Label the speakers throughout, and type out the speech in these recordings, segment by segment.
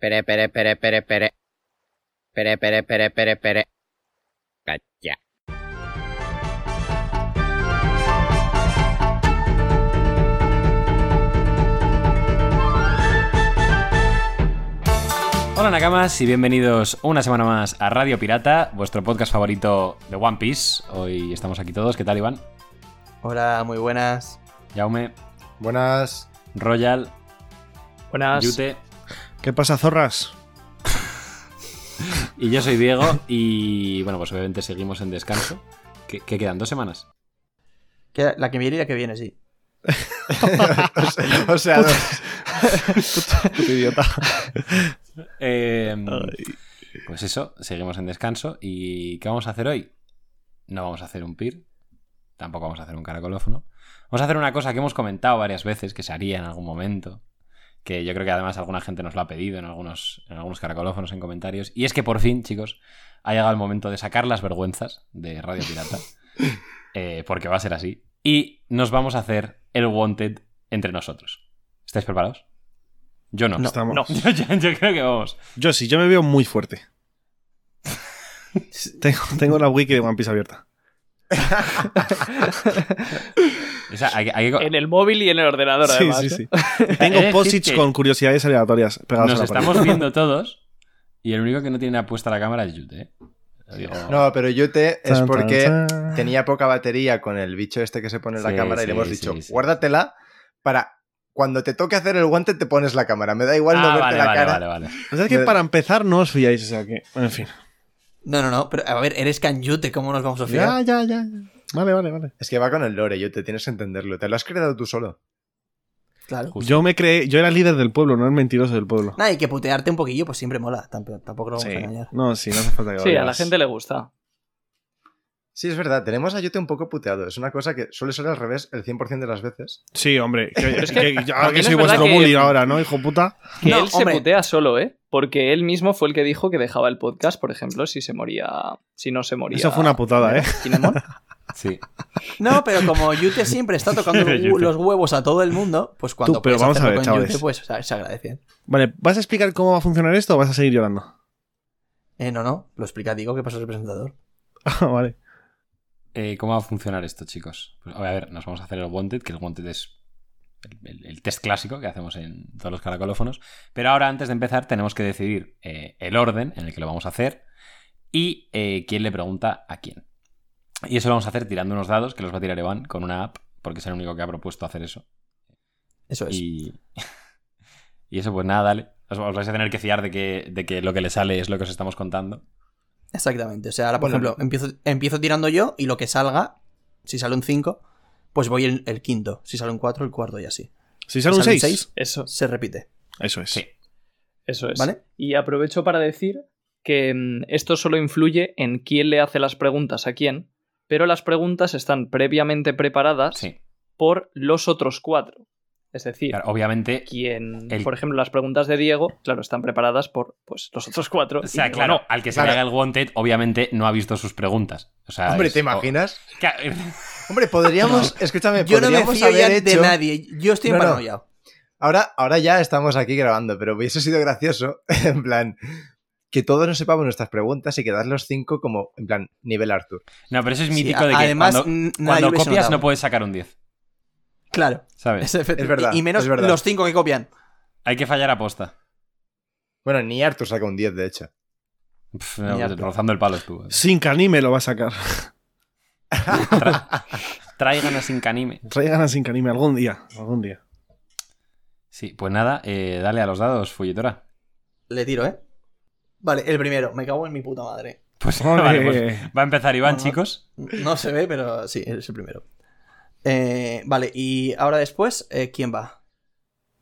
Speaker 1: Pere, pere, pere, pere, pere. Pere, pere, pere, pere, pere. Cacha.
Speaker 2: Hola Nakamas y bienvenidos una semana más a Radio Pirata, vuestro podcast favorito de One Piece. Hoy estamos aquí todos. ¿Qué tal, Iván?
Speaker 3: Hola, muy buenas.
Speaker 2: Yaume,
Speaker 4: Buenas.
Speaker 2: Royal,
Speaker 5: Buenas.
Speaker 2: Yute.
Speaker 4: ¿Qué pasa, zorras?
Speaker 2: Y yo soy Diego y bueno, pues obviamente seguimos en descanso. ¿Qué, qué quedan? ¿Dos semanas?
Speaker 3: Que- La que viene y la que viene, sí.
Speaker 4: o sea, o sea, dos. Puto idiota.
Speaker 2: Eh, pues eso, seguimos en descanso. ¿Y qué vamos a hacer hoy? No vamos a hacer un PIR, tampoco vamos a hacer un caracolófono. Vamos a hacer una cosa que hemos comentado varias veces, que se haría en algún momento, que yo creo que además alguna gente nos lo ha pedido en algunos, en algunos caracolófonos, en comentarios. Y es que por fin, chicos, ha llegado el momento de sacar las vergüenzas de Radio Pirata, eh, porque va a ser así. Y nos vamos a hacer el Wanted entre nosotros. ¿Estáis preparados? Yo no.
Speaker 4: Estamos-
Speaker 5: no.
Speaker 2: Yo- yo- yo creo que vamos.
Speaker 4: Yo sí, yo me veo muy fuerte. tengo, tengo la wiki de One Piece abierta.
Speaker 2: O sea, hay, que- hay que-
Speaker 5: En el móvil y en el ordenador,
Speaker 4: sí,
Speaker 5: además.
Speaker 4: sí,
Speaker 5: ¿eh?
Speaker 4: sí.
Speaker 2: He de decir
Speaker 4: Tengo posits
Speaker 2: que
Speaker 4: con curiosidades aleatorias pegados
Speaker 2: Nos
Speaker 4: a la pared.
Speaker 2: estamos viendo todos y el único que no tiene apuesta la cámara es Yute. ¿eh? Lo digo.
Speaker 6: No, pero Yute es
Speaker 4: Tan, tan,
Speaker 6: porque
Speaker 4: tan.
Speaker 6: tenía poca batería con el bicho este que se pone en la
Speaker 2: Sí,
Speaker 6: cámara y
Speaker 2: sí,
Speaker 6: le hemos
Speaker 2: sí,
Speaker 6: dicho,
Speaker 2: sí.
Speaker 6: guárdatela para cuando te toque hacer el guante te pones la cámara. Me da igual no
Speaker 2: Ah,
Speaker 6: verte
Speaker 2: vale,
Speaker 6: la
Speaker 2: vale,
Speaker 6: cara.
Speaker 2: vale, vale.
Speaker 4: O sea, es que para empezar no os fiáis, o sea que. En fin.
Speaker 3: No, no, no, pero a ver, eres canyute, ¿cómo nos vamos a fiar?
Speaker 4: Ya, ya, ya. Vale, vale, vale.
Speaker 6: Es que va con el lore, Yute, tienes que entenderlo. Te lo has creado tú solo.
Speaker 3: Claro.
Speaker 2: Justo.
Speaker 4: Yo me creé, yo era el líder del pueblo, no el mentiroso del pueblo.
Speaker 3: Nada, y que putearte un poquillo, pues siempre mola. Tamp- Tampoco lo vamos
Speaker 4: Sí.
Speaker 3: a engañar.
Speaker 4: No, sí, no hace falta que lo
Speaker 5: Sí, a la
Speaker 4: digas.
Speaker 5: gente le gusta.
Speaker 6: Sí, es verdad, tenemos a Yute un poco puteado. Es una cosa que suele ser al revés el 100% de las veces.
Speaker 4: Sí, hombre. Que,
Speaker 5: es que
Speaker 4: que- yo- ahora
Speaker 5: también
Speaker 4: que
Speaker 5: es
Speaker 4: soy
Speaker 5: verdad
Speaker 4: vuestro
Speaker 5: que-
Speaker 4: bully ahora, ¿no, hijo puta?
Speaker 5: Que
Speaker 3: No,
Speaker 5: él se
Speaker 3: hombre.
Speaker 5: putea solo, ¿eh? Porque él mismo fue el que dijo que dejaba el podcast, por ejemplo, si se moría. Si no se moría.
Speaker 4: Eso fue una putada, ¿eh?
Speaker 5: Kinemon.
Speaker 2: Sí.
Speaker 3: No, pero como Yute siempre está tocando los hue- los huevos a todo el mundo, pues cuando
Speaker 4: Tú, pero
Speaker 3: puedes
Speaker 4: vamos a
Speaker 3: hacerlo
Speaker 4: ver,
Speaker 3: con
Speaker 4: chavales.
Speaker 3: Yute, pues o sea, se agradece.
Speaker 4: Vale, ¿vas a explicar cómo va a funcionar esto o vas a seguir llorando?
Speaker 3: Eh, no, no, lo explica Diego que pasó el presentador.
Speaker 4: Ah, vale.
Speaker 2: Eh, ¿Cómo va a funcionar esto, chicos? Pues, a ver, nos vamos a hacer el Wanted, que el Wanted es el, el- el test clásico que hacemos en todos los caracolófonos. Pero ahora, antes de empezar, tenemos que decidir eh, el orden en el que lo vamos a hacer y eh, quién le pregunta a quién. Y eso lo vamos a hacer tirando unos dados que los va a tirar Evan con una app, porque es el único que ha propuesto hacer eso.
Speaker 3: Eso es.
Speaker 2: Y, y eso, pues nada, dale. Os, os vais a tener que fiar de que, de que lo que le sale es lo que os estamos contando.
Speaker 3: Exactamente. O sea, ahora, por
Speaker 6: Bueno.
Speaker 3: ejemplo, empiezo, empiezo tirando yo y lo que salga, si sale un 5, pues voy el, el quinto. Si sale un 4, el cuarto y así.
Speaker 4: Si sale un
Speaker 3: ¿Sale un
Speaker 4: 6,
Speaker 3: seis?
Speaker 5: Eso,
Speaker 3: Se repite.
Speaker 4: eso es.
Speaker 2: Sí.
Speaker 5: eso
Speaker 4: Pues
Speaker 5: es.
Speaker 3: ¿Vale?
Speaker 5: Y aprovecho para decir que mm, esto solo influye en quién le hace las preguntas a quién, pero las preguntas están previamente preparadas
Speaker 2: Sí.
Speaker 5: por los otros cuatro. Es decir,
Speaker 2: Claro, obviamente.
Speaker 5: quien,
Speaker 2: El-
Speaker 5: por ejemplo, las preguntas de Diego, claro, están preparadas por pues, los otros cuatro.
Speaker 2: O
Speaker 5: y
Speaker 2: sea,
Speaker 5: Diego
Speaker 2: claro,
Speaker 5: no.
Speaker 2: al que se
Speaker 6: Claro.
Speaker 2: le haga el wanted, obviamente no ha visto sus preguntas. O sea, Ah,
Speaker 6: Hombre,
Speaker 2: es-
Speaker 6: ¿te
Speaker 2: o-
Speaker 6: imaginas?
Speaker 2: Ca-
Speaker 6: Hombre, podríamos, escúchame,
Speaker 3: Yo no me
Speaker 6: podríamos
Speaker 3: fío
Speaker 6: haber
Speaker 3: ya de
Speaker 6: hecho-
Speaker 3: nadie. Yo estoy
Speaker 6: No, no.
Speaker 3: paranoiado.
Speaker 6: Ahora, ahora ya estamos aquí grabando, pero hubiese sido gracioso, en plan, que todos nos sepamos nuestras preguntas y que dar los cinco como, en plan, nivel Arthur.
Speaker 2: No, pero eso es
Speaker 3: Sí,
Speaker 2: mítico
Speaker 3: a-
Speaker 2: de que
Speaker 3: además,
Speaker 2: cuando,
Speaker 3: n- nadie
Speaker 2: cuando
Speaker 3: hubiese
Speaker 2: copias
Speaker 3: notado.
Speaker 2: no puedes sacar un 10.
Speaker 3: Claro.
Speaker 2: ¿Sabes?
Speaker 3: Es, efectivo.
Speaker 6: Es verdad,
Speaker 3: Y, y menos
Speaker 6: es verdad.
Speaker 3: los 5 que copian.
Speaker 2: Hay que fallar aposta.
Speaker 6: Bueno, ni Arthur saca un 10, de hecho.
Speaker 2: Pf, no,
Speaker 3: Mira,
Speaker 2: pues, rozando el palo estuvo.
Speaker 4: Sin canime lo va a sacar.
Speaker 2: Tra- Traigan a Sincanime.
Speaker 4: Traigan a Sin canime algún día. Algún día.
Speaker 2: Sí, pues nada, eh, dale a los dados, fulletora.
Speaker 3: Le tiro, ¿eh? Vale, el primero. Me cago en mi puta madre.
Speaker 2: Pues,
Speaker 4: Ole.
Speaker 2: vale, pues va a empezar Iván,
Speaker 3: No, no.
Speaker 2: chicos.
Speaker 3: No se ve, pero sí, es el primero. Eh, vale, y ahora después, eh, ¿quién va?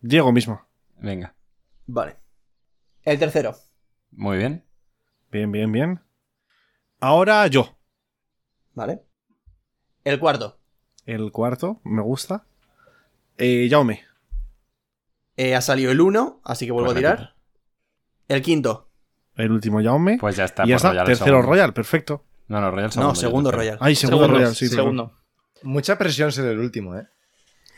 Speaker 4: Diego mismo.
Speaker 2: Venga.
Speaker 3: Vale. El tercero.
Speaker 2: Muy bien.
Speaker 4: Bien, bien, bien. Ahora yo.
Speaker 3: Vale. El cuarto.
Speaker 4: El cuarto, me gusta. Eh, Jaume.
Speaker 3: Eh, ha salido el uno, así que vuelvo
Speaker 2: Pues
Speaker 3: a tirar.
Speaker 2: repite.
Speaker 3: El quinto.
Speaker 4: El último Jaume.
Speaker 2: Pues ya está.
Speaker 4: y ya
Speaker 2: pues
Speaker 4: está.
Speaker 2: Royal el
Speaker 4: Tercero
Speaker 2: segundo.
Speaker 4: Royal, perfecto.
Speaker 2: No, no, Royal segundo.
Speaker 3: No,
Speaker 2: yo
Speaker 3: segundo
Speaker 4: Ah,
Speaker 2: tercero.
Speaker 3: Royal.
Speaker 4: Ay, segundo,
Speaker 5: Segundo,
Speaker 4: Royal, sí. perdón.
Speaker 5: segundo.
Speaker 6: Mucha presión ser el último, ¿eh?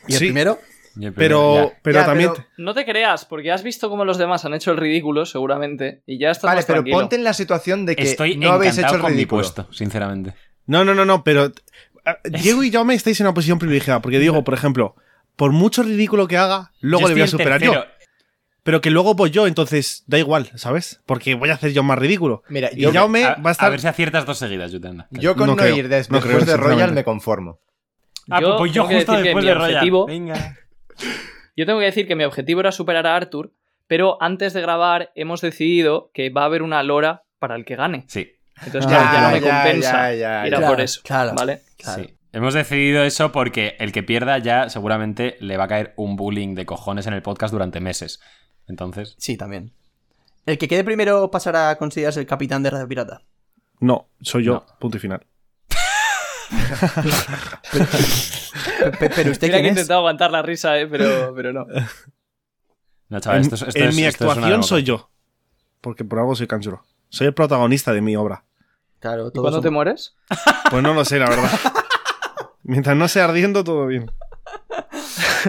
Speaker 3: ¿Y el
Speaker 4: Sí.
Speaker 3: primero?
Speaker 2: Y el primero,
Speaker 4: Pero,
Speaker 2: ya.
Speaker 4: pero
Speaker 6: Ya,
Speaker 4: también.
Speaker 6: pero-
Speaker 5: No te creas, porque has visto cómo los demás han hecho el ridículo, seguramente, y ya estás
Speaker 6: Vale,
Speaker 5: más
Speaker 6: pero
Speaker 5: tranquilo.
Speaker 6: ponte en la situación de que
Speaker 2: Estoy
Speaker 6: no habéis hecho
Speaker 2: encantado
Speaker 6: el
Speaker 2: con mi
Speaker 6: ridículo.
Speaker 2: puesto, sinceramente.
Speaker 4: No, no, no, no, pero. ah, Diego y Jaume estáis en una posición privilegiada. Porque Diego, por ejemplo, por mucho ridículo que haga, luego
Speaker 2: Yo
Speaker 4: le voy a
Speaker 2: estoy el
Speaker 4: superar yo.
Speaker 2: tercero.
Speaker 4: Pero que luego voy yo, entonces da igual, ¿sabes? Porque voy a hacer yo más ridículo.
Speaker 6: Mira,
Speaker 4: Y
Speaker 6: yo,
Speaker 4: ya Jaume
Speaker 2: a,
Speaker 4: va a
Speaker 2: a
Speaker 4: estar-
Speaker 2: ver si aciertas dos seguidas, Yutanda.
Speaker 6: yo con
Speaker 4: No
Speaker 6: no,
Speaker 4: creo,
Speaker 6: ir
Speaker 4: no
Speaker 6: des- después
Speaker 4: creo,
Speaker 6: de Royal
Speaker 4: sinceramente.
Speaker 6: me conformo.
Speaker 2: Ah, pues, pues yo
Speaker 5: tengo que
Speaker 2: justo
Speaker 5: decir que
Speaker 2: después
Speaker 5: mi
Speaker 2: de Royal.
Speaker 5: objetivo-
Speaker 2: Venga.
Speaker 5: Yo tengo que decir que mi objetivo era superar a Arthur, pero antes de grabar hemos decidido que va a haber una lora para el que gane.
Speaker 2: Sí,
Speaker 5: Entonces, claro,
Speaker 4: Ah,
Speaker 5: ya no me
Speaker 6: ya,
Speaker 5: compensa
Speaker 6: ya, ya,
Speaker 5: ir a
Speaker 3: ya.
Speaker 5: por eso.
Speaker 3: Claro.
Speaker 5: ¿Vale?
Speaker 3: Claro.
Speaker 2: sí. Hemos decidido eso porque el que pierda ya seguramente le va a caer un bullying de cojones en el podcast durante meses. Entonces,
Speaker 3: Sí, también. El que quede primero pasará a considerarse el capitán de Radio Pirata.
Speaker 4: No, soy yo, punto y final.
Speaker 3: Pe- pe- Pero usted
Speaker 5: Mira que he
Speaker 3: quién es.
Speaker 5: intentado aguantar la risa, eh, pero, pero no.
Speaker 2: no, chaval,
Speaker 4: en
Speaker 2: esto, es- esto
Speaker 4: en
Speaker 2: es-
Speaker 4: mi
Speaker 2: esto es una
Speaker 4: actuación
Speaker 2: democracia.
Speaker 4: soy yo. Porque por algo soy Kanjuro. Soy el protagonista de mi obra.
Speaker 3: Claro, todos
Speaker 5: ¿Cuándo te
Speaker 3: somos-
Speaker 5: mueres?
Speaker 4: Pues no lo sé, la verdad. Mientras no sea ardiendo, todo bien.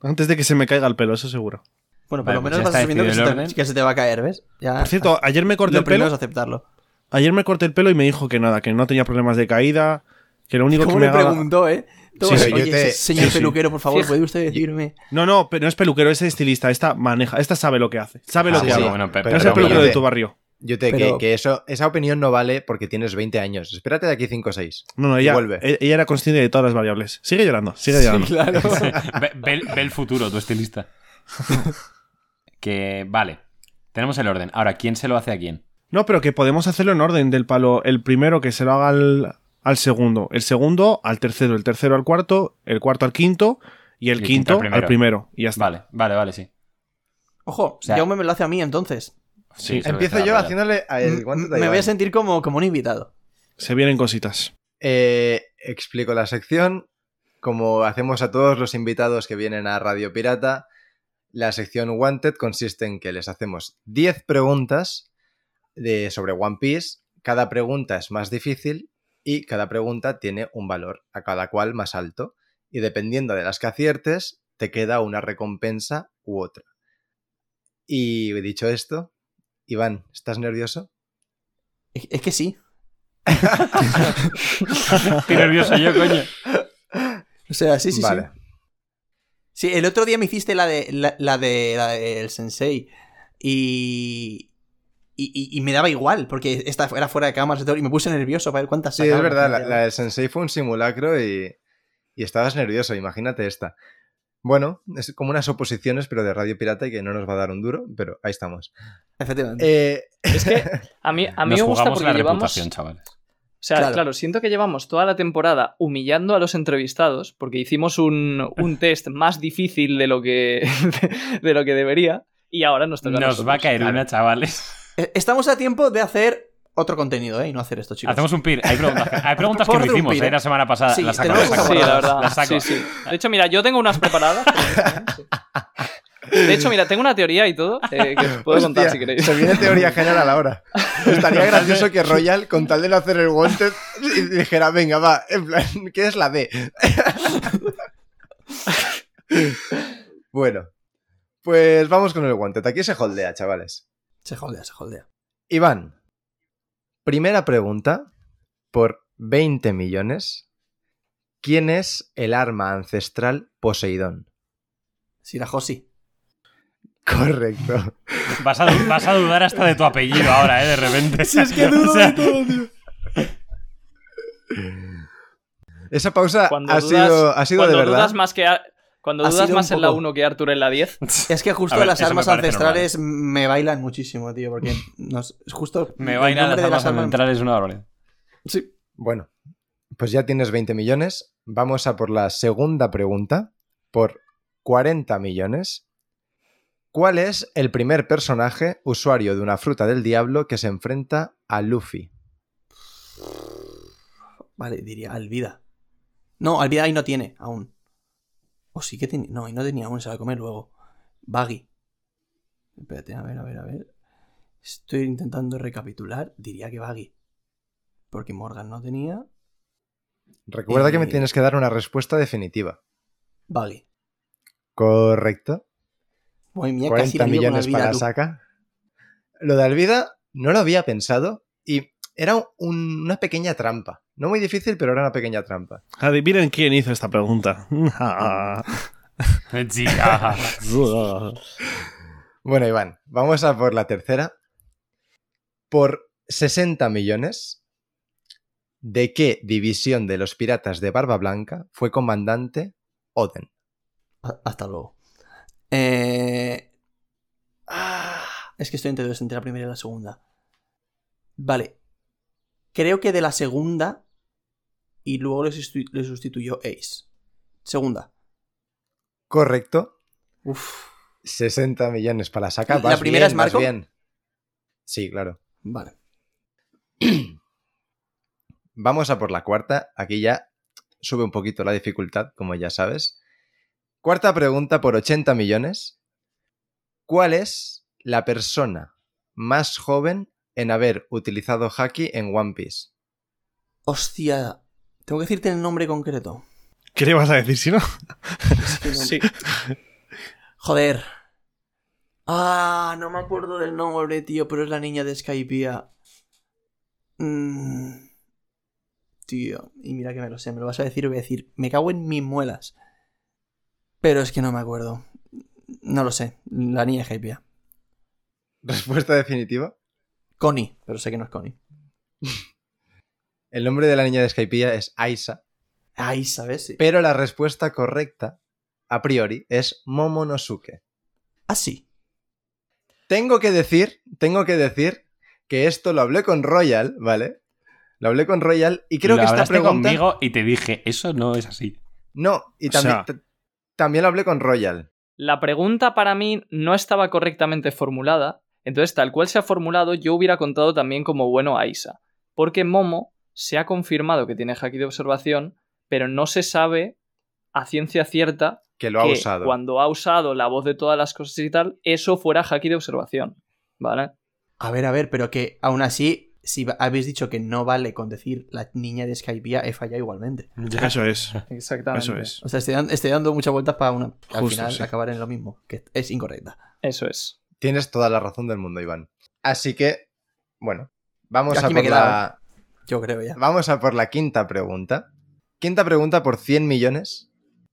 Speaker 4: Antes de que se me caiga el pelo, eso seguro.
Speaker 3: Bueno,
Speaker 2: Vale,
Speaker 3: por lo
Speaker 2: pues
Speaker 3: menos
Speaker 2: ya
Speaker 3: vas
Speaker 2: está
Speaker 3: asumiendo que se,
Speaker 2: decidido el
Speaker 3: te,
Speaker 2: orden.
Speaker 3: que se te va a caer, ¿ves? Ya,
Speaker 4: Por
Speaker 2: Ah,
Speaker 4: cierto, ayer me corté
Speaker 3: lo
Speaker 4: el
Speaker 3: primero es
Speaker 4: pelo.
Speaker 3: aceptarlo.
Speaker 4: Ayer me corté el pelo y me dijo que nada, que no tenía problemas de caída, que lo único que
Speaker 3: ¿Cómo
Speaker 4: me
Speaker 3: le
Speaker 4: daba-
Speaker 3: preguntó, eh? Todo,
Speaker 4: Sí, sí,
Speaker 6: yo
Speaker 3: oye,
Speaker 6: te-
Speaker 3: se- Señor
Speaker 4: sí, sí.
Speaker 3: peluquero, por favor,
Speaker 5: Fija-
Speaker 3: ¿puede usted decirme?
Speaker 4: No, no, pero no es peluquero, es estilista. Esta maneja, esta sabe lo que hace. Sabe
Speaker 2: Ah,
Speaker 4: lo que
Speaker 2: bueno,
Speaker 4: hace.
Speaker 2: bueno, pe-
Speaker 4: No es el
Speaker 2: pero-
Speaker 4: peluquero
Speaker 6: bueno.
Speaker 4: de tu barrio.
Speaker 6: Yo te
Speaker 3: Pero-
Speaker 6: que, que eso, esa opinión no vale porque tienes 20 años. Espérate de aquí 5 o 6.
Speaker 4: No, no, ella,
Speaker 6: Vuelve.
Speaker 4: e- ella era consciente de todas las variables. Sigue llorando, sigue llorando.
Speaker 3: claro.
Speaker 2: ve, ve el- ve el futuro, tu estilista. que vale. Tenemos el orden. Ahora, ¿quién se lo hace a quién?
Speaker 4: No, pero que podemos hacerlo en orden del palo. El primero que se lo haga al, al segundo, el segundo al tercero, el tercero al cuarto, el cuarto al quinto y el,
Speaker 2: Y el quinto
Speaker 4: quinto,
Speaker 2: al
Speaker 4: al
Speaker 2: primero.
Speaker 4: primero. Y ya está.
Speaker 2: Vale, vale, vale, sí.
Speaker 3: Ojo,
Speaker 2: sea-
Speaker 3: Jaume me lo hace a mí entonces.
Speaker 2: Sí, se lo
Speaker 6: Empiezo
Speaker 2: hace a
Speaker 6: yo
Speaker 2: Royal.
Speaker 6: haciéndole a
Speaker 3: M-
Speaker 6: el guante
Speaker 3: me voy a
Speaker 6: Taiwán.
Speaker 3: sentir como, como un invitado.
Speaker 4: Se vienen cositas.
Speaker 6: Eh, explico la sección. Como hacemos a todos los invitados que vienen a Radio Pirata, la sección Wanted consiste en que les hacemos 10 preguntas de, sobre One Piece. Cada pregunta es más difícil y cada pregunta tiene un valor, a cada cual más alto. Y dependiendo de las que aciertes, te queda una recompensa u otra. Y dicho esto, Iván, ¿estás nervioso?
Speaker 3: Es, es que sí.
Speaker 2: Estoy nervioso yo, coño.
Speaker 3: O sea, sí, sí,
Speaker 6: vale.
Speaker 3: sí. Sí, el otro día me hiciste la de la, la de la del sensei y, y, y- y me daba igual porque esta era fuera de cámaras y todo, y me puse nervioso para ver cuántas
Speaker 6: Sí, es
Speaker 3: sacaba.
Speaker 6: verdad, la, la del Sensei fue un simulacro y, y estabas nervioso, imagínate esta. Bueno, es como unas oposiciones, pero de Radio Pirata y que no nos va a dar un duro, pero ahí estamos.
Speaker 3: Efectivamente.
Speaker 6: Eh,
Speaker 5: Es que a mí, a mí
Speaker 2: Nos
Speaker 5: me gusta
Speaker 2: jugamos
Speaker 5: porque
Speaker 2: la
Speaker 5: llevamos.
Speaker 2: reputación, chavales.
Speaker 5: O sea,
Speaker 3: Claro.
Speaker 5: claro. siento que llevamos toda la temporada humillando a los entrevistados porque hicimos un, un test más difícil de lo que, de lo que debería y ahora nos toca a
Speaker 2: Nos va a
Speaker 5: nosotros.
Speaker 2: caer
Speaker 5: Claro.
Speaker 2: una, chavales.
Speaker 3: Eh, Estamos a tiempo de hacer otro contenido, ¿eh? Y no hacer esto, chicos.
Speaker 2: Hacemos un peer. Hay preguntas, que- hay preguntas que
Speaker 3: Por
Speaker 2: no
Speaker 3: de un
Speaker 2: hicimos
Speaker 3: peer,
Speaker 2: eh,
Speaker 3: ¿eh?
Speaker 2: la semana pasada.
Speaker 3: Sí,
Speaker 2: las saco,
Speaker 3: tenemos
Speaker 2: las saco,
Speaker 5: Sí, la
Speaker 2: las-
Speaker 5: verdad.
Speaker 2: las saco.
Speaker 5: Sí, sí. De hecho, mira, yo tengo unas preparadas. ¿eh? De hecho, mira, tengo una teoría y todo eh, que os puedo contar
Speaker 6: hostia,
Speaker 5: si queréis.
Speaker 6: Se viene teoría general ahora. Estaría gracioso que Royal, con tal de no hacer el wanted, dijera, venga, va, en plan, ¿qué es la D? bueno, pues vamos con el wanted. Aquí se holdea, chavales.
Speaker 3: Se holdea, se holdea.
Speaker 6: Iván, primera pregunta por 20 millones. ¿Quién es el arma ancestral Poseidón?
Speaker 3: Sí, la Josi.
Speaker 6: Correcto.
Speaker 2: Vas a, du- vas a dudar hasta de tu apellido ahora, ¿eh? De repente.
Speaker 3: Sí, es que dudo
Speaker 2: O sea,
Speaker 3: de todo, tío.
Speaker 6: Esa pausa
Speaker 5: Cuando
Speaker 6: ha,
Speaker 5: dudas-
Speaker 6: sido, ha sido de
Speaker 5: cuando
Speaker 6: verdad.
Speaker 5: dudas más que Ar- Cuando
Speaker 3: Ha
Speaker 5: dudas
Speaker 3: sido
Speaker 5: más
Speaker 3: un
Speaker 5: en la
Speaker 3: poco-
Speaker 5: 1 que Arthur en la 10.
Speaker 3: Es que justo
Speaker 2: A ver,
Speaker 3: las
Speaker 2: eso me
Speaker 3: armas
Speaker 2: parece
Speaker 3: ancestrales me bailan muchísimo, tío, porque nos, justo
Speaker 2: Me
Speaker 3: el
Speaker 2: va a ir a las
Speaker 3: nombre de
Speaker 2: armas
Speaker 3: armas-
Speaker 2: centrales una barbaridad.
Speaker 3: Sí.
Speaker 6: Bueno, pues ya tienes 20 millones. Vamos a por la segunda pregunta por 40 millones. ¿Cuál es el primer personaje usuario de una fruta del diablo que se enfrenta a Luffy?
Speaker 3: Vale, diría Alvida. No, Alvida ahí no tiene aún. O sí que tenía. No, ahí no tenía aún, se va a comer luego. Baggy. Espérate, a ver, a ver, a ver. Estoy intentando recapitular. Diría que Baggy. Porque Morgan no tenía.
Speaker 6: Recuerda que me
Speaker 3: Eh,
Speaker 6: tienes que dar una respuesta definitiva.
Speaker 3: Baggy.
Speaker 6: Correcto.
Speaker 3: Madre mía, casi
Speaker 6: 40
Speaker 3: la lío con
Speaker 6: millones
Speaker 3: Alvida,
Speaker 6: para
Speaker 3: tú.
Speaker 6: Saka. Lo de Alvida no lo había pensado y era un- una pequeña trampa. No muy difícil, pero era una pequeña trampa.
Speaker 4: Adivinen quién hizo esta pregunta.
Speaker 2: Sí, ah.
Speaker 6: Bueno, Iván, vamos a por la tercera. Por 60 millones, ¿de qué división de los piratas de Barba Blanca fue comandante Oden?
Speaker 3: Ha- Ah, Hasta luego. Eh, ah, es que estoy entre dos, entre la primera y la segunda. Vale. Creo que de la segunda y luego le, sustitu- le sustituyó Ace. Segunda.
Speaker 6: Correcto,
Speaker 3: Uf.
Speaker 6: 60 millones para Saka.
Speaker 3: ¿La
Speaker 6: Vas
Speaker 3: primera
Speaker 6: bien,
Speaker 3: es Marco?
Speaker 6: vas bien. Sí, claro.
Speaker 3: Vale.
Speaker 6: Vamos a por la cuarta. Aquí ya sube un poquito la dificultad, como ya sabes. Cuarta pregunta por 80 millones. ¿Cuál es la persona más joven en haber utilizado Haki en One Piece?
Speaker 3: Hostia. Tengo que decirte el nombre concreto.
Speaker 4: ¿Qué le vas a decir si no?
Speaker 3: Es que no- Joder. Ah, no me acuerdo del nombre, tío, pero es la niña de Skypiea. Mm. Tío, y mira que me lo sé, me lo vas a decir y voy a decir, me cago en mis muelas. Pero es que no me acuerdo. No lo sé, la niña de Skypiea.
Speaker 6: Respuesta definitiva.
Speaker 3: Connie, pero sé que no es Connie.
Speaker 6: El nombre de la niña de Skypiea es Aisa,
Speaker 3: Ay, ¿sabes? Sí.
Speaker 6: pero la respuesta correcta, a priori, es Momonosuke.
Speaker 3: Ah, sí.
Speaker 6: Tengo que decir, tengo que decir que esto lo hablé con Royal, ¿vale? Lo hablé con Royal y creo
Speaker 2: Lo
Speaker 6: que esta
Speaker 2: hablaste
Speaker 6: pregunta...
Speaker 2: conmigo y te dije, eso no es así.
Speaker 6: No, y
Speaker 4: O
Speaker 6: también,
Speaker 4: sea-
Speaker 6: t- también lo hablé con Royal.
Speaker 5: La pregunta para mí no estaba correctamente formulada, entonces tal cual se ha formulado yo hubiera contado también como bueno a Isa, porque Momo se ha confirmado que tiene haki de observación, pero no se sabe a ciencia cierta
Speaker 6: que lo ha
Speaker 5: que
Speaker 6: usado.
Speaker 5: cuando ha usado la voz de todas las cosas y tal, eso fuera haki de observación, ¿vale?
Speaker 3: A ver, a ver, pero que aún así, si va- habéis dicho que no vale con decir la niña de Skypiea, he fallado igualmente.
Speaker 4: Eso es.
Speaker 5: Exactamente.
Speaker 4: Eso es.
Speaker 3: O sea, estoy, dan- estoy dando muchas vueltas para una. Al
Speaker 4: Justo,
Speaker 3: final
Speaker 4: sí.
Speaker 3: acabar en lo mismo, que es incorrecta.
Speaker 5: Eso es.
Speaker 6: Tienes toda la razón del mundo, Iván. Así que, bueno, vamos
Speaker 3: Aquí
Speaker 6: a,
Speaker 3: me
Speaker 6: por
Speaker 3: he
Speaker 6: la,
Speaker 3: quedado. Yo creo ya.
Speaker 6: vamos a por la quinta pregunta. Quinta pregunta por 100 millones.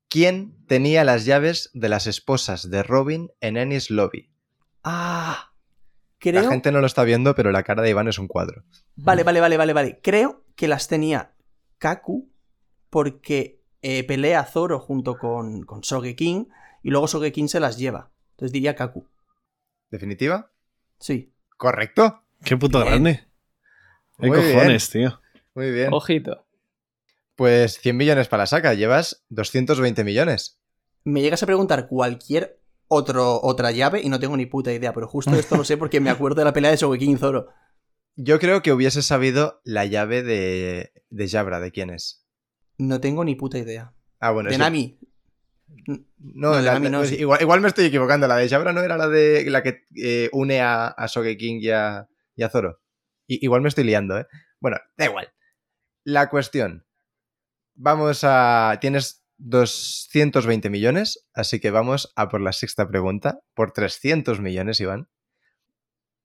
Speaker 6: ¿Quién tenía las llaves de las esposas de Robin en Ennis Lobby?
Speaker 3: Ah, creo.
Speaker 6: La gente no lo está viendo, pero la cara de Iván es un cuadro.
Speaker 3: Vale, vale, vale, vale, vale. Creo que las tenía Kaku porque eh, pelea Zoro junto con, con Sogeking y luego Sogeking se las lleva. Entonces diría Kaku.
Speaker 6: ¿Definitiva?
Speaker 3: Sí.
Speaker 6: ¿Correcto?
Speaker 4: Qué puto
Speaker 3: Bien.
Speaker 4: grande. Qué
Speaker 6: Muy bien.
Speaker 4: cojones, tío.
Speaker 6: Muy bien.
Speaker 3: Oh.
Speaker 5: Ojito.
Speaker 6: Pues 100 millones para la saca, llevas 220 millones.
Speaker 3: Me llegas a preguntar cualquier otro, otra llave y no tengo ni puta idea, pero justo esto lo sé porque me acuerdo de la pelea de Sogeking y Zoro.
Speaker 6: Yo creo que hubiese sabido la llave de, de Jabra, ¿de quién es?
Speaker 3: No tengo ni puta idea.
Speaker 6: Ah, bueno,
Speaker 3: de
Speaker 6: sí.
Speaker 3: Nami.
Speaker 6: No,
Speaker 3: No,
Speaker 6: la-
Speaker 3: de Nami
Speaker 6: la-
Speaker 3: no,
Speaker 6: pues
Speaker 3: sí.
Speaker 6: igual, igual me estoy equivocando. La de Shabra no era la de la que eh, une a, a Sogeking y a, y a Zoro. I- igual me estoy liando, ¿eh? Bueno, da igual. La cuestión. Vamos a. Tienes 220 millones, así que vamos a por la sexta pregunta. Por 300 millones, Iván.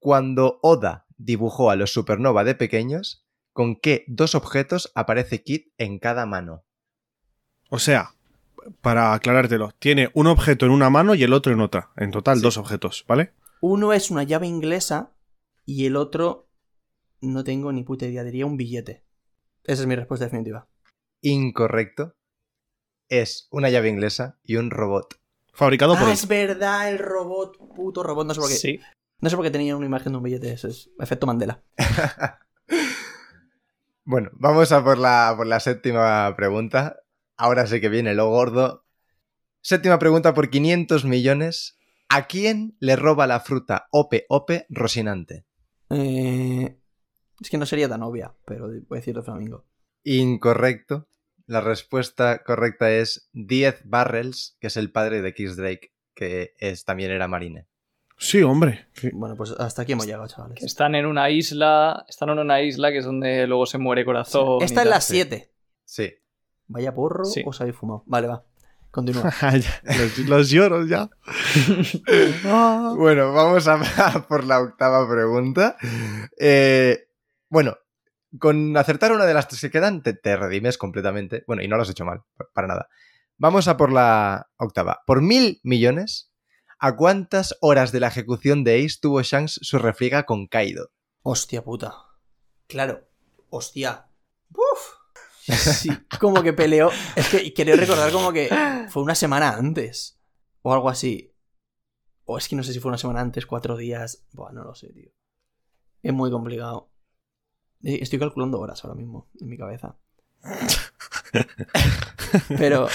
Speaker 6: Cuando Oda dibujó a los supernova de pequeños, ¿con qué dos objetos aparece Kid en cada mano?
Speaker 4: O sea, para aclarártelo, tiene un objeto en una mano y el otro en otra. En total, dos objetos, ¿vale?
Speaker 3: Uno es una llave inglesa y el otro no tengo ni puta idea, diría un billete. Esa es mi respuesta definitiva.
Speaker 6: incorrecto es una llave inglesa y un robot.
Speaker 4: Fabricado por
Speaker 3: ah,
Speaker 4: él.
Speaker 3: es verdad, el robot, puto robot, no sé por qué.
Speaker 5: Sí.
Speaker 3: No sé por qué tenía una imagen de un billete, eso es efecto Mandela.
Speaker 6: Bueno, vamos a por la, por la séptima pregunta. Ahora sí que viene lo gordo. Séptima pregunta por 500 millones. ¿A quién le roba la fruta Ope Ope Rosinante?
Speaker 3: Eh, Es que no sería tan obvia, pero voy a decirlo Flamingo.
Speaker 6: Incorrecto. La respuesta correcta es 10 Barrels, que es el padre de Kiss Drake, que es, también era marine.
Speaker 4: Sí, hombre. Que-
Speaker 3: Bueno, pues hasta aquí hemos llegado,
Speaker 5: Que
Speaker 3: chavales.
Speaker 5: están en una isla. Están en una isla que es donde luego se muere corazón. y
Speaker 3: Esta es
Speaker 5: tal.
Speaker 3: la 7.
Speaker 6: Sí.
Speaker 3: Vaya porro,
Speaker 5: Sí.
Speaker 3: os habéis fumado. Vale, va. Continúa.
Speaker 4: Ya, los, los lloros ya. Ah.
Speaker 6: Bueno, vamos a, a por la octava pregunta. Eh, bueno, con acertar una de las tres que quedan, te, te redimes completamente. Bueno, y no lo has hecho mal, pa- para nada. Vamos a por la octava. Por mil millones, ¿a cuántas horas de la ejecución de Ace tuvo Shanks su refriega con Kaido?
Speaker 3: Hostia puta. Claro. Hostia. Uf. Sí, como que peleó. Es que quería recordar como que fue una semana antes. O algo así. O es que no sé si fue una semana antes, cuatro días. Buah, no lo sé, tío. Es muy complicado. Eh, Estoy calculando horas ahora mismo en mi cabeza. Pero.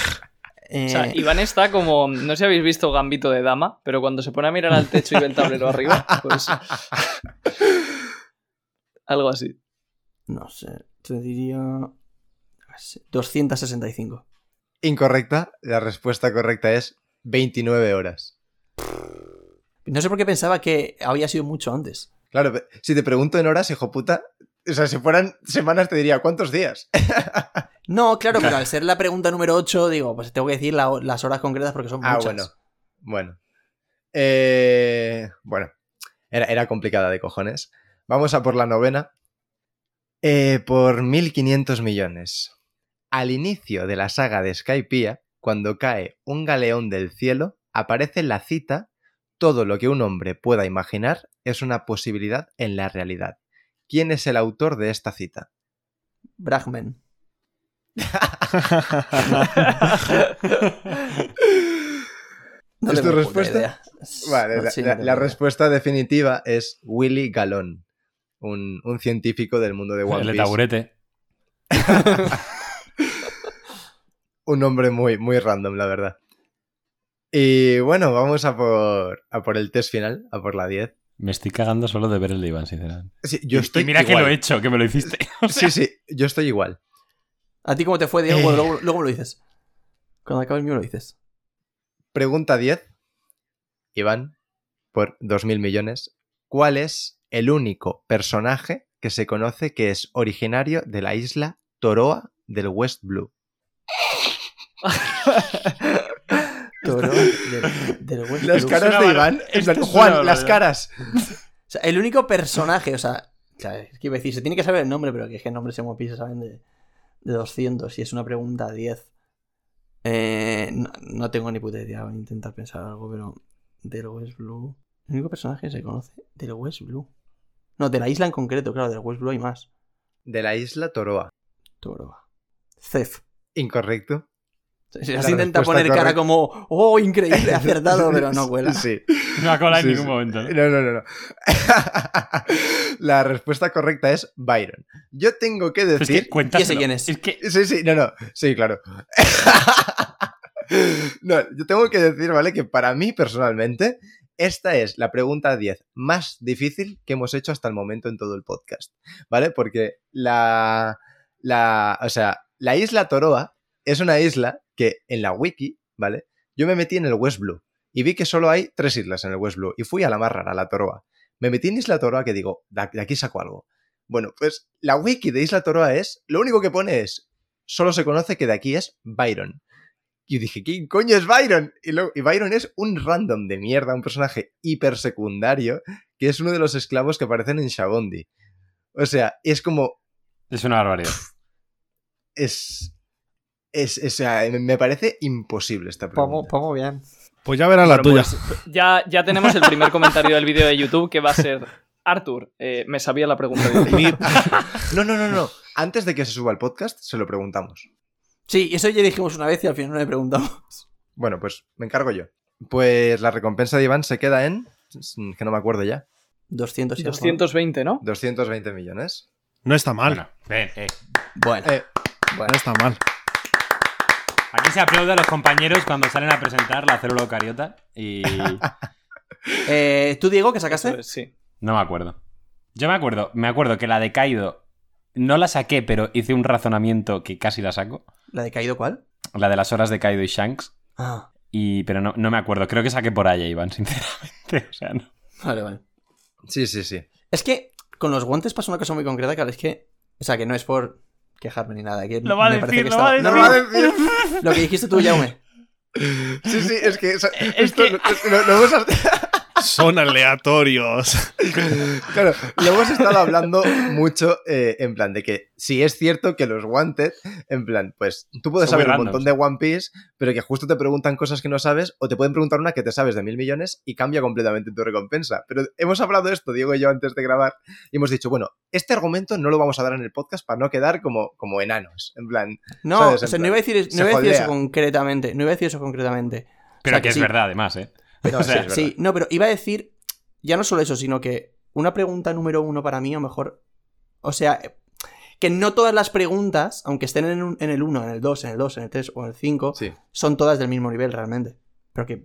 Speaker 3: eh,
Speaker 5: O sea, Iván está como, no sé si habéis visto Gambito de Dama, pero cuando se pone a mirar al techo y ve el tablero arriba, pues... Algo así.
Speaker 3: No sé. Te diría. no sé, 265.
Speaker 6: Incorrecta, la respuesta correcta es 29 horas.
Speaker 3: No sé por qué pensaba que había sido mucho antes.
Speaker 6: Claro, pe- si te pregunto en horas, hijo puta, o sea, si fueran semanas te diría, ¿cuántos días?
Speaker 3: No, claro, pero al ser la pregunta número 8, digo, pues tengo que decir la- las horas concretas porque son
Speaker 6: Ah,
Speaker 3: muchas.
Speaker 6: bueno. Bueno. Eh, bueno. Era, era complicada de cojones. Vamos a por la novena. Eh, por 1.500 millones. Al inicio de la saga de Skypiea, cuando cae un galeón del cielo, aparece la cita, todo lo que un hombre pueda imaginar es una posibilidad en la realidad. ¿Quién es el autor de esta cita?
Speaker 3: Bragman. No tengo
Speaker 6: ¿Es
Speaker 3: ni
Speaker 6: tu
Speaker 3: puta
Speaker 6: respuesta?
Speaker 3: idea.
Speaker 6: Vale,
Speaker 3: No,
Speaker 6: la,
Speaker 3: sí, no
Speaker 6: la-
Speaker 3: tengo
Speaker 6: la
Speaker 3: ni idea.
Speaker 6: respuesta definitiva es Willy Galón, un, un científico del mundo de One
Speaker 2: El de
Speaker 6: Piece.
Speaker 2: taburete.
Speaker 6: un nombre muy, muy random, la verdad. Y bueno, vamos a por, a por el test final, a por la 10.
Speaker 2: Me estoy cagando solo de ver el de Iván, sinceramente.
Speaker 6: Sí, yo
Speaker 2: Y-
Speaker 6: estoy
Speaker 2: y mira que
Speaker 6: igual.
Speaker 2: lo he hecho, que me lo hiciste.
Speaker 6: Sí, sí, yo estoy igual.
Speaker 3: ¿A ti cómo te fue, Diego?
Speaker 6: Eh.
Speaker 3: Bueno, luego, luego me lo dices. Cuando acabe el mío lo dices.
Speaker 6: Pregunta 10. Iván, por 2.000 millones. ¿Cuál es el único personaje que se conoce que es originario de la isla Toroa del West Blue?
Speaker 3: Toro del, del West
Speaker 6: Las
Speaker 3: Blue.
Speaker 6: caras de Iván. en plan, Juan, las caras.
Speaker 3: O sea, el único personaje, o sea, claro, es que iba a decir, se tiene que saber el nombre, pero que es que el nombre se pisa, saben de, de 200 y es una pregunta a 10. Eh, no, no tengo ni puta idea, voy a intentar pensar algo, pero del West Blue. El único personaje que se conoce del West Blue. No, de la isla en concreto, claro, del West Blue hay más.
Speaker 6: De la isla Toroa.
Speaker 3: Toroa. Cef.
Speaker 6: Incorrecto.
Speaker 3: Se
Speaker 6: La
Speaker 3: has intentado
Speaker 6: respuesta
Speaker 3: poner cara
Speaker 6: correcta.
Speaker 3: como, oh, increíble, acertado, pero no cuela.
Speaker 6: Sí.
Speaker 2: No ha colado en
Speaker 6: Sí,
Speaker 2: ningún
Speaker 6: sí.
Speaker 2: momento. ¿no?
Speaker 6: No, no, no. no. la respuesta correcta es Byron. Yo tengo que
Speaker 2: Pero Es
Speaker 6: decir.
Speaker 2: que cuéntaselo.
Speaker 3: ¿Y ese quién es?
Speaker 2: que
Speaker 6: Sí, sí, no, no. Sí, claro. no, yo tengo que decir, ¿vale? Que para mí personalmente, esta es la pregunta 10 más difícil que hemos hecho hasta el momento en todo el podcast, ¿vale? Porque la. la o sea, la isla Toroa es una isla que en la wiki, ¿vale? Yo me metí en el West Blue y vi que solo hay tres islas en el West Blue y fui a la más rara, a la Toroa. Me metí en Isla Toroa que digo, de de aquí saco algo. Bueno, pues la wiki de Isla Toroa es, lo único que pone es, solo se conoce que de aquí es Byron. Y yo dije, ¿quién coño es Byron? Y, luego- y Byron es un random de mierda, un personaje hipersecundario, que es uno de los esclavos que aparecen en Shabondi. O sea, es como,
Speaker 2: es una barbaridad.
Speaker 6: es... Es, o sea, me- me parece imposible esta
Speaker 3: Pomo,
Speaker 6: pregunta.
Speaker 3: pomo bien.
Speaker 4: Pues ya verás la
Speaker 5: Bueno,
Speaker 4: tuya.
Speaker 5: pues, ya, ya tenemos el primer comentario del vídeo de YouTube que va a ser... Arthur, eh, me sabía la pregunta. de YouTube".
Speaker 6: No, no, no, no. Antes de que se suba el podcast, se lo preguntamos.
Speaker 3: Sí, eso ya dijimos una vez y al final no le preguntamos.
Speaker 6: Bueno, pues me encargo yo. Pues la recompensa de Iván se queda en... que no me acuerdo ya.
Speaker 3: 200 y algo.
Speaker 5: 220, ¿no?
Speaker 6: 220 millones.
Speaker 4: No está mal.
Speaker 2: Bueno, ven, eh.
Speaker 3: Bueno.
Speaker 6: Eh,
Speaker 4: No está mal.
Speaker 2: Aquí se aplaude a los compañeros cuando salen a presentar la célula eucariota y...
Speaker 3: Eh, ¿Tú, Diego, qué sacaste?
Speaker 5: Pues sí.
Speaker 2: No me acuerdo. Yo me acuerdo, me acuerdo que la de Kaido no la saqué, pero hice un razonamiento que casi la saco.
Speaker 3: ¿La de caído cuál?
Speaker 2: La de las horas de Kaido y Shanks.
Speaker 3: Ah,
Speaker 2: Y, pero no, no me acuerdo, creo que saqué por allá, Iván, sinceramente. O sea, no.
Speaker 3: vale, vale.
Speaker 6: Sí, sí, sí.
Speaker 3: Es que con los guantes pasa una cosa muy concreta, que es que. O sea, que no es por quejarme ni nada. Que
Speaker 2: Lo va a
Speaker 3: me parece
Speaker 2: decir,
Speaker 3: que
Speaker 2: lo va a
Speaker 3: estaba-
Speaker 2: decir.
Speaker 3: no, no, lo que dijiste tú, Jaume.
Speaker 6: Sí, sí, es que. o sea,
Speaker 5: Es
Speaker 6: esto
Speaker 5: que-
Speaker 6: Lo, lo- lo hemos,
Speaker 4: Son aleatorios.
Speaker 6: claro, lo hemos estado hablando mucho eh, en plan de que si es cierto que los Wanted, en plan, pues tú puedes
Speaker 2: Son muy
Speaker 6: saber un
Speaker 2: randoms.
Speaker 6: montón de One Piece, pero que justo te preguntan cosas que no sabes o te pueden preguntar una que te sabes de mil millones y cambia completamente tu recompensa. Pero hemos hablado de esto, Diego y yo, antes de grabar y hemos dicho, bueno, este argumento no lo vamos a dar en el podcast para no quedar como, como enanos. En plan,
Speaker 3: No,
Speaker 6: ¿Sabes?
Speaker 3: o sea,
Speaker 6: En
Speaker 3: no
Speaker 6: plan,
Speaker 3: iba a decir,
Speaker 6: se
Speaker 3: no iba a decir
Speaker 6: jodea.
Speaker 3: eso concretamente. No iba a decir eso concretamente.
Speaker 2: Pero
Speaker 3: sea,
Speaker 2: que
Speaker 3: que
Speaker 2: es
Speaker 3: sí.
Speaker 2: verdad, además, ¿eh?
Speaker 6: no,
Speaker 2: O
Speaker 6: sí,
Speaker 2: sea,
Speaker 6: es verdad.
Speaker 3: Sí, no, pero iba a decir ya no solo eso, sino que una pregunta número uno para mí, o mejor, o sea, que no todas las preguntas, aunque estén en, un- en el 1, en el 2, en el 2, en el 3 o en el 5,
Speaker 6: Sí,
Speaker 3: son todas del mismo nivel realmente. Pero que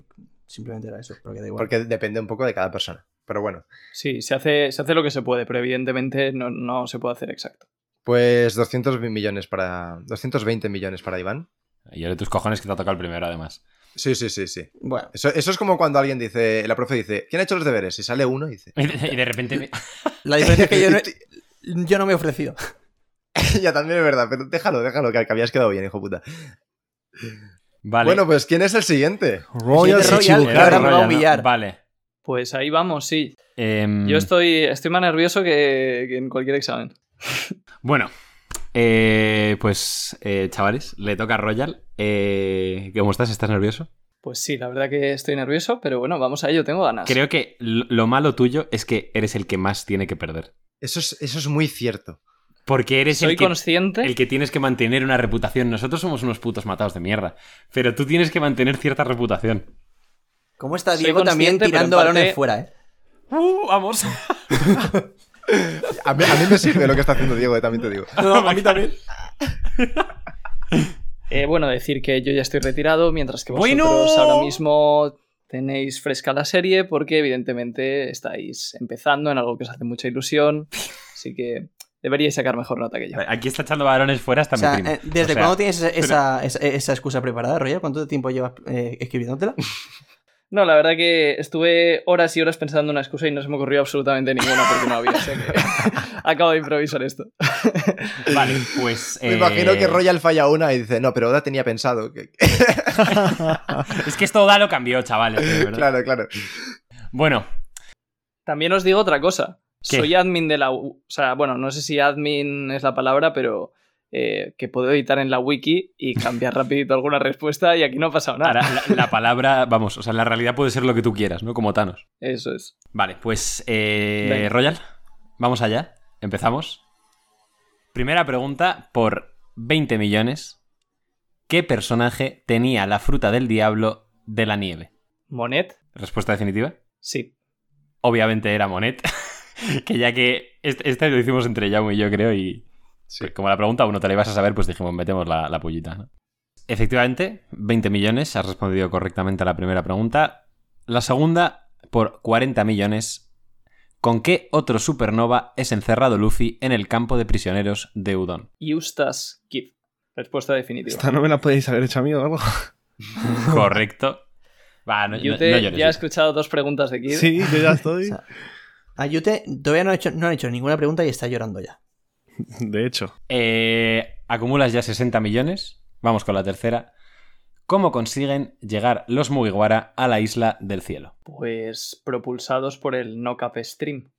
Speaker 3: simplemente era eso, pero que da igual.
Speaker 6: porque depende un poco de cada persona. Pero bueno.
Speaker 5: Sí, se hace, se hace lo que se puede, pero evidentemente no, no se puede hacer exacto.
Speaker 6: Pues 200 millones para. 220 millones para Iván.
Speaker 2: Y yo de tus cojones que te ha tocado el primero, además.
Speaker 6: Sí, sí, sí, sí.
Speaker 3: Bueno,
Speaker 6: Eso, eso es como cuando alguien dice, la profe dice, ¿quién ha hecho los deberes? Y sale uno y dice,
Speaker 2: Y de, y de repente me-
Speaker 3: la diferencia es que yo no, yo no me he ofrecido.
Speaker 6: ya también es verdad, pero déjalo, déjalo, que, que habías quedado bien, hijo puta.
Speaker 2: Vale.
Speaker 6: Bueno, pues ¿quién es el siguiente?
Speaker 4: Royal
Speaker 3: Siguiente
Speaker 2: Claro,
Speaker 3: Royal, que ahora me
Speaker 4: Chichibukai.
Speaker 3: va a
Speaker 2: Royal, ¿no?
Speaker 3: humillar.
Speaker 2: Vale.
Speaker 5: Pues ahí vamos, sí.
Speaker 2: Em,
Speaker 4: Mm.
Speaker 5: Yo estoy, estoy más nervioso que, que en cualquier examen.
Speaker 2: Bueno, eh, pues eh, chavales, le toca a Royal. Eh, ¿Cómo estás? ¿Estás nervioso?
Speaker 5: Pues sí, la verdad que estoy nervioso, pero bueno, vamos a ello, tengo ganas.
Speaker 2: Creo que lo lo malo tuyo es que eres el que más tiene que perder.
Speaker 6: Eso es, eso es muy cierto.
Speaker 2: Porque eres
Speaker 5: Soy
Speaker 2: el que,
Speaker 5: consciente.
Speaker 2: el que tienes que mantener una reputación. Nosotros somos unos putos matados de mierda. Pero tú tienes que mantener cierta reputación.
Speaker 3: ¿Cómo está
Speaker 5: Soy
Speaker 3: Diego también
Speaker 5: consciente, pero en
Speaker 3: tirando
Speaker 5: parte-
Speaker 3: balones fuera, eh?
Speaker 2: ¡Uh, vamos!
Speaker 6: A mí, a mí me sirve lo que está haciendo Diego, eh, también te digo.
Speaker 3: No, no, a mí también.
Speaker 5: Eh, bueno, decir que yo ya estoy retirado, mientras que vosotros
Speaker 2: Bueno.
Speaker 5: ahora mismo tenéis fresca la serie, porque evidentemente estáis empezando en algo que os hace mucha ilusión. Así que deberíais sacar mejor nota que yo.
Speaker 2: Aquí está echando varones fuera hasta
Speaker 3: O sea,
Speaker 2: mi primo.
Speaker 3: eh, ¿desde
Speaker 2: O sea,
Speaker 3: cuándo tienes esa, esa- esa- esa excusa preparada, Royal? ¿Cuánto tiempo llevas eh, escribiéndotela?
Speaker 5: No, la verdad que estuve horas y horas pensando una excusa y no se me ocurrió absolutamente ninguna porque no había. o sea que acabo de improvisar esto.
Speaker 2: Vale, pues.
Speaker 6: Me
Speaker 2: eh,
Speaker 6: imagino que Royal falla una y dice, no, pero Oda tenía pensado. que-".
Speaker 2: Es que esto Oda lo cambió, chavales. de verdad.
Speaker 6: claro, claro.
Speaker 2: Bueno,
Speaker 5: También os digo otra cosa.
Speaker 2: ¿Qué?
Speaker 5: Soy admin de la. U- O sea, bueno, no sé si admin es la palabra, pero eh, que puedo editar en la wiki y cambiar rapidito alguna respuesta y aquí no ha pasado nada.
Speaker 2: ahora la, la palabra, vamos, o sea, la realidad puede ser lo que tú quieras, ¿no? Como Thanos.
Speaker 5: Eso es.
Speaker 2: Vale, pues, eh,
Speaker 5: Venga.
Speaker 2: Royal, vamos allá. Empezamos. Primera pregunta por 20 millones. ¿Qué personaje tenía la fruta del diablo de la nieve?
Speaker 5: Monet,
Speaker 2: Respuesta definitiva.
Speaker 5: sí.
Speaker 2: Obviamente era Monet. que ya que este, este lo hicimos entre Jaume y yo, creo, y, pues,
Speaker 6: Sí.
Speaker 2: Como la pregunta uno te la ibas a saber, pues dijimos, metemos la, la pullita. ¿no? Efectivamente, 20 millones, has respondido correctamente a la primera pregunta. La segunda, por 40 millones. ¿Con qué otro supernova es encerrado Luffy en el campo de prisioneros de Udon?
Speaker 5: Eustace Kid. Respuesta definitiva.
Speaker 4: Esta no me la podéis haber hecho a mí o algo.
Speaker 2: Correcto. Va, no,
Speaker 5: Yute
Speaker 2: no- no llores,
Speaker 5: ya ha
Speaker 2: Yute.
Speaker 5: escuchado dos preguntas de Kid.
Speaker 4: Sí, yo ya
Speaker 3: O
Speaker 4: estoy.
Speaker 3: sea, a Yute Ah, todavía no ha, hecho, no ha hecho ninguna pregunta y está llorando ya.
Speaker 4: De hecho.
Speaker 2: Eh, acumulas ya 60 millones. Vamos con la tercera. ¿Cómo consiguen llegar los Mugiwara a la isla del cielo?
Speaker 5: Pues propulsados por el No Cap Stream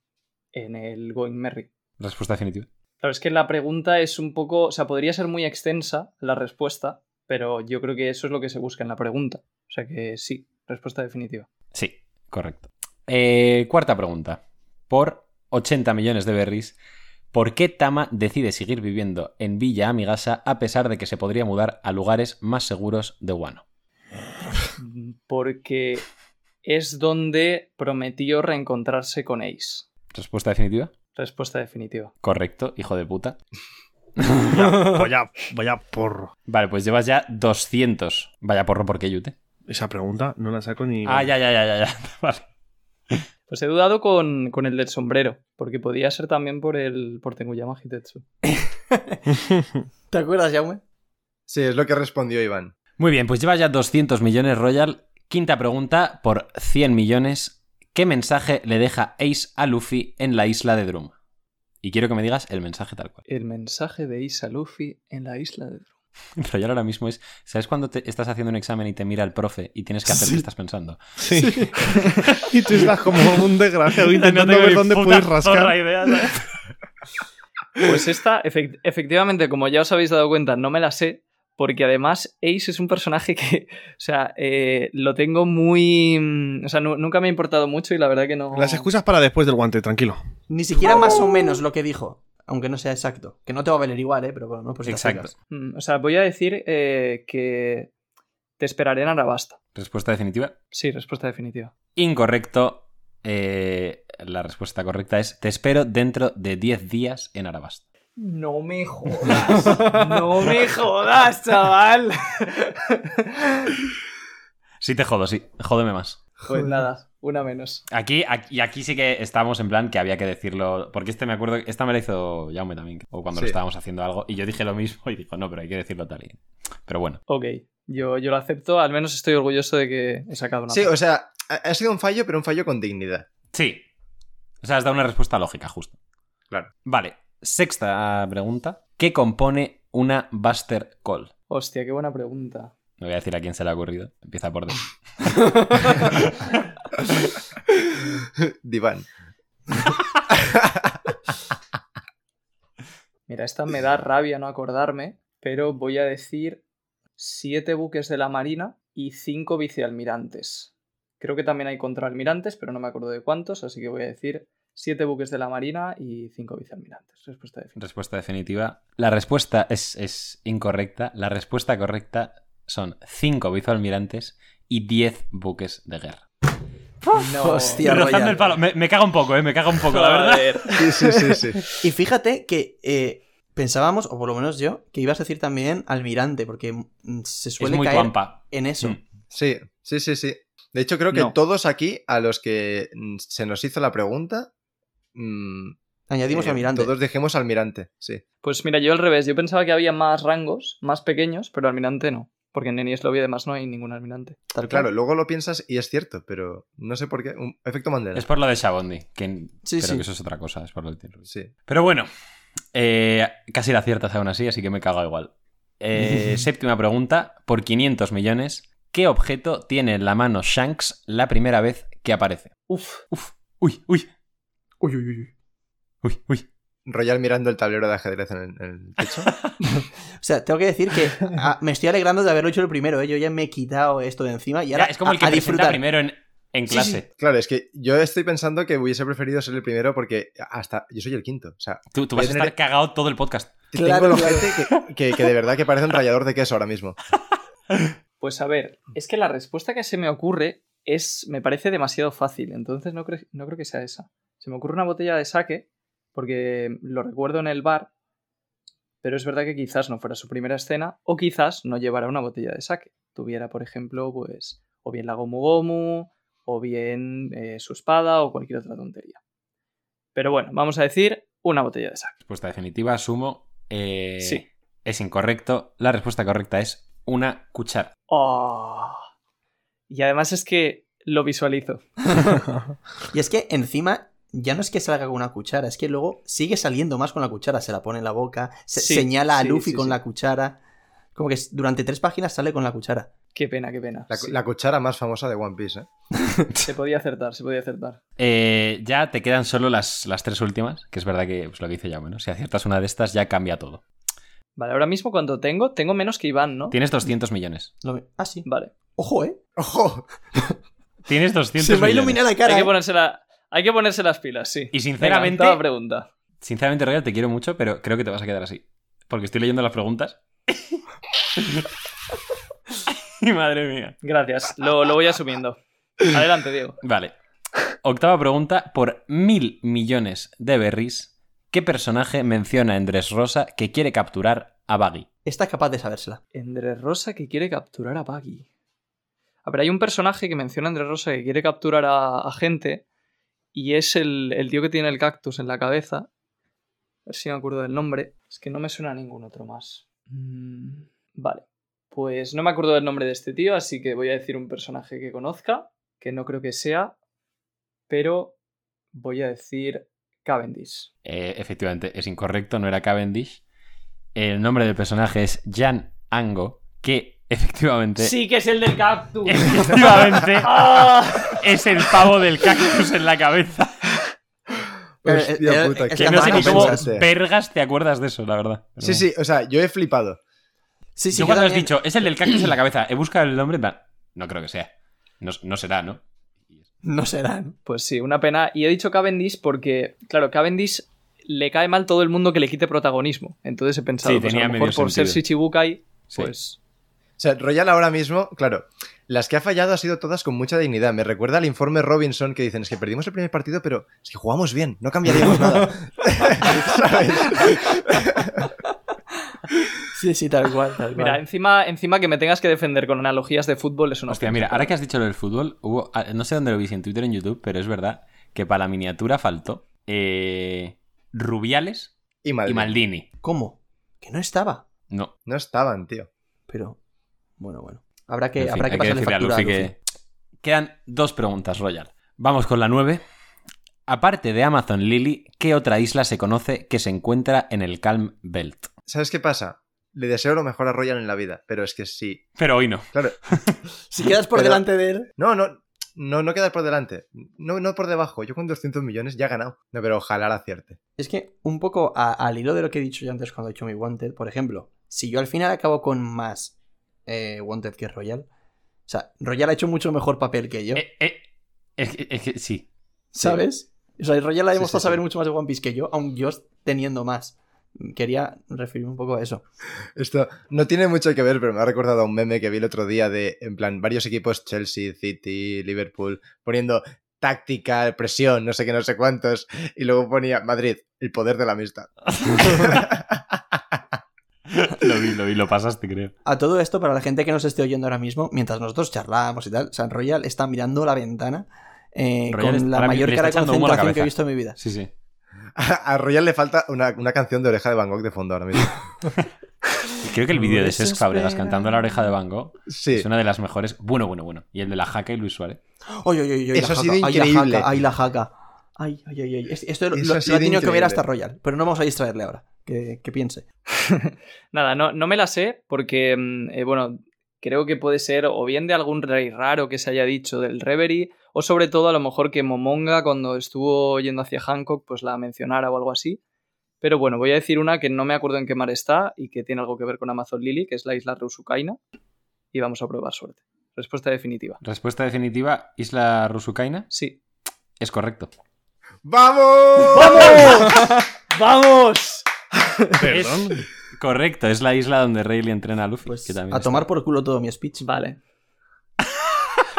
Speaker 5: en el Going Merry.
Speaker 2: Respuesta definitiva.
Speaker 5: Claro, es que la pregunta es un poco. O sea, podría ser muy extensa la respuesta, pero yo creo que eso es lo que se busca en la pregunta. O sea que sí, respuesta definitiva.
Speaker 2: Sí, correcto. Eh, cuarta pregunta. Por 80 millones de berries, ¿por qué Tama decide seguir viviendo en Villa Amigasa a pesar de que se podría mudar a lugares más seguros de Wano?
Speaker 5: Mm, Porque es donde prometió reencontrarse con Ace.
Speaker 2: ¿Respuesta definitiva?
Speaker 5: Respuesta definitiva.
Speaker 2: Correcto, hijo de puta.
Speaker 4: Voy a, voy a por.
Speaker 2: Vale, pues llevas ya 200. Vaya porro, ¿por qué yute?
Speaker 4: Esa pregunta no la saco ni.
Speaker 2: Ah, ya, ya, ya, ya. ya. Vale.
Speaker 5: Pues he dudado con, con el del sombrero, porque podía ser también por el por Tenguyama Hitetsu.
Speaker 3: ¿Te acuerdas, Jaume?
Speaker 6: Sí, es lo que respondió Iván.
Speaker 2: Muy bien, pues llevas ya 200 millones, Royal. Quinta pregunta, por 100 millones. ¿Qué mensaje le deja Ace a Luffy en la isla de Drum? Y quiero que me digas el mensaje tal cual.
Speaker 5: El mensaje de Isa Luffy en la isla de Drum.
Speaker 2: Enrollar ahora mismo es. ¿Sabes cuando te estás haciendo un examen y te mira el profe y tienes que hacer lo que estás pensando?
Speaker 4: Sí. y tú estás como un desgraciado intentando
Speaker 5: tengo
Speaker 4: ver
Speaker 5: ni
Speaker 4: dónde
Speaker 5: puta
Speaker 4: puedes
Speaker 5: zorra
Speaker 4: rascar.
Speaker 5: idea, ¿sabes? Pues esta, efect- efectivamente, como ya os habéis dado cuenta, no me la sé, porque además Ace es un personaje que, o sea, eh, lo tengo muy... mm, O sea, nu- nunca me ha importado mucho y la verdad que no...
Speaker 4: Las excusas para después del guante, tranquilo.
Speaker 3: Ni siquiera más o menos lo que dijo, aunque no sea exacto. Que no te va a valer igual, ¿eh? Pero bueno, no por si te
Speaker 2: Exacto.
Speaker 3: acercas.
Speaker 5: Mm, O sea, voy a decir eh, que te esperaré en Arabasta.
Speaker 2: Respuesta definitiva.
Speaker 5: Sí, respuesta definitiva.
Speaker 2: Incorrecto. Eh, la respuesta correcta es: Te espero dentro de 10 días en Arabasta.
Speaker 5: No me jodas, no me jodas, chaval. Pues
Speaker 2: Sí, te jodo, sí. Jódeme más.
Speaker 5: Pues nada, una menos.
Speaker 2: Aquí, aquí, y aquí sí que estamos en plan que había que decirlo. Porque este me acuerdo, esta me la hizo Jaume también, o cuando lo
Speaker 6: Sí.
Speaker 2: estábamos haciendo algo. Y yo dije lo mismo y dijo, no, pero hay que decirlo tal y. Pero bueno,
Speaker 5: Ok, yo, yo lo acepto, al menos estoy orgulloso de que he sacado una.
Speaker 6: Sí,
Speaker 5: pena.
Speaker 6: o sea, ha, ha sido un fallo, pero un fallo con dignidad.
Speaker 2: sí. O sea, has dado una respuesta lógica, justo.
Speaker 6: Claro.
Speaker 2: Vale, sexta pregunta. ¿Qué compone una Buster Call?
Speaker 5: Hostia, qué buena pregunta.
Speaker 2: No voy a decir a quién se le ha ocurrido. Empieza por D.
Speaker 6: Diván.
Speaker 5: Mira, esta me da rabia no acordarme, pero voy a decir siete buques de la Marina y cinco vicealmirantes. Creo que también hay contraalmirantes, pero no me acuerdo de cuántos, así que voy a decir siete buques de la Marina y cinco vicealmirantes. Respuesta definitiva.
Speaker 2: Respuesta definitiva. La respuesta es, es incorrecta. La respuesta correcta son 5 vicealmirantes y 10 buques de guerra.
Speaker 5: No.
Speaker 3: Hostia, Royal.
Speaker 2: Me, cago un poco, eh. Me cago un poco,
Speaker 6: Sí, sí, sí, sí.
Speaker 3: Y fíjate que eh, pensábamos, o por lo menos yo, que ibas a decir también almirante, porque mm, se
Speaker 2: Es
Speaker 3: suele
Speaker 2: muy
Speaker 3: caer
Speaker 2: guampa.
Speaker 3: en eso.
Speaker 2: Mm.
Speaker 6: Sí, sí, sí, sí. De hecho, creo que
Speaker 4: No.
Speaker 6: todos aquí, a los que mm, se nos hizo la pregunta, mm,
Speaker 3: Añadimos
Speaker 6: eh,
Speaker 3: almirante.
Speaker 6: Todos dijimos almirante, sí.
Speaker 5: Pues mira, yo al revés, yo pensaba que había más rangos, más pequeños, pero almirante no. Porque en Enies Lobby además no hay ningún almirante.
Speaker 3: tal cual.
Speaker 6: Claro, luego lo piensas y es cierto, pero no sé por qué. Un efecto Mandela.
Speaker 2: Es por lo de Shabondi. Que,
Speaker 3: Sí,
Speaker 2: pero
Speaker 3: sí.
Speaker 2: que eso es otra cosa. Es por lo del Team Ruiz.
Speaker 6: Sí.
Speaker 2: Pero bueno, eh, casi la aciertas aún así, así que me cago igual. Eh, séptima pregunta. Por 500 millones, ¿qué objeto tiene en la mano Shanks la primera vez que aparece?
Speaker 5: Uf,
Speaker 2: Uf, uy, uy,
Speaker 3: Uy, uy, uy, uy.
Speaker 2: uy, uy.
Speaker 6: Royal mirando el tablero de ajedrez en el, en el techo.
Speaker 3: O sea, tengo que decir que ah, me estoy alegrando de haberlo hecho el primero, ¿eh? Yo ya me he quitado esto de encima y
Speaker 2: Ya,
Speaker 3: ahora
Speaker 2: es como el
Speaker 3: a-
Speaker 2: que
Speaker 3: a
Speaker 2: presenta
Speaker 3: disfrutar.
Speaker 2: primero en, en
Speaker 3: Sí,
Speaker 2: clase.
Speaker 6: claro, es que yo estoy pensando que hubiese preferido ser el primero porque hasta yo soy el quinto. O sea,
Speaker 2: Tú, tú
Speaker 6: Voy
Speaker 2: vas
Speaker 6: a
Speaker 2: a
Speaker 6: tener-
Speaker 2: estar cagado todo el podcast.
Speaker 3: Claro,
Speaker 6: tengo el ojete que, que- que de verdad que parece un rallador de queso ahora mismo.
Speaker 5: Pues a ver, es que la respuesta que se me ocurre es, me parece demasiado fácil, entonces no, cre- no creo que sea esa. Se me ocurre una botella de sake, porque lo recuerdo en el bar, pero es verdad que quizás no fuera su primera escena, o quizás no llevara una botella de sake. Tuviera, por ejemplo, pues, o bien la Gomu Gomu, o bien eh, su espada, o cualquier otra tontería. Pero bueno, vamos a decir una botella de sake.
Speaker 2: Respuesta definitiva, sumo. eh,
Speaker 5: Sí.
Speaker 2: Es incorrecto. La respuesta correcta es una cuchara.
Speaker 5: ¡Oh! Y además es que lo visualizo.
Speaker 3: Y es que encima ya no es que salga con una cuchara, es que luego sigue saliendo más con la cuchara, se la pone en la boca, se-
Speaker 5: Sí,
Speaker 3: señala a
Speaker 5: sí,
Speaker 3: Luffy
Speaker 5: sí,
Speaker 3: con
Speaker 5: sí.
Speaker 3: la cuchara. Como que s- durante tres páginas sale con la cuchara.
Speaker 5: Qué pena, qué pena.
Speaker 6: La,
Speaker 5: Sí.
Speaker 6: la cuchara más famosa de One Piece, ¿eh?
Speaker 5: Se podía acertar, se podía acertar.
Speaker 2: Eh, ya te quedan solo las, las tres últimas, que es verdad que pues, lo que dice ya, bueno, si aciertas una de estas ya cambia todo.
Speaker 5: Vale, ahora mismo cuando tengo, tengo menos que Iván, ¿no?
Speaker 2: Tienes 200 millones.
Speaker 3: Lo ve- Ah, sí.
Speaker 5: Vale.
Speaker 3: Ojo, ¿eh?
Speaker 6: ¡Ojo!
Speaker 2: Tienes 200
Speaker 3: Se va a
Speaker 2: millones.
Speaker 3: iluminar la cara.
Speaker 5: Hay que,
Speaker 3: ¿eh?
Speaker 5: ponerse la- hay que ponerse las pilas, sí.
Speaker 2: Y
Speaker 5: Venga,
Speaker 2: sinceramente,
Speaker 5: octava pregunta.
Speaker 2: sinceramente, Royal, te quiero mucho, pero creo que te vas a quedar así. Porque estoy leyendo las preguntas. y madre mía.
Speaker 5: Gracias, lo, lo voy asumiendo. Adelante, Diego.
Speaker 2: Vale. Octava pregunta. Por mil millones de berries, ¿qué personaje menciona en Dressrosa que quiere capturar a Baggy?
Speaker 3: Esta es capaz de sabérsela.
Speaker 5: Endre Rosa que quiere capturar a Baggy. A ver, hay un personaje que menciona a Endre Rosa que quiere capturar a, a gente y es el, el tío que tiene el cactus en la cabeza. A ver si me acuerdo del nombre. Es que no me suena a ningún otro más. Mm, Vale. Pues no me acuerdo del nombre de este tío, así que voy a decir un personaje que conozca, que no creo que sea, pero voy a decir Cavendish.
Speaker 2: Eh, efectivamente, es incorrecto, no era Cavendish. El nombre del personaje es Jan Ango, que efectivamente,
Speaker 5: Sí, que es el del cactus.
Speaker 2: efectivamente
Speaker 5: ¡Ah!
Speaker 2: es el pavo del cactus en la cabeza.
Speaker 3: Pero,
Speaker 6: Hostia
Speaker 3: eh,
Speaker 6: puta,
Speaker 3: eh,
Speaker 6: qué
Speaker 3: es
Speaker 2: Que
Speaker 3: que
Speaker 2: no sé
Speaker 6: mal
Speaker 2: ni
Speaker 3: además
Speaker 2: cómo
Speaker 6: pensaste.
Speaker 2: vergas te acuerdas de eso, la verdad.
Speaker 6: Sí, sí, o sea, yo he flipado.
Speaker 3: Sí, sí,
Speaker 2: yo cuando
Speaker 3: también-
Speaker 2: has dicho, es el del cactus en la cabeza, he buscado el nombre, en plan, no creo que sea. No, no será, ¿no?
Speaker 3: No serán.
Speaker 5: Pues sí, una pena. Y he dicho Cavendish porque, claro, Cavendish le cae mal todo el mundo que le quite protagonismo. Entonces he pensado,
Speaker 2: Sí,
Speaker 5: pues
Speaker 2: tenía
Speaker 5: a lo
Speaker 2: medio
Speaker 5: mejor por ser
Speaker 2: sentido.
Speaker 5: Shichibukai,
Speaker 2: Sí.
Speaker 5: pues...
Speaker 6: O sea, Royal ahora mismo, claro, las que ha fallado ha sido todas con mucha dignidad. Me recuerda al informe Robinson que dicen, es que perdimos el primer partido, pero es que jugamos bien, no cambiaríamos nada. ¿Sabes?
Speaker 3: Sí, sí, tal cual, tal cual.
Speaker 5: Mira, encima, encima que me tengas que defender con analogías de fútbol es una
Speaker 2: Hostia,
Speaker 5: ofensa.
Speaker 2: mira, ahora que has dicho lo del fútbol, hubo, ah, no sé dónde lo vi, si en Twitter o en YouTube, pero es verdad que para la miniatura faltó eh, Rubiales
Speaker 6: Y mal.
Speaker 2: y Maldini.
Speaker 3: ¿Cómo? Que no estaba.
Speaker 2: No,
Speaker 6: No estaban, tío.
Speaker 3: Pero, bueno, bueno. Habrá que,
Speaker 2: en fin,
Speaker 3: habrá que
Speaker 2: hay que
Speaker 3: pasarle
Speaker 2: decirle a
Speaker 3: factura a
Speaker 2: Luffy
Speaker 3: Luffy.
Speaker 2: que... Quedan dos preguntas, Royal. Vamos con la nueve. Aparte de Amazon Lily, ¿qué otra isla se conoce que se encuentra en el Calm Belt?
Speaker 6: ¿Sabes qué pasa? Le deseo lo mejor a Royal en la vida, pero es que sí.
Speaker 2: Pero hoy no.
Speaker 6: Claro,
Speaker 3: Si quedas por
Speaker 6: Pero-
Speaker 3: delante de él...
Speaker 6: no, no, no, no quedar por delante. No, no por debajo. Yo con 200 millones ya he ganado. No, pero ojalá la acierte.
Speaker 3: Es que, un poco a- al hilo de lo que he dicho yo antes cuando he hecho mi Wanted, por ejemplo, si yo al final acabo con más eh, Wanted que Royal, o sea, Royal ha hecho mucho mejor papel que yo,
Speaker 2: Eh, eh, es, que, es que sí.
Speaker 3: ¿sabes? O sea, Royal ha
Speaker 6: Sí,
Speaker 3: demostrado
Speaker 6: sí,
Speaker 3: saber
Speaker 6: sí.
Speaker 3: mucho más de One Piece que yo, aun yo teniendo más. Quería referirme un poco a eso.
Speaker 6: Esto no tiene mucho que ver, pero me ha recordado a un meme que vi el otro día de, en plan, varios equipos, Chelsea, City, Liverpool, poniendo táctica, presión, no sé qué, no sé cuántos, y luego ponía Madrid, el poder de la amistad.
Speaker 2: Lo vi, lo vi, lo pasaste, creo.
Speaker 3: A todo esto, para la gente que nos esté oyendo ahora mismo, mientras nosotros charlamos y tal, San Royal está mirando la ventana eh,
Speaker 2: Royal
Speaker 3: con
Speaker 2: está-
Speaker 3: la
Speaker 2: ahora
Speaker 3: mayor
Speaker 2: le está
Speaker 3: cara de
Speaker 2: echando humo a la
Speaker 3: concentración que he
Speaker 2: cabeza.
Speaker 3: visto en mi vida.
Speaker 2: Sí, sí.
Speaker 6: A, a Royal le falta una, una canción de oreja de Van Gogh de fondo ahora mismo.
Speaker 2: Creo que el vídeo de
Speaker 3: Desespera.
Speaker 2: Cesc Fábregas cantando La oreja de Van Gogh
Speaker 6: Sí.
Speaker 2: es una de las mejores. Bueno, bueno, bueno. Y el de la jaca y Luis Suárez.
Speaker 3: Ay, ay, ay, ay,
Speaker 6: Eso
Speaker 3: la
Speaker 6: ha sido
Speaker 3: jaca, ay, la
Speaker 6: increíble.
Speaker 3: jaca, Ay, la jaca. Ay, ay, ay, ay. Es- Esto lo,
Speaker 6: Eso
Speaker 3: lo-
Speaker 6: ha
Speaker 3: lo
Speaker 6: sido
Speaker 3: ha tenido que ver
Speaker 6: increíble.
Speaker 3: hasta Royal, pero no vamos a distraerle ahora. Que, que piense.
Speaker 5: Nada, no, no me la sé porque, mm, eh, bueno, creo que puede ser o bien de algún rey raro que se haya dicho del Reverie, o sobre todo a lo mejor que Momonga cuando estuvo yendo hacia Hancock pues la mencionara o algo así. Pero bueno, voy a decir una que no me acuerdo en qué mar está y que tiene algo que ver con Amazon Lily, que es la isla Rusukaina. Y vamos a probar suerte. Respuesta definitiva.
Speaker 2: Respuesta definitiva: Isla Rusukaina.
Speaker 5: Sí.
Speaker 2: Es correcto.
Speaker 6: ¡Vamos!
Speaker 5: ¡Vamos!
Speaker 4: Perdón.
Speaker 2: Correcto, es la isla donde Rayleigh entrena a Luffy.
Speaker 3: Pues
Speaker 2: que también
Speaker 3: a
Speaker 2: está.
Speaker 3: tomar por culo todo mi speech.
Speaker 5: Vale.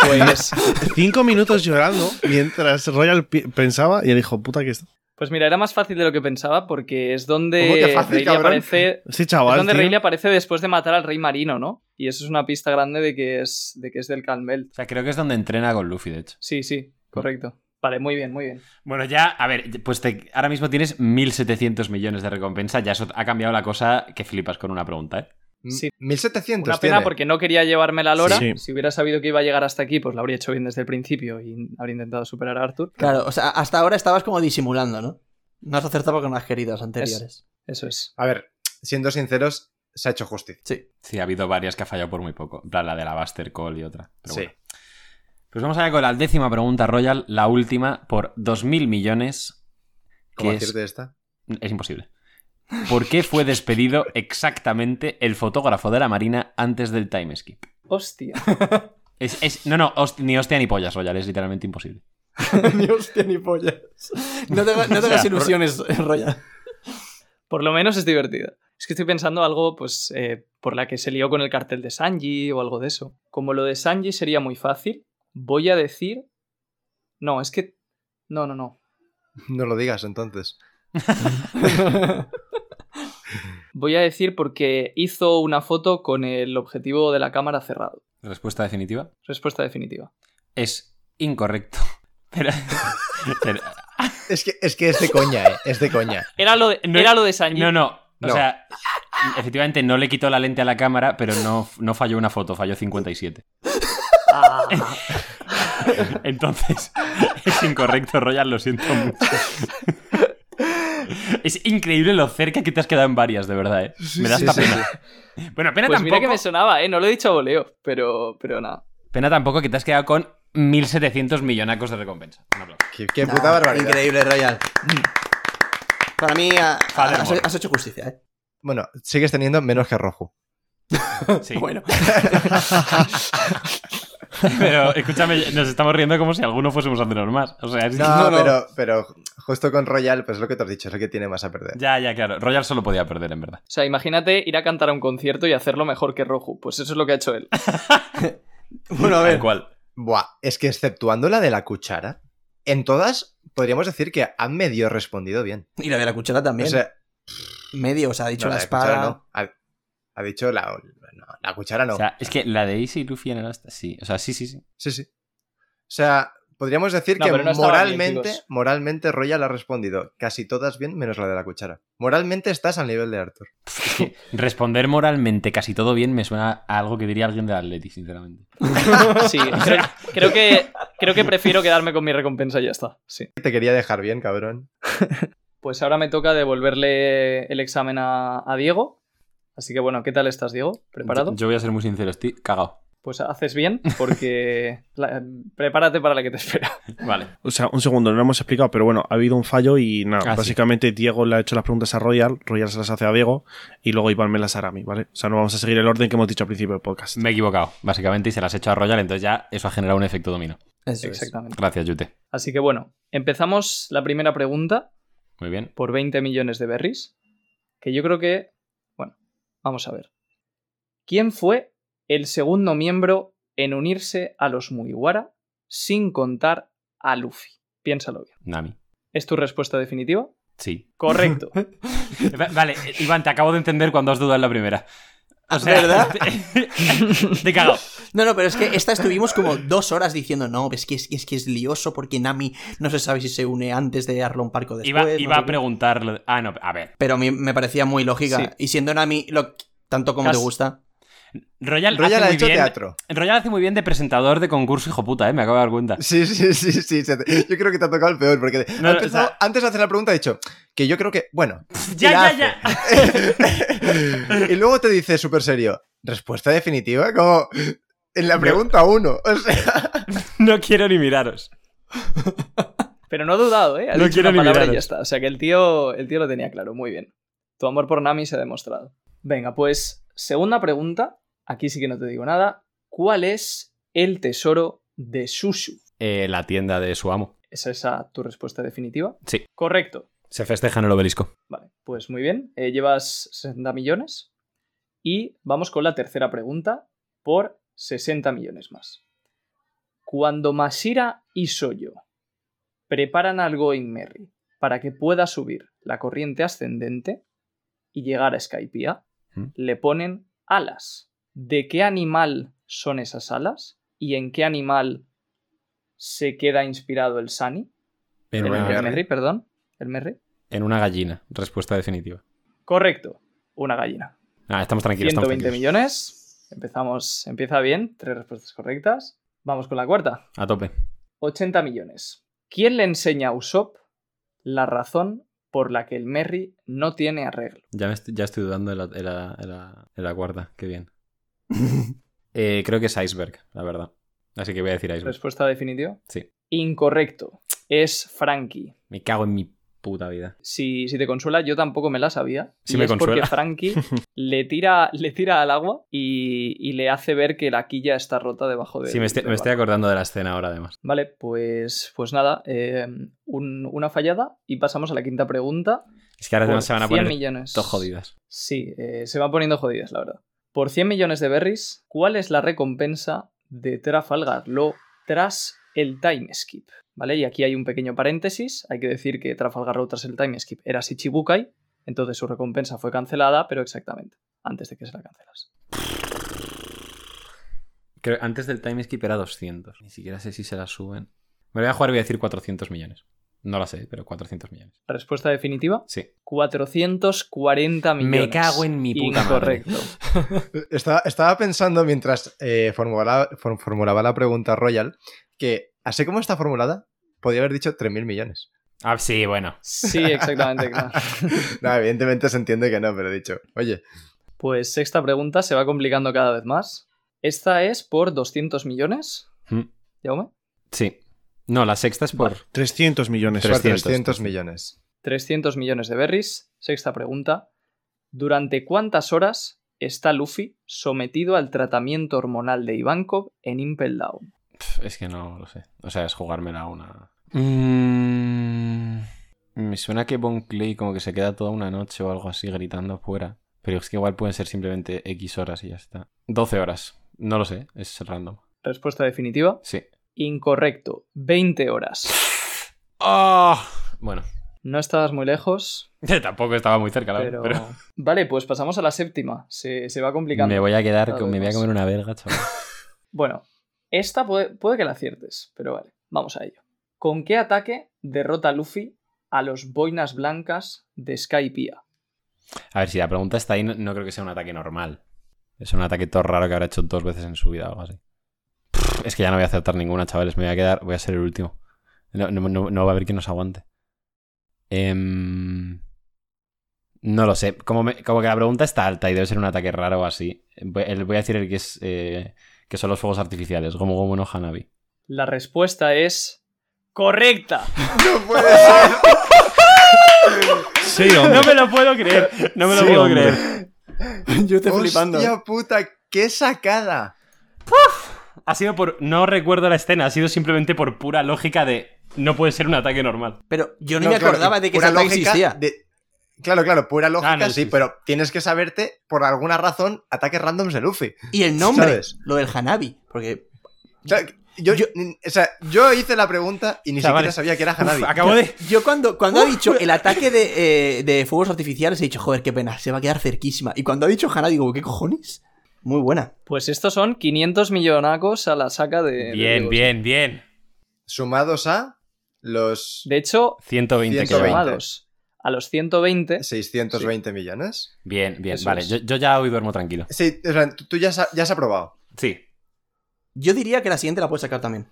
Speaker 5: Pues
Speaker 4: Cinco minutos llorando mientras Royal pi- pensaba y el hijo puta que está.
Speaker 5: Pues mira, era más fácil de lo que pensaba porque es donde
Speaker 6: ¿Cómo que fácil,
Speaker 5: Rayleigh
Speaker 6: cabrón?
Speaker 5: aparece.
Speaker 4: Este
Speaker 5: Es
Speaker 4: chaval.
Speaker 5: donde
Speaker 4: tío.
Speaker 5: Rayleigh aparece después de matar al rey marino, ¿no? Y eso es una pista grande de que es, de que es del Calmel.
Speaker 2: O sea, creo que es donde entrena con Luffy, de hecho.
Speaker 5: Sí, sí, correcto. Vale, muy bien, muy bien.
Speaker 2: Bueno, ya, a ver, pues te- ahora mismo tienes 1.700 millones de recompensa. Ya eso ha cambiado la cosa que flipas con una pregunta, ¿eh?
Speaker 5: Sí.
Speaker 6: 1700
Speaker 5: Una pena
Speaker 6: tiene.
Speaker 5: porque no quería llevarme la lora.
Speaker 4: Sí.
Speaker 5: Si hubiera sabido que iba a llegar hasta aquí, pues lo habría hecho bien desde el principio y habría intentado superar a Arthur.
Speaker 3: Claro, o sea, hasta ahora estabas como disimulando, ¿no? No has acertado con las queridas anteriores.
Speaker 5: Eso es.
Speaker 6: A ver, siendo sinceros, se ha hecho justicia.
Speaker 3: Sí.
Speaker 2: Sí, ha habido varias que ha fallado por muy poco. En plan, La de la Buster Call y otra. Pero
Speaker 6: Sí.
Speaker 2: bueno. Pues vamos allá con la décima pregunta, Royal. La última por 2.000 millones.
Speaker 6: ¿Cómo
Speaker 2: que es-
Speaker 6: decirte esta?
Speaker 2: Es imposible. ¿Por qué fue despedido exactamente el fotógrafo de la Marina antes del time skip?
Speaker 5: Hostia.
Speaker 2: Es, es- no, no, host- ni hostia ni pollas, Royal, es literalmente imposible.
Speaker 3: ni hostia ni pollas. No te, hagas- no te hagas ilusiones, Royal.
Speaker 5: Por lo menos es divertida. Es que estoy pensando algo, pues, eh, por la que se lió con el cartel de Sanji o algo de eso. Como lo de Sanji sería muy fácil, voy a decir. No, es que. No, no, no.
Speaker 6: No lo digas entonces.
Speaker 5: Voy a decir porque hizo una foto con el objetivo de la cámara cerrado.
Speaker 2: Respuesta definitiva.
Speaker 5: Respuesta definitiva.
Speaker 2: Es incorrecto. Pero, pero-
Speaker 6: Es que, es que es de coña, ¿eh? Es de coña.
Speaker 5: Era lo de,
Speaker 2: No,
Speaker 5: era lo de Sanji.
Speaker 2: no, no. O
Speaker 6: No.
Speaker 2: sea, efectivamente no le quitó la lente a la cámara, pero no, no falló una foto, falló 57.
Speaker 5: Ah,
Speaker 2: Entonces, es incorrecto, Royal, lo siento mucho. Es increíble lo cerca que te has quedado en varias, de verdad, ¿eh? Me da
Speaker 6: sí,
Speaker 2: hasta
Speaker 6: sí,
Speaker 2: pena. Bueno, pena
Speaker 5: Pues mira
Speaker 2: tampoco.
Speaker 5: que me sonaba, ¿eh? No lo he dicho a voleo, pero, pero nada.
Speaker 2: Pena tampoco que te has quedado con 1.700 millonacos de recompensa. Un aplauso.
Speaker 6: Qué, qué
Speaker 3: Nah,
Speaker 6: puta barbaridad.
Speaker 3: Increíble, Royal. Para mí, ah,
Speaker 2: Father
Speaker 3: has,
Speaker 2: Morgan.
Speaker 3: has hecho justicia, ¿eh?
Speaker 6: Bueno, sigues teniendo menos que Rojo.
Speaker 2: Sí.
Speaker 3: Bueno,
Speaker 2: Pero escúchame, nos estamos riendo como si alguno fuésemos a hacernos más. O sea, es-
Speaker 6: No,
Speaker 3: no.
Speaker 6: Pero, pero justo con Royal, pues es lo que te has dicho, es lo que tiene más a perder.
Speaker 2: Ya, ya, claro. Royal solo podía perder, en verdad.
Speaker 5: O sea, imagínate ir a cantar a un concierto y hacerlo mejor que Rojo. Pues eso es lo que ha hecho él.
Speaker 3: bueno, a
Speaker 2: Tal
Speaker 3: ver.
Speaker 2: cual.
Speaker 6: Buah, es que exceptuando la de la cuchara, en todas podríamos decir que han medio respondido bien.
Speaker 3: Y la de la cuchara también.
Speaker 6: O sea,
Speaker 3: Medio, o sea, ha dicho
Speaker 6: no,
Speaker 3: la
Speaker 6: de cuchara
Speaker 3: espada.
Speaker 6: no. Ha, ha dicho la, no, la cuchara no.
Speaker 2: O sea, es que la de Ace y Luffy en el hasta. Sí, o sea, sí, sí, sí.
Speaker 6: sí, sí. O sea, podríamos decir
Speaker 5: No,
Speaker 6: que
Speaker 5: pero no estaba bien,
Speaker 6: moralmente,
Speaker 5: chicos.
Speaker 6: moralmente Royal ha respondido casi todas bien, menos la de la cuchara. Moralmente estás al nivel de Arthur.
Speaker 2: Es que responder moralmente casi todo bien me suena a algo que diría alguien de Atleti, sinceramente.
Speaker 5: Sí, creo, creo que, creo que prefiero quedarme con mi recompensa y ya está. Sí.
Speaker 6: Te quería dejar bien, cabrón.
Speaker 5: Pues ahora me toca devolverle el examen a, a Diego. Así que bueno, ¿qué tal estás, Diego? ¿Preparado?
Speaker 2: Yo, yo voy a ser muy sincero, estoy cagado.
Speaker 5: Pues haces bien porque la- prepárate para la que te espera.
Speaker 2: Vale.
Speaker 4: O sea, un segundo, no lo hemos explicado, pero bueno, ha habido un fallo y nada.
Speaker 2: Ah, sí.
Speaker 4: básicamente Diego le ha hecho las preguntas a Royal, Royal se las hace a Diego y luego Iván me las hará a mí, ¿vale? O sea, no vamos a seguir el orden que hemos dicho al principio del podcast.
Speaker 2: Me he equivocado, básicamente, y se las he hecho a Royal, entonces ya eso ha generado un efecto dominó.
Speaker 3: Eso es.
Speaker 5: Exactamente.
Speaker 2: Gracias, Yute.
Speaker 5: Así que bueno, empezamos la primera pregunta
Speaker 2: Muy bien.
Speaker 5: por 20 millones de berries. Que yo creo que. Bueno, vamos a ver. ¿Quién fue el segundo miembro en unirse a los Mugiwara sin contar a Luffy? Piénsalo bien.
Speaker 2: Nami.
Speaker 5: ¿Es tu respuesta definitiva?
Speaker 2: Sí.
Speaker 5: Correcto.
Speaker 2: Va- Vale, eh, Iván, te acabo de entender cuando has dudado en la primera. O sea,
Speaker 3: ¿Verdad?
Speaker 2: Te, te he cagado.
Speaker 3: No, no, pero es que esta estuvimos como dos horas diciendo, no, es que es, es que es lioso porque Nami no se sabe si se une antes de Arlon Parco después.
Speaker 2: Iba,
Speaker 3: no
Speaker 2: iba
Speaker 3: sé
Speaker 2: a
Speaker 3: qué".
Speaker 2: preguntarle. Ah, no, a ver.
Speaker 3: Pero a mí me parecía muy lógica.
Speaker 5: Sí.
Speaker 3: Y siendo Nami, lo, tanto como
Speaker 5: Casi.
Speaker 3: te gusta.
Speaker 2: Royal,
Speaker 6: Royal
Speaker 2: hace
Speaker 6: ha
Speaker 2: muy
Speaker 6: hecho
Speaker 2: bien.
Speaker 6: teatro.
Speaker 2: Royal hace muy bien de presentador de concurso, hijo puta, eh, me acabo de dar cuenta.
Speaker 6: Sí, sí, sí, sí. se te- Yo creo que te ha tocado el peor, porque
Speaker 2: No,
Speaker 6: ha
Speaker 2: no, o
Speaker 6: empezado-
Speaker 2: sea-
Speaker 6: antes de hacer la pregunta ha dicho que yo creo que, bueno,
Speaker 2: Ya,
Speaker 6: y la
Speaker 2: ya, ya.
Speaker 6: hace. y luego te dice súper serio, respuesta definitiva, como en la pregunta uno. O sea,
Speaker 2: No quiero ni miraros.
Speaker 5: Pero no ha dudado, ¿eh? Ha
Speaker 2: No
Speaker 5: dicho
Speaker 2: quiero ni
Speaker 5: una palabra y
Speaker 2: miraros.
Speaker 5: ya está. O sea que el tío, el tío lo tenía claro, muy bien. Tu amor por Nami se ha demostrado. Venga, pues segunda pregunta. Aquí sí que no te digo nada. ¿Cuál es el tesoro de Sushu?
Speaker 2: Eh, la tienda de su amo.
Speaker 5: ¿Es esa tu respuesta definitiva?
Speaker 2: Sí.
Speaker 5: Correcto.
Speaker 2: Se festeja en el obelisco.
Speaker 5: Vale, pues muy bien. Eh, llevas 60 millones. Y vamos con la tercera pregunta por 60 millones más. Cuando Masira y Soyo preparan al Going Merry para que pueda subir la corriente ascendente y llegar a Skypiea,
Speaker 2: ¿Mm?
Speaker 5: le ponen alas. ¿De qué animal son esas alas? ¿Y en qué animal se queda inspirado el Sani?
Speaker 2: En
Speaker 5: El- el
Speaker 2: una,
Speaker 5: Merry, perdón. El Merry.
Speaker 2: en una gallina. Respuesta definitiva.
Speaker 5: Correcto, una gallina.
Speaker 2: Ah, estamos tranquilos. estamos
Speaker 5: 120
Speaker 2: tranquilos.
Speaker 5: millones. Empezamos, empieza bien, tres respuestas correctas. Vamos con la cuarta.
Speaker 2: A tope.
Speaker 5: 80 millones. ¿Quién le enseña a Usopp la razón por la que el Merry no tiene arreglo?
Speaker 2: Ya, me estoy, ya estoy dudando en la, en la- en la- en la cuarta. Qué bien. Eh, creo que es iceberg, la verdad. Así que voy a decir iceberg.
Speaker 5: Respuesta definitiva.
Speaker 2: Sí.
Speaker 5: Incorrecto. Es Frankie.
Speaker 2: Me cago en mi puta vida.
Speaker 5: Si, si te consuela, yo tampoco me la sabía.
Speaker 2: Sí
Speaker 5: y
Speaker 2: me
Speaker 5: es
Speaker 2: consuela.
Speaker 5: porque Frankie le tira, le tira al agua y, y le hace ver que la quilla está rota debajo de
Speaker 2: Sí, me estoy, me estoy acordando de la escena ahora, además.
Speaker 5: Vale, pues, pues nada, eh, un- una fallada y pasamos a la quinta pregunta.
Speaker 2: Es que ahora
Speaker 5: Por
Speaker 2: además se van a
Speaker 5: 100
Speaker 2: poner
Speaker 5: millones.
Speaker 2: todos jodidas.
Speaker 5: Sí, eh, se van poniendo jodidas, la verdad. Por 100 millones de berries, ¿cuál es la recompensa de Trafalgar Law tras el time skip? Vale, y aquí hay un pequeño paréntesis. Hay que decir que Trafalgar Law tras el time skip era Shichibukai, entonces su recompensa fue cancelada, pero exactamente, antes de que se la cancelas.
Speaker 2: Creo- antes del time skip era 200. Ni siquiera sé si se la suben. Me voy a jugar y voy a decir 400 millones. No la sé, pero 400 millones.
Speaker 5: Respuesta definitiva,
Speaker 2: Sí.
Speaker 5: 440 millones.
Speaker 2: Me cago en mi puta madre.
Speaker 5: Incorrecto.
Speaker 6: estaba, estaba pensando mientras eh, formulaba, for- formulaba la pregunta Royal que, así como está formulada, podía haber dicho 3.000 millones.
Speaker 2: Ah, sí, bueno.
Speaker 5: Sí, exactamente. claro.
Speaker 6: No, evidentemente se entiende que no, pero he dicho, oye,
Speaker 5: Pues sexta pregunta se va complicando cada vez más. Esta es por 200 millones,
Speaker 2: Mm,
Speaker 5: Jaume.
Speaker 2: Sí. No, la sexta es por.
Speaker 4: 300 millones.
Speaker 2: Tres-
Speaker 6: 300,
Speaker 2: 300,
Speaker 6: millones.
Speaker 5: 300 millones de berries. Sexta pregunta. ¿Durante cuántas horas está Luffy sometido al tratamiento hormonal de Ivankov en Impel Down?
Speaker 2: Pf, Es que no lo sé. O sea, es jugármela a una. Mm, me suena que Bon Clay como que se queda toda una noche o algo así gritando fuera. Pero es que igual pueden ser simplemente X horas y ya está. 12 horas. No lo sé. Es random.
Speaker 5: Respuesta definitiva.
Speaker 2: Sí.
Speaker 5: Incorrecto. 20 horas.
Speaker 2: Ah, Bueno,
Speaker 5: No estabas muy lejos,
Speaker 2: tampoco estaba muy cerca, la verdad,
Speaker 5: pero... Vale, pues pasamos a la séptima. Se, se va
Speaker 2: pero...
Speaker 5: complicando.
Speaker 2: Me voy a quedar,
Speaker 5: Cada
Speaker 2: con- me
Speaker 5: vez
Speaker 2: voy a
Speaker 5: más.
Speaker 2: comer una verga, chaval.
Speaker 5: Bueno, esta puede, puede que la aciertes, pero vale, vamos a ello. ¿Con qué ataque derrota Luffy a los boinas blancas de Skypiea?
Speaker 2: A ver, si la pregunta está ahí, no, no creo que sea un ataque normal. Es un ataque todo raro que habrá hecho dos veces en su vida o algo así. Pff, Es que ya no voy a acertar ninguna, chavales. Me voy a quedar, voy a ser el último. No, no- no- no va a haber quien nos aguante. Em, no lo sé. Como, me- como que la pregunta está alta y debe ser un ataque raro o así. Voy, el- voy a decir el que es. eh, que son los fuegos artificiales. Gomu Gomu no Hanabi.
Speaker 5: La respuesta es correcta.
Speaker 6: ¡No puede ser!
Speaker 4: Sí, hombre.
Speaker 2: me lo puedo creer. No
Speaker 4: me lo Sí, puedo hombre. creer.
Speaker 3: Yo estoy
Speaker 6: ¡Hostia
Speaker 3: flipando.
Speaker 6: puta! ¡Qué sacada!
Speaker 2: Ha sido por. No recuerdo la escena, ha sido simplemente por pura lógica de. No puede ser un ataque normal.
Speaker 3: Pero yo no,
Speaker 6: No,
Speaker 3: me
Speaker 6: claro,
Speaker 3: acordaba de que
Speaker 6: pura
Speaker 3: esa ataque
Speaker 6: lógica
Speaker 3: existía.
Speaker 6: de- Claro, claro, pura lógica,
Speaker 2: no
Speaker 6: sí,
Speaker 2: existe.
Speaker 6: pero tienes que saberte, por alguna razón, ataques randoms de Luffy.
Speaker 3: Y el nombre,
Speaker 6: ¿Sabes?
Speaker 3: lo del Hanabi. Porque
Speaker 6: O sea, yo,
Speaker 3: Yo-
Speaker 6: ni- o sea, yo hice la pregunta y ni
Speaker 2: Chavales.
Speaker 6: siquiera sabía que era Hanabi.
Speaker 2: Acabo de.
Speaker 3: yo cuando, cuando ha
Speaker 6: Uh,
Speaker 3: dicho el ataque de, eh, de fuegos artificiales he dicho, joder, qué pena, se va a quedar cerquísima. Y cuando ha dicho Hanabi, digo, ¿qué cojones? Muy buena.
Speaker 5: Pues estos son 500 millonacos a la saca de... de
Speaker 2: Bien,
Speaker 5: Diego.
Speaker 2: bien, bien.
Speaker 6: Sumados a los
Speaker 5: De hecho,
Speaker 2: 120 que
Speaker 6: 120.
Speaker 2: llevan.
Speaker 5: llamados a los 120,
Speaker 6: 620 millones.
Speaker 2: Bien, bien.
Speaker 5: Eso
Speaker 2: vale,
Speaker 5: es.
Speaker 2: yo, yo ya hoy duermo tranquilo.
Speaker 6: Sí, o sea, tú, tú ya, sa- ya has aprobado.
Speaker 2: Sí.
Speaker 3: Yo diría que la siguiente la puedes sacar también.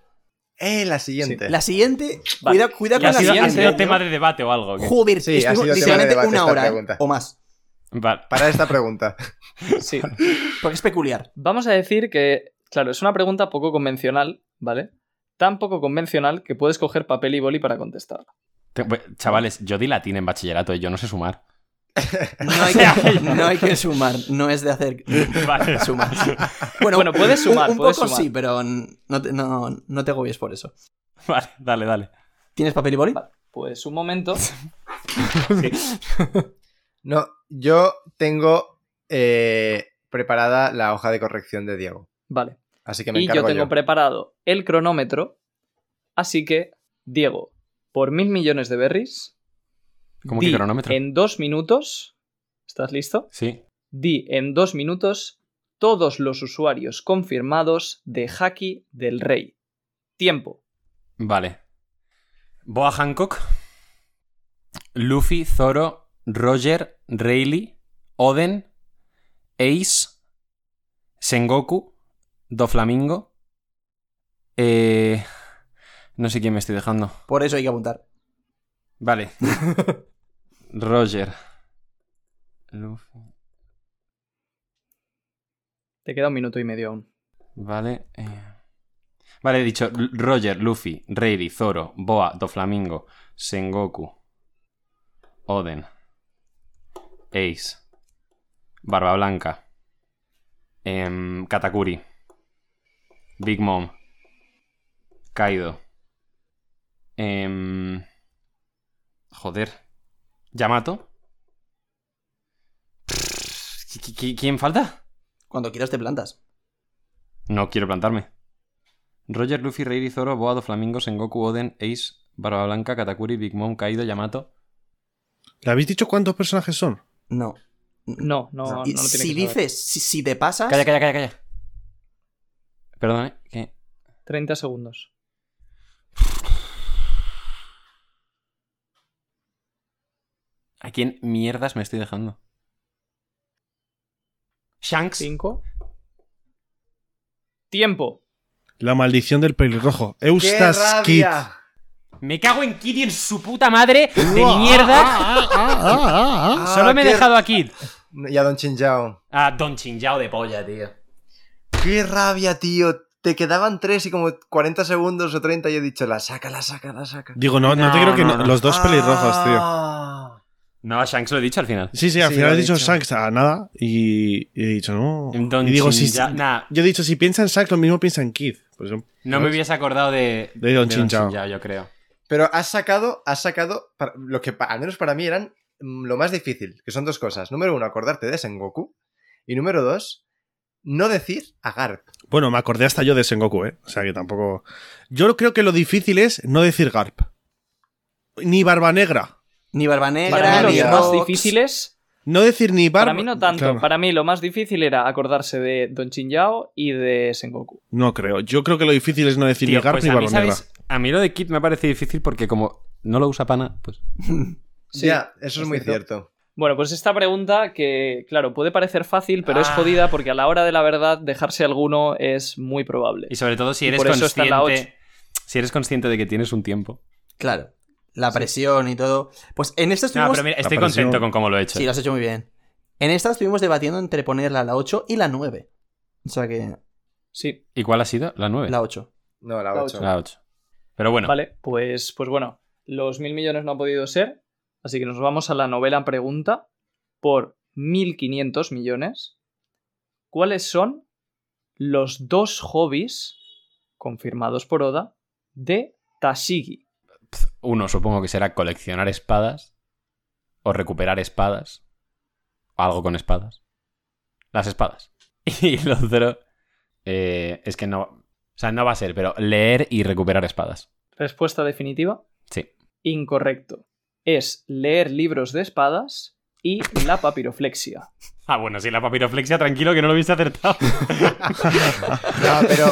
Speaker 6: Eh, la siguiente.
Speaker 3: La siguiente,
Speaker 5: Vale.
Speaker 3: cuida, cuida
Speaker 2: Ya ha
Speaker 3: con
Speaker 2: sido,
Speaker 3: la
Speaker 2: ha
Speaker 3: siguiente.
Speaker 2: sido tema de debate o algo. ¿qué?
Speaker 3: Joder,
Speaker 6: Sí, ha
Speaker 3: estuvimos
Speaker 6: sido tema de
Speaker 3: literalmente
Speaker 6: debate
Speaker 3: una
Speaker 6: esta
Speaker 3: hora ¿eh?
Speaker 6: pregunta.
Speaker 3: o más.
Speaker 2: Vale.
Speaker 6: Para esta pregunta.
Speaker 5: sí.
Speaker 3: Porque es peculiar.
Speaker 5: Vamos a decir que, claro, es una pregunta poco convencional, ¿vale? Tan poco convencional que puedes coger papel y boli para contestar.
Speaker 2: Te- bu- Chavales, yo di latín en bachillerato y yo no sé sumar.
Speaker 3: No hay, que, no hay que sumar, no es de hacer
Speaker 2: Vale.
Speaker 3: sumar. Bueno,
Speaker 5: Bueno, puedes
Speaker 3: un-
Speaker 5: sumar,
Speaker 3: Un,
Speaker 5: puedes
Speaker 3: poco
Speaker 5: sumar.
Speaker 3: sí, pero n- no te, no, no te agobies por eso.
Speaker 2: Vale, dale, dale.
Speaker 3: ¿Tienes papel y boli?
Speaker 5: Vale. Pues un momento.
Speaker 6: No, yo tengo eh, preparada la hoja de corrección de Diego.
Speaker 5: Vale.
Speaker 6: Así que me
Speaker 5: y yo
Speaker 6: encargo
Speaker 5: tengo
Speaker 6: yo.
Speaker 5: preparado el cronómetro. Así que, Diego, por mil millones de berries.
Speaker 2: ¿Cómo que
Speaker 5: di
Speaker 2: cronómetro?
Speaker 5: En dos minutos. ¿Estás listo?
Speaker 2: Sí.
Speaker 5: Di en dos minutos todos los usuarios confirmados de Haki del Rey. Tiempo.
Speaker 2: Vale. Boa Hancock, Luffy, Zoro, Roger, Rayleigh, Oden, Ace, Sengoku, Doflamingo. Eh, no sé quién me estoy dejando.
Speaker 3: Por eso hay que apuntar.
Speaker 2: Vale. Roger. Luffy.
Speaker 5: Te queda un minuto y medio aún.
Speaker 2: Vale. eh. Vale, he dicho L- Roger, Luffy, Rayleigh, Zoro, Boa, Doflamingo, Sengoku, Oden, Ace, Barba Blanca, em, Katakuri, Big Mom, Kaido, em, joder, Yamato. ¿Qui- qui- ¿Quién falta?
Speaker 3: Cuando quieras te plantas.
Speaker 2: No quiero plantarme. Roger, Luffy, Rayleigh, Zoro, Boa, Flamingos, Sengoku, Oden, Ace, Barba Blanca, Katakuri, Big Mom, Kaido, Yamato.
Speaker 4: ¿Le habéis dicho cuántos personajes son?
Speaker 3: No.
Speaker 5: No, no, no lo
Speaker 3: Y
Speaker 5: tienes
Speaker 3: si
Speaker 5: que saber.
Speaker 3: dices, si, si te pasas,
Speaker 2: Calla, calla, calla, calla. Perdón, ¿eh? ¿Qué?
Speaker 5: 30 segundos.
Speaker 2: ¿A quién mierdas me estoy dejando? Shanks.
Speaker 5: 5. Tiempo.
Speaker 4: La maldición del pelirrojo.
Speaker 6: ¡Qué
Speaker 4: Eustace Kid.
Speaker 6: rabia!
Speaker 2: Me cago en Kid y en su puta madre de mierda. Solo me he
Speaker 6: ah, qué-
Speaker 2: dejado a Kid.
Speaker 6: Ya Don Chinchao.
Speaker 2: A Don Chinchao de polla, tío.
Speaker 6: ¡Qué rabia, tío! Te quedaban tres y como 40 segundos o 30 y he dicho, la saca, la saca, la saca.
Speaker 4: Digo, no, no, te
Speaker 2: No,
Speaker 4: creo que
Speaker 2: no,
Speaker 4: no-
Speaker 2: no.
Speaker 4: los dos pelirrojos, tío.
Speaker 6: Ah.
Speaker 2: No, Shanks lo he dicho al final.
Speaker 4: Sí, sí, al
Speaker 6: Sí,
Speaker 4: final
Speaker 6: lo
Speaker 4: he
Speaker 6: he
Speaker 4: dicho
Speaker 6: dicho.
Speaker 4: Shanks a nada y, y he dicho no.
Speaker 2: Don
Speaker 4: y digo, si,
Speaker 2: Chinchao- nah.
Speaker 4: yo he dicho, si piensa en Shanks, lo mismo piensa en Kid. Pues,
Speaker 2: No me hubiese acordado de,
Speaker 4: De Don Chinchao.
Speaker 2: yo creo.
Speaker 6: Pero has sacado, has sacado para- lo que pa- al menos para mí eran mm, lo más difícil, que son dos cosas. Número uno, acordarte de Sengoku. Y número dos, no decir a Garp.
Speaker 4: Bueno, me acordé hasta yo de Sengoku, ¿eh? O sea que tampoco. Yo creo que lo difícil es no decir Garp. Ni Barba Negra.
Speaker 3: Ni Barba
Speaker 5: Para
Speaker 3: Negra,
Speaker 5: mí los
Speaker 3: ni
Speaker 6: Gracias.
Speaker 5: más
Speaker 3: Rox.
Speaker 5: difíciles.
Speaker 4: No decir ni Barba.
Speaker 5: Para mí no tanto.
Speaker 4: Claro,
Speaker 5: Para mí lo más difícil era acordarse de Don Chinchao y de Sengoku.
Speaker 4: No creo. Yo creo que lo difícil es no decir
Speaker 2: Tío,
Speaker 4: ni Garp
Speaker 2: pues
Speaker 4: ni
Speaker 2: a mí,
Speaker 4: Barba Negra.
Speaker 2: ¿sabéis? A mí lo de Kid me parece difícil porque como no lo usa pana, pues...
Speaker 5: Sí.
Speaker 6: ya, eso es
Speaker 5: es
Speaker 6: muy
Speaker 5: cierto.
Speaker 6: cierto.
Speaker 5: Bueno, pues esta pregunta que, claro, puede parecer fácil, pero
Speaker 2: Ah.
Speaker 5: es jodida porque a la hora de la verdad dejarse alguno es muy probable.
Speaker 2: Y sobre todo si
Speaker 5: Y
Speaker 2: eres
Speaker 5: por eso está en la
Speaker 2: consciente... Si eres consciente de que tienes un tiempo.
Speaker 3: Claro. La presión y todo. Pues en esta
Speaker 2: No,
Speaker 3: estuvimos.
Speaker 2: pero mira, estoy
Speaker 4: La presión.
Speaker 2: contento con cómo lo he hecho.
Speaker 3: Sí, lo has hecho muy bien. En esta estuvimos debatiendo entre ponerla la 8 y la 9. O sea que.
Speaker 5: Sí,
Speaker 2: ¿Y cuál ha sido? La 9.
Speaker 3: La 8.
Speaker 6: No, la
Speaker 5: La
Speaker 6: 8.
Speaker 2: La 8. Pero bueno,
Speaker 5: vale, pues, pues bueno, los mil millones no ha podido ser, así que nos vamos a la novela pregunta por 1.500 millones. ¿Cuáles son los dos hobbies confirmados por Oda de Tashigi?
Speaker 2: uno supongo que será coleccionar espadas o recuperar espadas. O algo con espadas. Las espadas. Y el otro eh, es que no... O sea, no va a ser, pero leer y recuperar espadas.
Speaker 5: Respuesta definitiva.
Speaker 2: Sí.
Speaker 5: Incorrecto. Es leer libros de espadas y la papiroflexia.
Speaker 2: Ah, bueno, sí, la papiroflexia, tranquilo, que no lo hubiese acertado.
Speaker 6: No, pero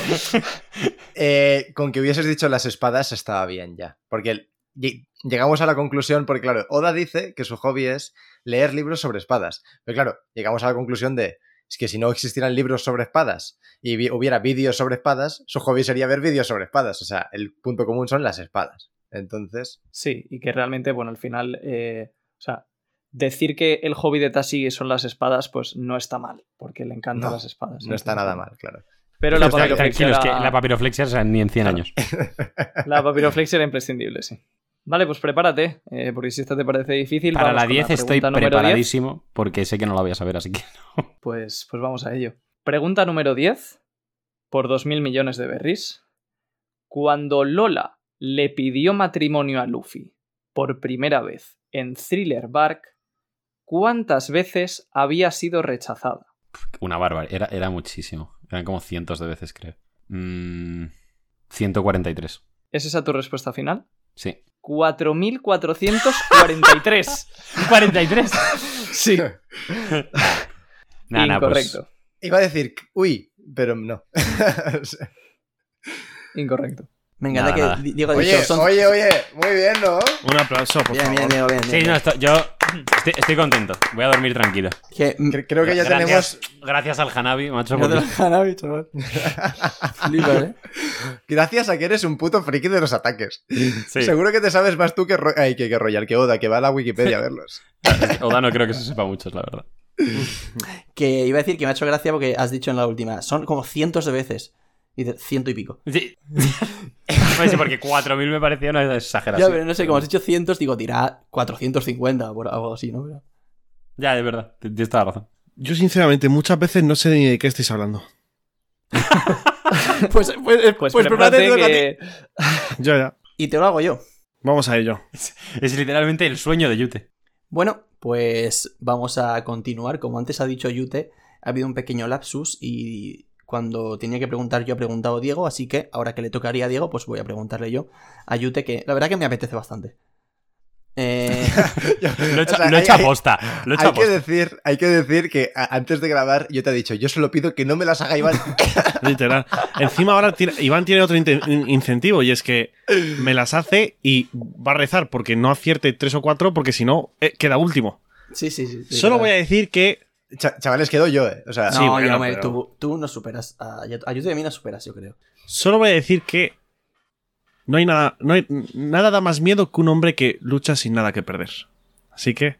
Speaker 6: eh, con que hubieses dicho las espadas estaba bien ya. Porque el- lle- llegamos a la conclusión, porque claro, Oda dice que su hobby es leer libros sobre espadas. Pero claro, llegamos a la conclusión de es que si no existieran libros sobre espadas y vi- hubiera vídeos sobre espadas, su hobby sería ver vídeos sobre espadas. O sea, el punto común son las espadas. Entonces,
Speaker 5: Sí, y que realmente, bueno, al final, eh, o sea, decir que el hobby de Tashigi son las espadas, pues no está mal, porque le encantan
Speaker 6: No,
Speaker 5: las espadas. ¿eh?
Speaker 6: no está nada mal, claro.
Speaker 5: Pero la
Speaker 6: Está-
Speaker 5: papiroflexia,
Speaker 2: Tranquilos, que
Speaker 5: era-
Speaker 2: la papiroflexia o sea, ni en 100 años.
Speaker 5: la papiroflexia era imprescindible, sí. Vale, pues prepárate, eh, porque si esta te parece difícil.
Speaker 2: Para
Speaker 5: vamos
Speaker 2: la
Speaker 5: con
Speaker 2: 10 estoy
Speaker 5: pregunta número 10.
Speaker 2: preparadísimo porque sé que no la voy a saber, así que...
Speaker 5: Pues, pues vamos a ello. Pregunta número 10, por 2.000 millones de berries. Cuando Lola le pidió matrimonio a Luffy por primera vez en Thriller Bark, ¿cuántas veces había sido rechazada?
Speaker 2: Una bárbara. Era, era muchísimo. Eran como cientos de veces, creo. Mm, 143.
Speaker 5: ¿Es esa tu respuesta final?
Speaker 2: Sí.
Speaker 5: 4.443.
Speaker 2: ¿43?
Speaker 5: Sí,
Speaker 2: pues
Speaker 6: pues
Speaker 5: incorrecto.
Speaker 6: Iba a decir, uy, pero no. O sea,
Speaker 5: Incorrecto.
Speaker 3: Me encanta
Speaker 2: Nada,
Speaker 3: que
Speaker 2: nada.
Speaker 3: Di- Diego ha
Speaker 6: oye,
Speaker 3: dicho. Son...
Speaker 6: oye, oye, muy bien, ¿no?
Speaker 4: Un aplauso, por
Speaker 3: Bien,
Speaker 4: favor.
Speaker 3: bien, Diego, bien.
Speaker 2: sí,
Speaker 3: bien.
Speaker 2: no, esto- yo estoy, estoy contento. Voy a dormir tranquilo.
Speaker 3: Que-
Speaker 6: Cre- Creo que ya tenemos
Speaker 2: gracias, gracias al Hanabi, macho.
Speaker 3: No te
Speaker 2: porque-
Speaker 3: lo Hanabi, chaval. Flipas, ¿eh?
Speaker 6: Gracias a que eres un puto friki de los ataques.
Speaker 2: Sí.
Speaker 6: Seguro que te sabes más tú que, Ro- ay, que, que Royal, que Oda, que va a la Wikipedia a verlos.
Speaker 2: Oda no creo que se sepa mucho, es la verdad.
Speaker 3: Que iba a decir que me ha hecho gracia porque has dicho en la última. Son como cientos de veces. Y de- ciento y pico.
Speaker 2: Sí. Pues sí, porque 4.000 me parecía una
Speaker 3: Ya,
Speaker 2: exageración.
Speaker 3: pero no sé, como has dicho cientos, digo, dirá 450 o por algo así, ¿no? Pero-
Speaker 2: Ya, es verdad. T- Tienes toda la razón.
Speaker 4: Yo, sinceramente, muchas veces no sé ni de qué estáis hablando.
Speaker 3: Pues, pues,
Speaker 5: Pues,
Speaker 3: pues
Speaker 5: prepárate
Speaker 3: prepárate tú,
Speaker 5: que-
Speaker 4: Ya, ya.
Speaker 3: Y te lo hago yo.
Speaker 4: Vamos a ello.
Speaker 2: Es literalmente el sueño de Yute.
Speaker 3: Bueno, pues vamos a continuar. Como antes ha dicho Yute, ha habido un pequeño lapsus y cuando tenía que preguntar yo ha preguntado Diego, así que ahora que le tocaría a Diego, pues voy a preguntarle yo a Yute, que la verdad que me apetece bastante. Eh,
Speaker 2: Lo he hecho,
Speaker 6: O sea,
Speaker 2: lo he
Speaker 6: hay-
Speaker 2: hecho
Speaker 6: hay-
Speaker 2: aposta. Lo he hecho
Speaker 6: Hay que,
Speaker 2: aposta.
Speaker 6: decir, hay que decir que a- antes de grabar yo te he dicho, yo solo pido que no me las haga Iván.
Speaker 4: Literal. Encima ahora tira- Iván tiene otro inte- in- incentivo y es que me las hace y va a rezar porque no acierte tres o cuatro porque si no eh, queda último.
Speaker 3: sí, sí, sí. sí,
Speaker 4: Solo
Speaker 3: claro.
Speaker 4: voy a decir que
Speaker 6: Cha- chavales, quedo yo, ¿eh? O sea,
Speaker 3: No,
Speaker 4: Sí,
Speaker 3: yo
Speaker 4: bueno,
Speaker 3: no me-
Speaker 4: pero-
Speaker 3: tú, tú no superas. A, a Yute y a mí no superas, yo creo.
Speaker 4: solo voy a decir que No hay nada, no hay, nada da más miedo que un hombre que lucha sin nada que perder. Así que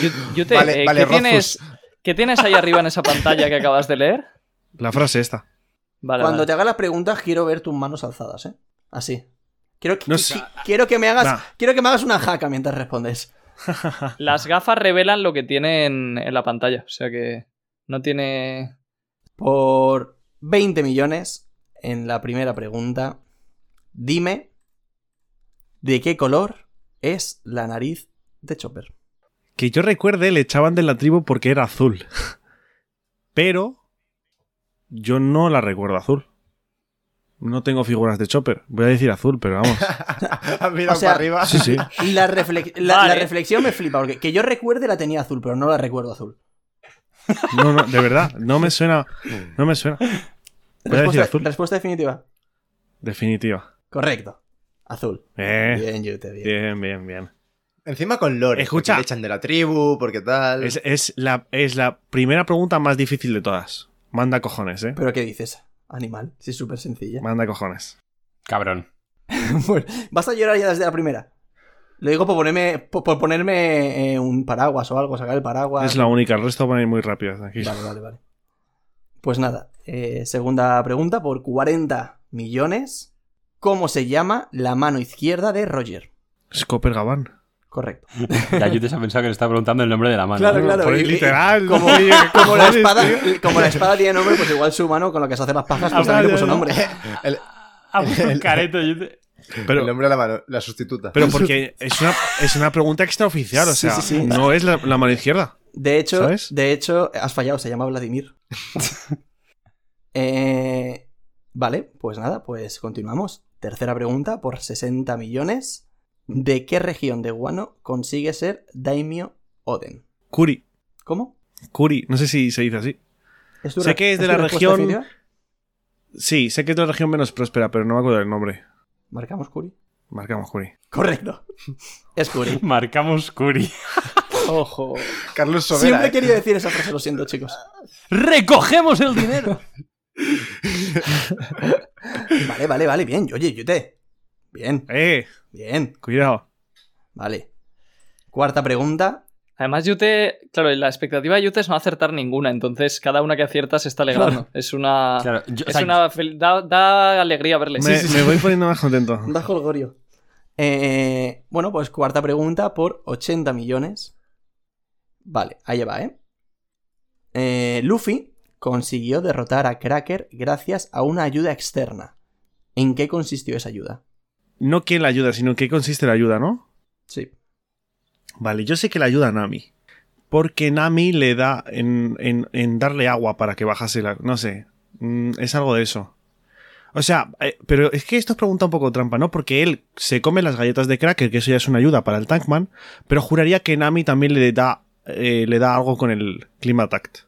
Speaker 5: Yo, yo te,
Speaker 6: Vale,
Speaker 5: eh,
Speaker 6: vale,
Speaker 5: ¿qué,
Speaker 6: Rufus.
Speaker 5: tienes, qué tienes ahí arriba en esa pantalla que acabas de leer?
Speaker 4: la frase esta.
Speaker 5: Vale,
Speaker 3: Cuando
Speaker 5: vale.
Speaker 3: te haga las preguntas, quiero ver tus manos alzadas, ¿eh? Así. Quiero que,
Speaker 4: No
Speaker 3: qui-
Speaker 4: sé.
Speaker 3: quiero que me hagas.
Speaker 4: Nah.
Speaker 3: Quiero que me hagas una jaca mientras respondes.
Speaker 5: Las gafas revelan lo que tiene en, en la pantalla. O sea que no tiene.
Speaker 3: Por 20 millones, en la primera pregunta, dime de qué color es la nariz de Chopper.
Speaker 4: Que yo recuerde, le echaban de la tribu porque era azul. Pero yo no la recuerdo azul. No tengo figuras de Chopper. Voy a decir azul, pero vamos.
Speaker 6: Ha mirado
Speaker 3: O sea,
Speaker 6: Ah, para arriba.
Speaker 4: Sí, sí.
Speaker 3: La, reflex- la-
Speaker 5: Vale.
Speaker 3: la reflexión me flipa, porque que yo recuerde la tenía azul, pero no la recuerdo azul.
Speaker 4: No, no, de verdad, no me suena. No me suena. Voy a decir
Speaker 3: Respuesta,
Speaker 4: azul.
Speaker 3: respuesta definitiva.
Speaker 4: Definitiva.
Speaker 3: Correcto. Azul.
Speaker 4: Eh,
Speaker 3: Bien, Yute, bien.
Speaker 4: bien, bien, bien.
Speaker 6: Encima con Lore.
Speaker 4: Escucha.
Speaker 6: porque Le echan de la tribu, porque tal.
Speaker 4: Es, es la, es la primera pregunta más difícil de todas. Manda cojones, eh.
Speaker 3: Pero ¿qué dices? Animal, sí, súper sencilla.
Speaker 4: Manda cojones.
Speaker 2: Cabrón.
Speaker 3: Bueno, vas a llorar ya desde la primera. Lo digo por ponerme, por, por ponerme eh, un paraguas o algo, sacar el paraguas.
Speaker 4: Es la única, el resto van a ir muy rápido. tranquilo.
Speaker 3: Vale, vale, vale. Pues nada, eh, segunda pregunta por 40 millones. ¿Cómo se llama la mano izquierda de Roger?
Speaker 4: Es Copper Gabán.
Speaker 3: Correcto.
Speaker 2: Ya yo te he pensado que le estaba preguntando el nombre de la mano.
Speaker 3: Claro, claro.
Speaker 4: Por
Speaker 3: y-
Speaker 4: el
Speaker 3: y-
Speaker 4: literal.
Speaker 3: como,
Speaker 4: ¿no? Oye, ¿qué
Speaker 3: como la
Speaker 4: cojones,
Speaker 3: espada,
Speaker 4: tío?
Speaker 3: como la espada tiene nombre, pues igual su mano con la que se hace las pajas, pues
Speaker 4: Ah,
Speaker 3: también le
Speaker 4: vale,
Speaker 3: puso
Speaker 4: vale.
Speaker 3: nombre.
Speaker 6: El,
Speaker 2: Ah, pues, careto, yo te-
Speaker 6: el
Speaker 4: Pero,
Speaker 6: hombre a la mano, la sustituta.
Speaker 4: pero porque es una, es una pregunta extraoficial, o
Speaker 3: Sí,
Speaker 4: sea,
Speaker 3: sí, sí.
Speaker 4: no es la, la mano izquierda.
Speaker 3: De hecho,
Speaker 4: ¿Sabes?
Speaker 3: de hecho, has fallado, se llama Vladimir. Eh, vale, pues nada, pues continuamos. Tercera pregunta, por 60 millones. ¿De qué región de Guano consigue ser Daimyo Oden?
Speaker 4: Curi.
Speaker 3: ¿Cómo?
Speaker 4: Curi, no sé si se dice así.
Speaker 3: ¿Es tu
Speaker 4: Sé
Speaker 3: re-
Speaker 4: que es de
Speaker 3: tu
Speaker 4: la
Speaker 3: respuesta
Speaker 4: región-
Speaker 3: definitiva?
Speaker 4: Sí, sé que es de la región menos próspera, pero no me acuerdo del nombre.
Speaker 3: Marcamos Curi.
Speaker 4: Marcamos Curi.
Speaker 3: Correcto. Es Curi.
Speaker 2: Marcamos Curi.
Speaker 5: Ojo.
Speaker 6: Carlos Sobera.
Speaker 3: Siempre he
Speaker 6: ¿eh?
Speaker 3: querido decir esa frase, lo siento, chicos.
Speaker 2: ¡Recogemos el dinero!
Speaker 3: Vale, vale, vale, bien. Oye, Yute. Bien,
Speaker 4: ¡Eh!
Speaker 3: bien.
Speaker 4: Cuidado.
Speaker 3: Vale. Cuarta pregunta.
Speaker 5: Además, Yute, claro, la expectativa de Yute es no acertar ninguna, entonces cada una que acierta se está alegrando. Es una.
Speaker 2: Claro, yo- o
Speaker 5: es
Speaker 2: sea,
Speaker 5: una fel- da, da alegría verle.
Speaker 4: Me, me voy poniendo más contento.
Speaker 3: Bajo el gorio. Eh, bueno, pues cuarta pregunta por 80 millones. Vale, ahí va, ¿eh? Eh, Luffy consiguió derrotar a Cracker gracias a una ayuda externa. ¿En qué consistió esa ayuda?
Speaker 4: No quién la ayuda, sino en qué consiste la ayuda, ¿no?
Speaker 3: Sí.
Speaker 4: Vale, yo sé que le ayuda a Nami. Porque Nami le da en, en- en darle agua para que bajase la. No sé. Mm, es algo de eso. O sea, eh, pero es que esto es pregunta un poco trampa, ¿no? Porque él se come las galletas de cracker, que eso ya es una ayuda para el Tankman. Pero juraría que Nami también le da, eh, le da algo con el Climatact.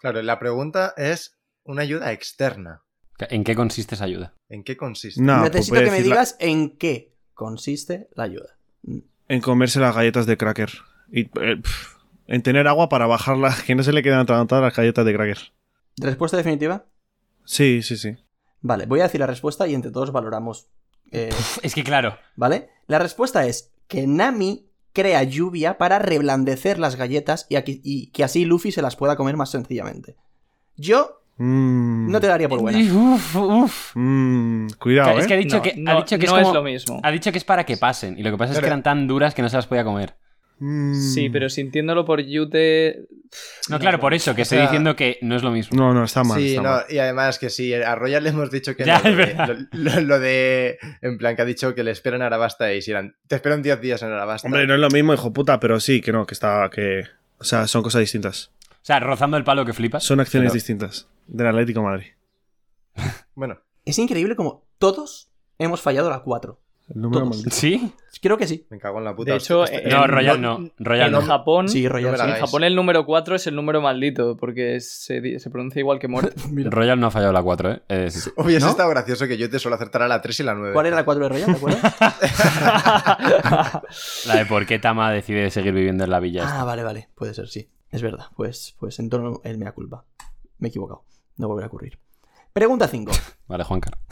Speaker 6: Claro, la pregunta es una ayuda externa.
Speaker 2: ¿En qué consiste esa ayuda?
Speaker 6: ¿En qué consiste?
Speaker 4: No, pues
Speaker 3: Necesito
Speaker 4: voy a
Speaker 3: que me
Speaker 4: decir la-
Speaker 3: digas en qué consiste la ayuda.
Speaker 4: en comerse las galletas de cracker. Y, eh, pf, en tener agua para bajarlas, que no se le quedan atragantadas las galletas de cracker.
Speaker 3: ¿Respuesta definitiva?
Speaker 4: Sí, sí, sí.
Speaker 3: Vale, voy a decir la respuesta y entre todos valoramos. eh,
Speaker 2: Es que claro.
Speaker 3: ¿Vale? La respuesta es que Nami crea lluvia para reblandecer las galletas y, aquí- y que así Luffy se las pueda comer más sencillamente. Yo
Speaker 4: Mm.
Speaker 3: no te daría por buena.
Speaker 2: Uf, uf.
Speaker 4: Mm, cuidado,
Speaker 2: es
Speaker 4: ¿eh?
Speaker 2: que ha dicho
Speaker 5: No,
Speaker 2: que,
Speaker 5: no-
Speaker 2: ha dicho que
Speaker 5: no
Speaker 2: es,
Speaker 5: es
Speaker 2: como-
Speaker 5: lo mismo.
Speaker 2: Ha dicho que es para que pasen. Y lo que pasa es que
Speaker 6: Pero-
Speaker 2: eran tan duras que no se las podía comer.
Speaker 4: Mm.
Speaker 5: Sí, pero sintiéndolo por Yute.
Speaker 2: No, claro, por eso, que estoy
Speaker 6: sea-
Speaker 2: diciendo que no es lo mismo.
Speaker 4: No, no, está mal.
Speaker 6: sí,
Speaker 4: está
Speaker 6: no,
Speaker 4: mal.
Speaker 6: y además que sí, a Royal le hemos dicho que
Speaker 2: Ya,
Speaker 6: no,
Speaker 2: es
Speaker 6: lo, de,
Speaker 2: verdad.
Speaker 6: lo- lo- lo de- En plan, que ha dicho que le esperan a Arabasta y si eran. Te esperan 10 días en Arabasta.
Speaker 4: Hombre, no es lo mismo, hijo puta, pero sí, que no, que está, que... O sea, son cosas distintas.
Speaker 2: O sea, rozando el palo que flipas.
Speaker 4: Son acciones
Speaker 2: Pero-
Speaker 4: distintas. Del Atlético de Madrid.
Speaker 6: Bueno,
Speaker 3: Es increíble como todos hemos fallado la 4.
Speaker 4: El número
Speaker 3: Todos.
Speaker 4: maldito.
Speaker 2: ¿Sí?
Speaker 3: Creo que sí.
Speaker 6: me cago en la puta.
Speaker 5: De hecho,
Speaker 6: Hostia,
Speaker 5: eh,
Speaker 2: No,
Speaker 5: en-
Speaker 2: Royal no. Royal
Speaker 5: en
Speaker 2: no.
Speaker 5: Japón,
Speaker 3: Sí,
Speaker 6: no
Speaker 3: Royal.
Speaker 6: me
Speaker 3: sí.
Speaker 6: la
Speaker 5: en
Speaker 6: hagáis.
Speaker 5: Japón el número 4 es el número maldito, porque se, di- se pronuncia igual que muerte.
Speaker 3: Mira.
Speaker 2: Royal no ha fallado la 4, ¿eh? Eh, sí, sí.
Speaker 6: Hubiese
Speaker 3: ¿no?
Speaker 6: estado gracioso que yo te suelo acertar a la 3 y la 9.
Speaker 3: ¿Cuál era la 4 de Royal? ¿Te acuerdas?
Speaker 2: La de por qué Tama decide seguir viviendo en la villa.
Speaker 3: ah, vale, vale. Puede ser, sí. Es verdad. Pues, pues en torno él me da culpa. Me he equivocado. No volverá a ocurrir. Pregunta 5.
Speaker 2: Vale, Juan Carlos.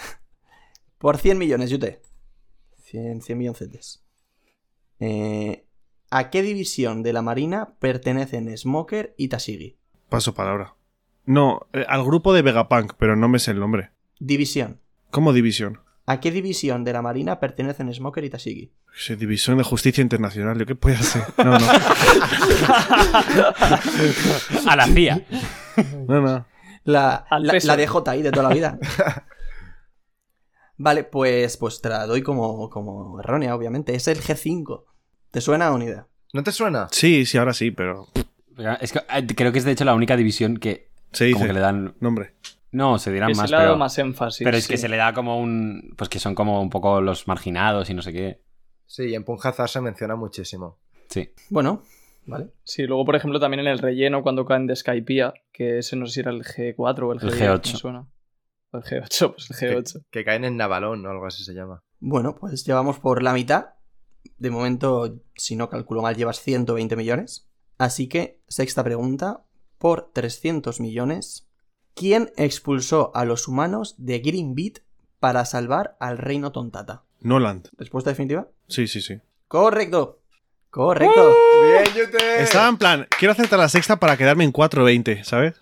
Speaker 3: Por 100 millones, Yute. 100, 100 milloncetes. Eh, ¿A qué división de la Marina pertenecen Smoker y Tashigi?
Speaker 4: Paso palabra. No, eh, al grupo de Vegapunk, pero no me sé el nombre.
Speaker 3: División.
Speaker 4: ¿Cómo división?
Speaker 3: ¿A qué división de la Marina pertenecen Smoker y Tashigi?
Speaker 4: Sí, división de Justicia Internacional, ¿yo qué puedo hacer? No, no,
Speaker 2: A la CIA.
Speaker 4: no, no.
Speaker 3: La,
Speaker 5: Al
Speaker 3: la,
Speaker 5: peso.
Speaker 3: la DJI de toda la vida. vale, pues, pues te la doy como, como errónea, obviamente. Es el G5. ¿Te suena, Unida?
Speaker 6: ¿No te suena?
Speaker 4: Sí, sí, ahora sí, pero
Speaker 2: Es que, eh, creo que es de hecho la única división que
Speaker 4: se
Speaker 2: como
Speaker 4: dice.
Speaker 2: que le dan.
Speaker 4: Nombre.
Speaker 2: No, se dirán
Speaker 5: Que
Speaker 2: más,
Speaker 5: se le ha dado
Speaker 2: pero,
Speaker 5: más énfasis.
Speaker 2: pero es que
Speaker 5: sí.
Speaker 2: se le da como un. Pues que son como un poco los marginados y no sé qué.
Speaker 6: Sí, y en Punjazar se menciona muchísimo.
Speaker 2: Sí.
Speaker 3: Bueno,
Speaker 6: ¿Vale?
Speaker 5: Sí, luego, por ejemplo, también en el relleno, cuando caen de Skypiea, que ese no sé si era el G4 o el
Speaker 2: El
Speaker 5: G8.
Speaker 2: G8.
Speaker 5: me suena. O el G8, pues el G8.
Speaker 6: Que caen en Navalón o algo así se llama.
Speaker 3: bueno, pues llevamos por la mitad. De momento, si no calculo mal, llevas 120 millones. Así que, sexta pregunta, por 300 millones, ¿quién expulsó a los humanos de Green Beat para salvar al reino Tontata?
Speaker 4: Noland.
Speaker 3: ¿Respuesta definitiva?
Speaker 4: Sí, sí, sí.
Speaker 3: Correcto. Correcto.
Speaker 6: ¡Bien, Yute!
Speaker 4: Estaba en plan, quiero aceptar la sexta para quedarme en 4.20, ¿sabes?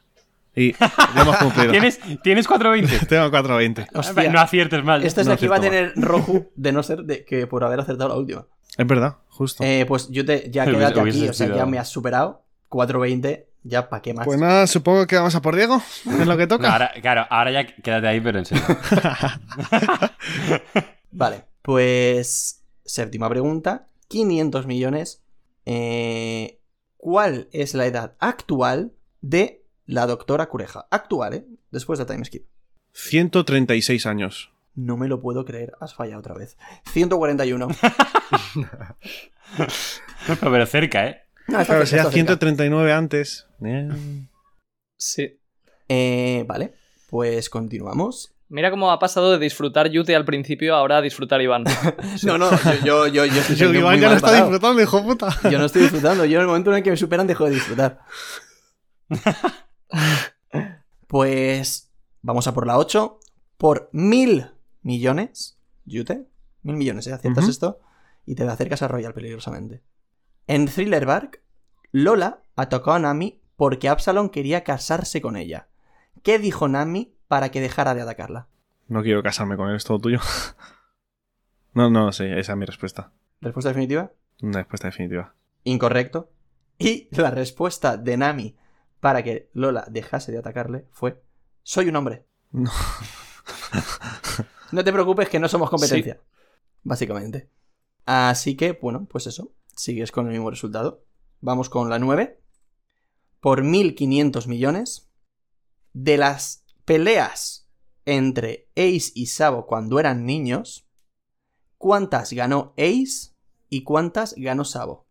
Speaker 4: Y ya hemos cumplido.
Speaker 2: ¿Tienes, tienes 420.
Speaker 4: Tengo 4.20.
Speaker 3: Hostia.
Speaker 2: No aciertes mal.
Speaker 3: Esta
Speaker 6: Este
Speaker 3: es
Speaker 4: No
Speaker 3: la que iba a tener
Speaker 4: acierto
Speaker 3: Roju, de no ser de que por haber acertado la última.
Speaker 4: Es verdad, justo.
Speaker 3: Eh, pues yo te, ya
Speaker 2: Hubiese-
Speaker 3: quédate aquí,
Speaker 2: hubiese
Speaker 3: o sea,
Speaker 2: sido-
Speaker 3: ya me has superado. 4.20, ya pa' qué más.
Speaker 4: pues nada, supongo que vamos a por Diego. Es lo que
Speaker 2: No,
Speaker 4: toca.
Speaker 2: ahora, claro, ahora ya quédate ahí, pero en serio.
Speaker 3: Vale, pues séptima pregunta, 500 millones. Eh, ¿Cuál es la edad actual de la doctora Cureja? Actual, ¿eh? Después de Time Skip.
Speaker 4: 136 años.
Speaker 3: No me lo puedo creer, has fallado otra vez. 141.
Speaker 2: No, pero cerca, ¿eh?
Speaker 3: No, está
Speaker 4: Claro,
Speaker 3: cerca,
Speaker 4: sería
Speaker 3: está cerca.
Speaker 4: 139 antes. Eh,
Speaker 5: Sí.
Speaker 3: Eh, vale, pues continuamos.
Speaker 5: Mira cómo ha pasado de disfrutar Yute al principio ahora a disfrutar Iván.
Speaker 3: No, no, yo, yo, yo, yo estoy
Speaker 4: Yo,
Speaker 3: muy
Speaker 4: Iván ya
Speaker 3: mal
Speaker 4: lo está
Speaker 3: parado.
Speaker 4: disfrutando, hijo puta.
Speaker 3: Yo no estoy disfrutando. Yo en el momento en el que me superan dejo de disfrutar. Pues vamos a por la 8. Por mil millones. Yute. Mil millones, ¿eh? Aciertas
Speaker 4: Ujú.
Speaker 3: esto. Y te acercas a Royal peligrosamente. En Thriller Bark, Lola atacó a Nami porque Absalom quería casarse con ella. ¿Qué dijo Nami para que dejara de atacarla?
Speaker 4: No quiero casarme con él, es todo tuyo. No, no, sí, esa es mi respuesta.
Speaker 3: Respuesta definitiva.
Speaker 4: Una respuesta definitiva.
Speaker 3: Incorrecto. Y la respuesta de Nami para que Lola dejase de atacarle fue: Soy un hombre.
Speaker 4: No.
Speaker 3: No te preocupes que no somos competencia. Básicamente. Así que, bueno, pues eso. Sigues con el mismo resultado. Vamos con la 9. Por 1.500 millones. De las peleas entre Ace y Sabo cuando eran niños, ¿cuántas ganó Ace y cuántas ganó Sabo?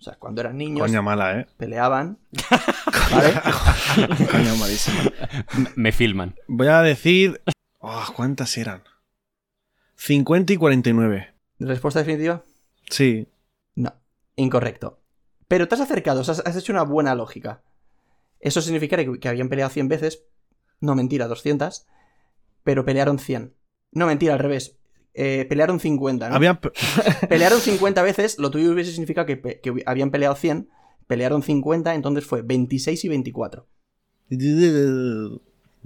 Speaker 3: O sea, cuando eran niños
Speaker 4: Coña mala, ¿eh?
Speaker 3: peleaban. ¿Vale?
Speaker 4: Coña malísima.
Speaker 2: Me filman.
Speaker 4: Voy a decir... Oh, ¿Cuántas eran? 50 y 49.
Speaker 3: ¿Respuesta definitiva?
Speaker 4: Sí.
Speaker 3: No, incorrecto. Pero te has acercado, o sea, has hecho una buena lógica. Eso significaría que- que habían peleado 100 veces, no mentira, 200, pero pelearon 100. No mentira, al revés. Eh, pelearon 50, ¿no?
Speaker 4: Habían... pe-
Speaker 3: Pelearon 50 veces, lo tuyo hubiese significado que, pe- que hubi- habían peleado 100, pelearon 50, entonces fue 26 y 24.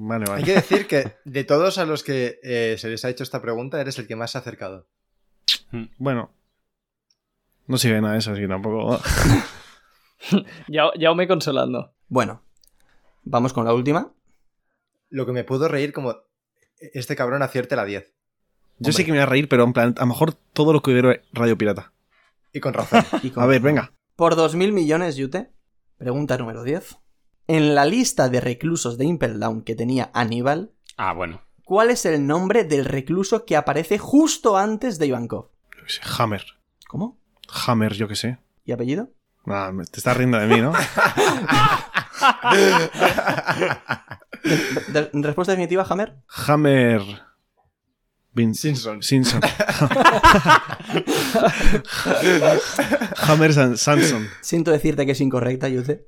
Speaker 4: Vale,
Speaker 6: Hay
Speaker 4: vale.
Speaker 6: que decir que de todos a los que eh, se les ha hecho esta pregunta, eres el que más se ha acercado.
Speaker 4: Bueno. No sirve nada eso, así que tampoco...
Speaker 5: Ya, ya me consolando.
Speaker 3: Bueno, vamos con la última.
Speaker 6: Lo que me pudo reír como este cabrón acierte la 10.
Speaker 4: Yo sé que me voy a reír, pero en plan, a lo mejor todo lo que hubiera Radio Pirata.
Speaker 6: Y con razón.
Speaker 3: Y con-
Speaker 4: A ver, venga.
Speaker 3: Por 2.000 millones, Yute. Pregunta número 10. En la lista de reclusos de Impel Down que tenía Aníbal,
Speaker 2: Ah, bueno.
Speaker 3: ¿Cuál es el nombre del recluso que aparece justo antes de Ivankov?
Speaker 4: Yo qué sé, Hammer.
Speaker 3: ¿Cómo?
Speaker 4: Hammer, yo qué sé.
Speaker 3: ¿Y apellido?
Speaker 4: Ah, me- te estás riendo de mí, ¿no?
Speaker 3: De- ¿Respuesta definitiva, Hammer?
Speaker 4: Hammer. Vin-
Speaker 6: Simpson.
Speaker 4: Simpson. Hammer San- Sanson.
Speaker 3: Siento decirte que es incorrecta, Yute.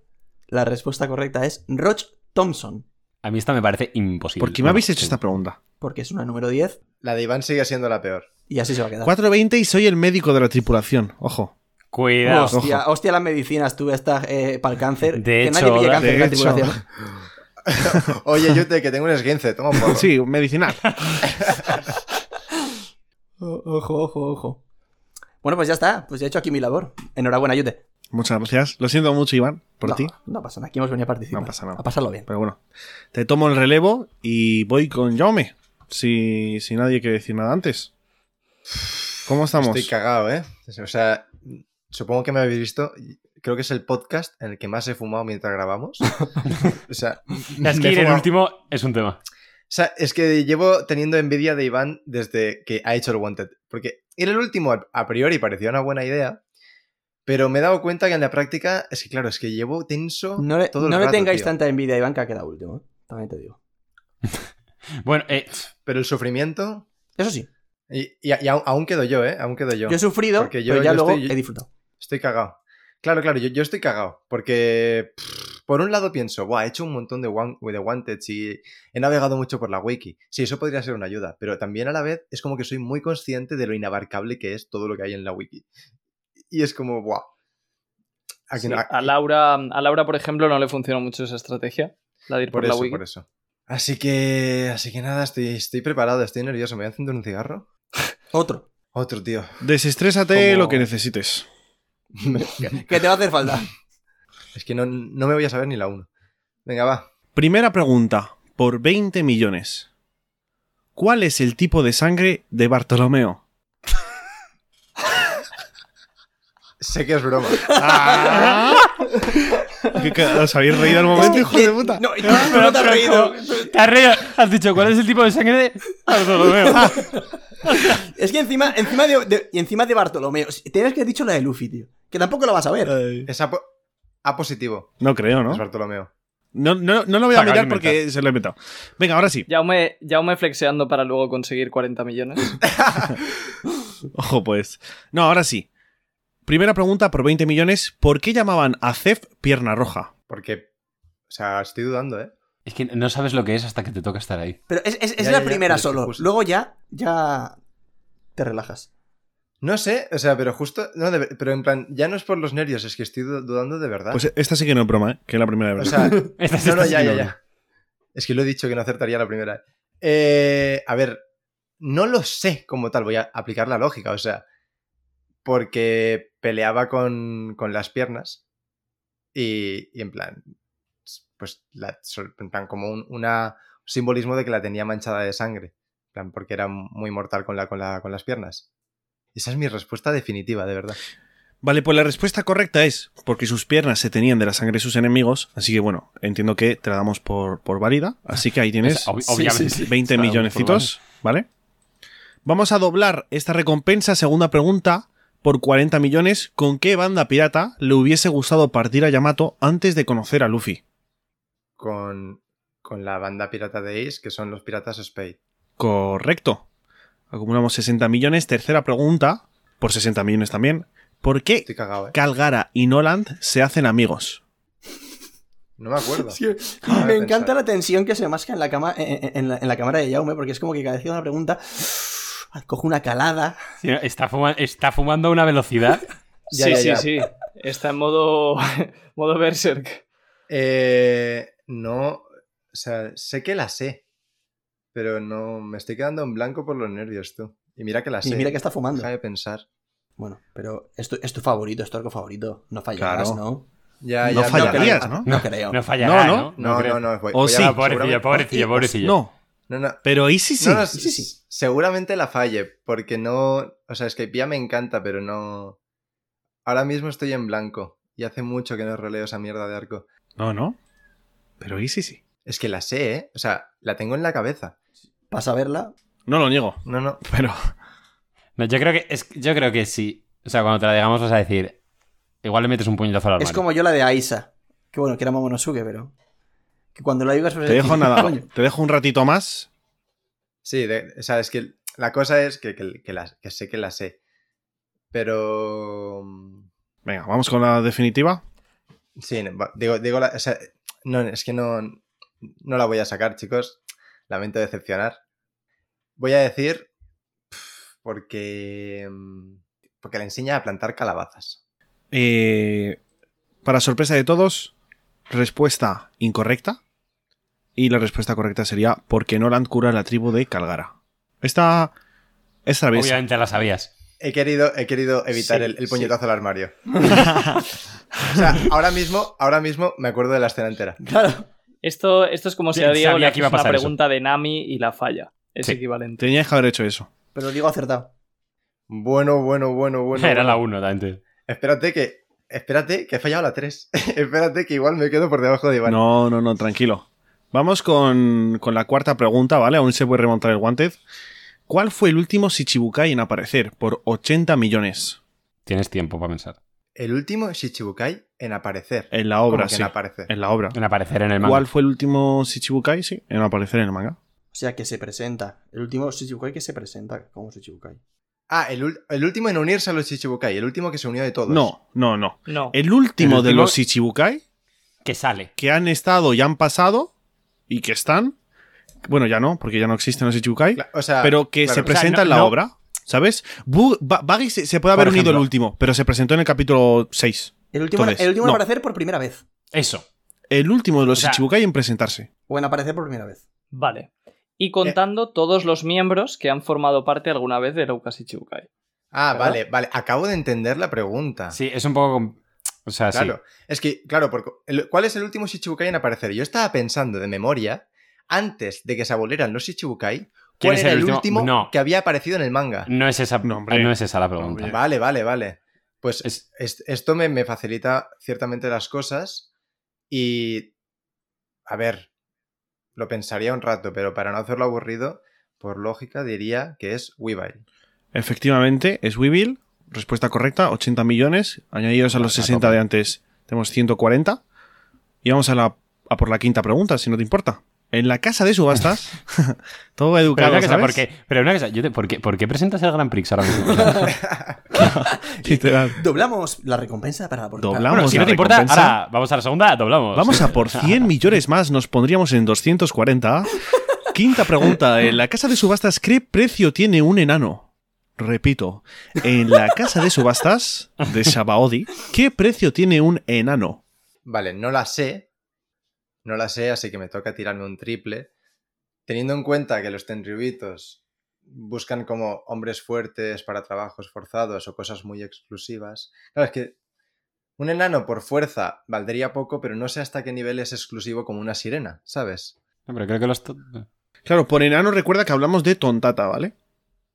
Speaker 3: La respuesta correcta es Roch Thompson,
Speaker 2: A mí esta me parece imposible.
Speaker 4: ¿Por qué me habéis hecho
Speaker 2: Sí.
Speaker 4: esta pregunta?
Speaker 3: porque es una número 10
Speaker 6: La de Iván sigue siendo la peor.
Speaker 3: Y así se va a quedar.
Speaker 4: 4.20 y soy el médico de la tripulación. Ojo.
Speaker 2: Cuidado.
Speaker 3: Hostia, hostia las medicinas, tú estas eh, para el cáncer.
Speaker 2: De
Speaker 3: que
Speaker 2: hecho,
Speaker 3: nadie pille
Speaker 2: ahora-
Speaker 3: cáncer en la
Speaker 4: de hecho.
Speaker 3: tripulación.
Speaker 6: Oye, yo te que tengo un esguince, toma por.
Speaker 4: Sí, medicinal.
Speaker 3: O- Ojo, ojo, ojo. Bueno, pues ya está. Pues ya he hecho aquí mi labor. Enhorabuena, Yute.
Speaker 4: Muchas gracias. Lo siento mucho, Iván, por
Speaker 3: no,
Speaker 4: ti.
Speaker 3: No pasa nada. Aquí hemos venido a participar.
Speaker 4: No pasa nada.
Speaker 3: A pasarlo bien.
Speaker 4: Pero bueno, te tomo el relevo y voy con Jaume. Si, si nadie quiere decir nada antes. ¿Cómo estamos?
Speaker 6: Estoy cagado, ¿eh? O sea, supongo que me habéis visto. Creo que es el podcast en el que más he fumado mientras grabamos. O sea, me he
Speaker 2: Es que ir el
Speaker 6: fumado-
Speaker 2: último es un tema.
Speaker 6: O sea, es que llevo teniendo envidia de Iván desde que ha hecho el Wanted. Porque ir el último a- a priori parecía una buena idea, pero me he dado cuenta que en la práctica, es que claro, es que llevo tenso
Speaker 3: No le,
Speaker 6: todo el
Speaker 3: no le
Speaker 6: rato,
Speaker 3: tengáis
Speaker 6: tío.
Speaker 3: tanta envidia, Iván, que ha quedado último. ¿eh? También te digo.
Speaker 2: Bueno, eh,
Speaker 6: Pero el sufrimiento...
Speaker 3: Eso sí.
Speaker 6: Y, y- y aún, aún quedo yo, ¿eh? Aún quedo yo.
Speaker 3: Yo he sufrido,
Speaker 6: Porque yo-
Speaker 3: pero ya
Speaker 6: yo
Speaker 3: luego
Speaker 6: estoy-
Speaker 3: he disfrutado.
Speaker 6: Estoy cagado. Claro, claro, yo, yo estoy cagado. Porque, pff, por un lado pienso, Buah, he hecho un montón de, wan- de Wanted y he navegado mucho por la wiki. Sí, eso podría ser una ayuda, pero también a la vez es como que soy muy consciente de lo inabarcable que es todo lo que hay en la wiki. Y es como, Buah. ¿A
Speaker 5: Sí,
Speaker 6: quién- a-
Speaker 5: a, Laura, a Laura, por ejemplo, no le funcionó mucho esa estrategia, la de ir por,
Speaker 6: por eso,
Speaker 5: la wiki.
Speaker 6: por eso. Así que, así que nada, estoy, estoy preparado, estoy nervioso. ¿Me voy a encender un cigarro?
Speaker 3: Otro.
Speaker 6: Otro, tío.
Speaker 4: Desestrésate
Speaker 6: Como-
Speaker 4: lo que necesites.
Speaker 3: Que te va a hacer falta.
Speaker 6: Es que no, no me voy a saber ni la uno. Venga, va.
Speaker 4: Primera pregunta, por 20 millones. ¿Cuál es el tipo de sangre de Bartolomeo?
Speaker 6: Sé que es broma. Ah.
Speaker 4: ¿Qué ca- ¿Os habéis reído al momento, hijo
Speaker 6: eh,
Speaker 4: de puta?
Speaker 3: No, y tú no te has reído.
Speaker 2: te has reído. Has dicho, ¿cuál es el tipo de sangre Ah, de Bartolomeo?
Speaker 3: Es que encima, encima de, de- y encima de Bartolomeo. Tienes que haber dicho la de Luffy, tío. Que tampoco lo vas a ver.
Speaker 6: Es a, po- a positivo,
Speaker 4: No creo,
Speaker 6: es
Speaker 4: ¿no?
Speaker 6: Bartolomeo.
Speaker 4: No, no, no lo voy a
Speaker 2: Acabas de
Speaker 4: mirar porque se lo he inventado. Venga, ahora sí.
Speaker 5: Jaume, Jaume flexeando para luego conseguir 40 millones.
Speaker 4: Ojo, pues. No, ahora sí. Primera pregunta por 20 millones. ¿Por qué llamaban a Cef pierna roja?
Speaker 6: Porque, o sea, estoy dudando, ¿eh?
Speaker 2: Es que no sabes lo que es hasta que te toca estar ahí.
Speaker 3: Pero es, es- es
Speaker 6: Ya,
Speaker 3: la
Speaker 6: ya, ya,
Speaker 3: primera
Speaker 6: pero es que
Speaker 3: solo.
Speaker 6: justo-
Speaker 3: Luego ya, ya te relajas.
Speaker 6: No sé, o sea, pero justo, no, de ver- pero en plan, ya no es por los nervios, es que estoy du- dudando de verdad.
Speaker 4: Pues esta sí que no es broma, ¿eh? que es la primera de
Speaker 6: o
Speaker 4: verdad.
Speaker 6: sea, no,
Speaker 2: Esta Este es
Speaker 6: no,
Speaker 2: esta
Speaker 6: ya,
Speaker 2: sí que
Speaker 6: ya,
Speaker 2: no.
Speaker 6: ya. Es que lo he dicho que no acertaría la primera. Eh, a ver, no lo sé como tal, voy a aplicar la lógica, o sea, porque peleaba con, con las piernas y, y en plan, pues, la- en plan, como un una, simbolismo de que la tenía manchada de sangre, en plan, porque era muy mortal con, la, con, la, con las piernas. Esa es mi respuesta definitiva, de verdad.
Speaker 4: Vale, pues la respuesta correcta es porque sus piernas se tenían de la sangre de sus enemigos. Así que bueno, entiendo que te la damos por, por válida. Así que ahí tienes
Speaker 2: Es ob- obviamente.
Speaker 4: 20
Speaker 2: Está
Speaker 4: millonecitos, ¿vale? Vamos a doblar esta recompensa, segunda pregunta, por 40 millones. ¿Con qué banda pirata le hubiese gustado partir a Yamato antes de conocer a Luffy?
Speaker 6: con, con la banda pirata de Ace, que son los piratas Spade.
Speaker 4: Correcto. Acumulamos 60 millones. Tercera pregunta, por 60 millones también. ¿Por qué
Speaker 6: Estoy cagado, ¿eh?
Speaker 4: Calgara y Noland se hacen amigos?
Speaker 6: No me acuerdo.
Speaker 3: Sí,
Speaker 6: Acabo
Speaker 3: me
Speaker 6: de
Speaker 3: encanta
Speaker 6: pensar.
Speaker 3: la tensión que se masca en la, cama, en, en- en la, en la cámara de Jaume, porque es como que cada vez que hago una pregunta, ah, cojo una calada.
Speaker 2: Sí, Está, fuma- está fumando a una velocidad.
Speaker 6: Ya,
Speaker 5: sí,
Speaker 6: ya,
Speaker 5: sí,
Speaker 6: ya.
Speaker 5: sí. Está en modo, modo berserk.
Speaker 6: Eh, no, o sea, sé que la sé, pero no, me estoy quedando en blanco por los nervios, tú. Y mira que la sé.
Speaker 3: Y mira que está fumando.
Speaker 6: Deja de pensar.
Speaker 3: Bueno, pero es tu, es tu favorito, es tu arco favorito. No fallarás,
Speaker 4: Claro.
Speaker 3: ¿no?
Speaker 6: Ya,
Speaker 4: no
Speaker 6: Ah, ya,
Speaker 4: fallarías,
Speaker 6: no,
Speaker 4: ¿no?
Speaker 3: No creo.
Speaker 2: No fallará,
Speaker 4: No,
Speaker 2: ¿no?
Speaker 4: no.
Speaker 6: No,
Speaker 2: creo.
Speaker 6: no, no, voy-
Speaker 4: O
Speaker 6: voy a-
Speaker 4: sí.
Speaker 2: Pobrecillo,
Speaker 6: seguramente-
Speaker 2: pobrecillo, pobrecillo.
Speaker 4: Pues No,
Speaker 6: No, no,
Speaker 4: pero ¿y sí sí?
Speaker 6: no, no,
Speaker 3: Sí, sí, sí.
Speaker 6: Seguramente la falle, porque no. O sea, es que Pia me encanta, pero no. Ahora mismo estoy en blanco. Y hace mucho que no releo esa mierda de arco.
Speaker 4: No, no. Pero ¿y sí sí?
Speaker 6: Es que la sé, ¿eh? O sea, la tengo en la cabeza.
Speaker 3: Vas a verla.
Speaker 4: No lo niego,
Speaker 6: No, no.
Speaker 4: pero...
Speaker 2: No, yo, creo que es, yo creo que sí. O sea, cuando te la digamos vas a decir, igual le metes un puñetazo al armario.
Speaker 3: Es como yo la de Aisa. Que bueno, que era Momonosuke, pero. Que cuando la
Speaker 6: Eh,
Speaker 3: digas. vas a
Speaker 4: Te
Speaker 3: decir,
Speaker 4: dejo nada,
Speaker 3: "Coño".
Speaker 4: te dejo un ratito más.
Speaker 6: Sí, de- o sea, es que la cosa es que, que, que la- que sé que la sé. Pero. mm,
Speaker 4: Venga, vamos con la definitiva.
Speaker 6: Sí, no, va- digo, digo la- o sea, no, es que no, no la voy a sacar, chicos. Lamento decepcionar. Voy a decir porque, mm, porque le enseña a plantar calabazas.
Speaker 4: Eh, para sorpresa de todos, respuesta incorrecta. Y la respuesta correcta sería porque Noland cura la tribu de Calgara. Esta es traviesa.
Speaker 2: Obviamente la sabías.
Speaker 6: He querido, he querido evitar
Speaker 4: Sí,
Speaker 6: el,
Speaker 4: sí.
Speaker 6: el puñetazo al armario. o sea, ahora mismo, ahora mismo me acuerdo de la escena entera.
Speaker 3: Claro.
Speaker 5: Esto, esto es como si
Speaker 2: Bien,
Speaker 5: a Diego
Speaker 2: sabía
Speaker 5: le
Speaker 2: que iba a
Speaker 5: haces una
Speaker 2: pasar eso.
Speaker 5: pregunta de Nami y la falla. Es
Speaker 2: Sí.
Speaker 5: equivalente.
Speaker 4: Teníais que haber hecho eso.
Speaker 3: Pero lo digo acertado.
Speaker 6: Bueno, bueno, bueno, bueno.
Speaker 2: Era la
Speaker 6: bueno.
Speaker 2: 1, también.
Speaker 6: Espérate que. Espérate, que he fallado la 3. espérate que igual me quedo por debajo de Iván.
Speaker 4: No, no, no, tranquilo. Vamos con, con la cuarta pregunta, ¿vale? Aún se puede remontar el Wanted. ¿Cuál fue el último Shichibukai en aparecer por 80 millones
Speaker 2: Tienes tiempo para pensar.
Speaker 6: El último Shichibukai en aparecer.
Speaker 4: en la
Speaker 6: ¿Cómo
Speaker 4: obra?
Speaker 6: que
Speaker 4: Sí,
Speaker 6: en aparecer.
Speaker 4: en la obra.
Speaker 2: En aparecer en el manga.
Speaker 4: ¿Cuál fue el último Shichibukai? Sí, en aparecer en el manga.
Speaker 3: O sea, que se presenta. El último Shichibukai que se presenta como Shichibukai.
Speaker 6: Ah, el, ul- el último en unirse a los Shichibukai. El último que se unió de todos.
Speaker 4: No, no, no.
Speaker 5: No.
Speaker 4: El último,
Speaker 2: El
Speaker 4: de
Speaker 2: último-
Speaker 4: los Shichibukai
Speaker 2: Que sale.
Speaker 4: que han estado y han pasado y que están. Bueno, ya no, porque ya no existen los Shichibukai.
Speaker 6: Cla- O sea,
Speaker 4: pero que
Speaker 6: claro.
Speaker 4: se
Speaker 6: O sea,
Speaker 4: presenta
Speaker 2: no-
Speaker 4: en la
Speaker 2: no-
Speaker 4: obra, ¿sabes? Bu- Ba- Baggy se, se puede haber
Speaker 2: Por
Speaker 4: unido el
Speaker 2: ejemplo.
Speaker 4: último, pero se presentó en el capítulo 6.
Speaker 3: El último,
Speaker 4: Entonces,
Speaker 3: el último
Speaker 4: no.
Speaker 3: en aparecer por primera vez.
Speaker 2: Eso.
Speaker 4: El último de los
Speaker 2: O sea-
Speaker 4: Shichibukai en presentarse.
Speaker 3: O en aparecer por primera vez.
Speaker 5: Vale. Y contando todos los miembros que han formado parte alguna vez de Lucas Ichibukai.
Speaker 6: Ah,
Speaker 5: ¿verdad?
Speaker 6: vale, vale. Acabo de entender la pregunta.
Speaker 2: Sí, es un poco. com- O sea,
Speaker 6: Claro,
Speaker 2: sí.
Speaker 6: es que, claro, porque el- ¿cuál es el último Shichibukai en aparecer? Yo estaba pensando de memoria, antes de que se abolieran los Shichibukai,
Speaker 2: ¿Quién
Speaker 6: ¿cuál
Speaker 2: es
Speaker 6: era
Speaker 2: el
Speaker 6: el
Speaker 2: último?
Speaker 6: último,
Speaker 2: No.
Speaker 6: que había aparecido en el manga?
Speaker 2: No es esa, eh,
Speaker 4: No, hombre.
Speaker 2: no es esa la pregunta.
Speaker 4: Hombre.
Speaker 6: Vale, vale, vale. Pues
Speaker 2: Es-
Speaker 6: es- esto me, me facilita ciertamente las cosas y, a ver, lo pensaría un rato, pero para no hacerlo aburrido, por lógica diría que es Weavile.
Speaker 4: Efectivamente, es Weevil. Respuesta correcta, 80 millones. Añadidos a los
Speaker 2: A
Speaker 4: 60
Speaker 2: tope.
Speaker 4: de antes, tenemos 140. Y vamos a, la, a por la quinta pregunta, si no te importa. En la casa de subastas, todo
Speaker 2: Pero
Speaker 4: educado,
Speaker 2: una cosa,
Speaker 4: ¿sabes?
Speaker 2: ¿por qué, pero una cosa, yo te- ¿por, qué, por qué presentas el Grand Prix ahora mismo? O sea,
Speaker 4: Literal.
Speaker 3: Doblamos la recompensa para la portada.
Speaker 4: Doblamos.
Speaker 2: bueno, si no
Speaker 4: la
Speaker 2: te importa,
Speaker 4: recompensa.
Speaker 2: ahora Pues vamos a la segunda, doblamos.
Speaker 4: Vamos a por 100 millones más, nos pondríamos en 240. Quinta pregunta. En la casa de subastas, ¿qué precio tiene un enano? Repito, en la casa de subastas de Shabaodi, ¿qué precio tiene un enano?
Speaker 6: Vale, no la sé. No la sé, así que me toca tirarme un triple. Teniendo en cuenta que los tenryubitos buscan como hombres fuertes para trabajos forzados o cosas muy exclusivas. Claro, es que un enano por fuerza valdría poco, pero no sé hasta qué nivel es exclusivo como una sirena, ¿sabes?
Speaker 2: No, pero creo que los. to-
Speaker 4: Claro, por enano recuerda que hablamos de tontata, ¿vale?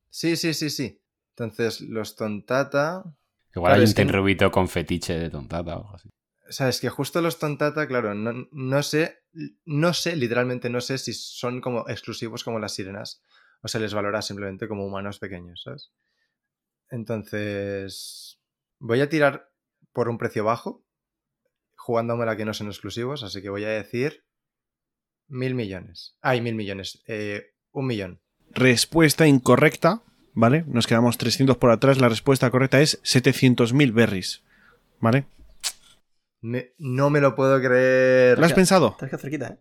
Speaker 6: Sí, sí, sí, sí. Entonces, los tontata.
Speaker 2: Igual hay
Speaker 6: Claro,
Speaker 2: un
Speaker 6: es que-
Speaker 2: tenrubito con fetiche de tontata o algo así.
Speaker 6: O sea, es que justo los tontata, claro, no, no sé, no sé, literalmente no sé si son como exclusivos como las sirenas o se les valora simplemente como humanos pequeños, ¿sabes? Entonces, voy a tirar por un precio bajo, jugándomela que no son exclusivos, así que voy a decir mil millones. Ay, mil millones, eh, un millón.
Speaker 4: Respuesta incorrecta, ¿vale? Nos quedamos 300 por atrás. La respuesta correcta es 700.000 berries, ¿vale?
Speaker 6: Me- no me lo puedo creer.
Speaker 4: ¿Lo has pensado?
Speaker 3: Estás que cerquita, ¿eh?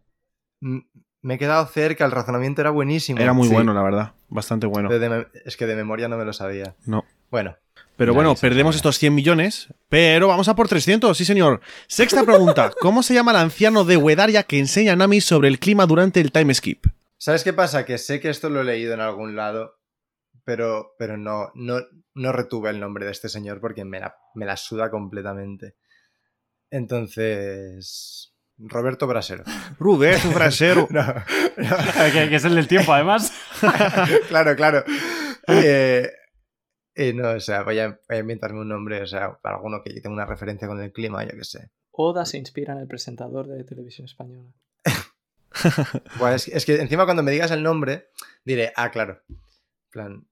Speaker 6: M- Me he quedado cerca, el razonamiento era buenísimo.
Speaker 4: Era muy
Speaker 6: Sí,
Speaker 4: bueno, la verdad. Bastante bueno.
Speaker 6: pero de mem- es que de memoria no me lo sabía.
Speaker 4: No.
Speaker 6: Bueno,
Speaker 4: Pero
Speaker 2: Ya,
Speaker 4: bueno,
Speaker 2: esa es
Speaker 4: perdemos
Speaker 2: la
Speaker 4: estos 100 millones, pero vamos a por 300, sí señor. Sexta pregunta, ¿cómo se llama el anciano de Wedaria que enseña a Nami sobre el clima durante el time skip?
Speaker 6: ¿Sabes qué pasa? Que sé que esto lo he leído en algún lado, pero, pero no, no, no retuve el nombre de este señor porque me la, me la suda completamente. Entonces. Roberto Brasero.
Speaker 4: Roberto Brasero.
Speaker 6: No, no,
Speaker 2: que, es el del tiempo, además.
Speaker 6: claro, claro. Eh, eh, no, o sea, voy a, voy a inventarme un nombre, o sea, alguno que tenga una referencia con el clima, yo qué sé.
Speaker 5: Oda se inspira en el presentador de televisión española.
Speaker 6: Buah, es, es que encima cuando me digas el nombre, diré, ah, claro. En plan.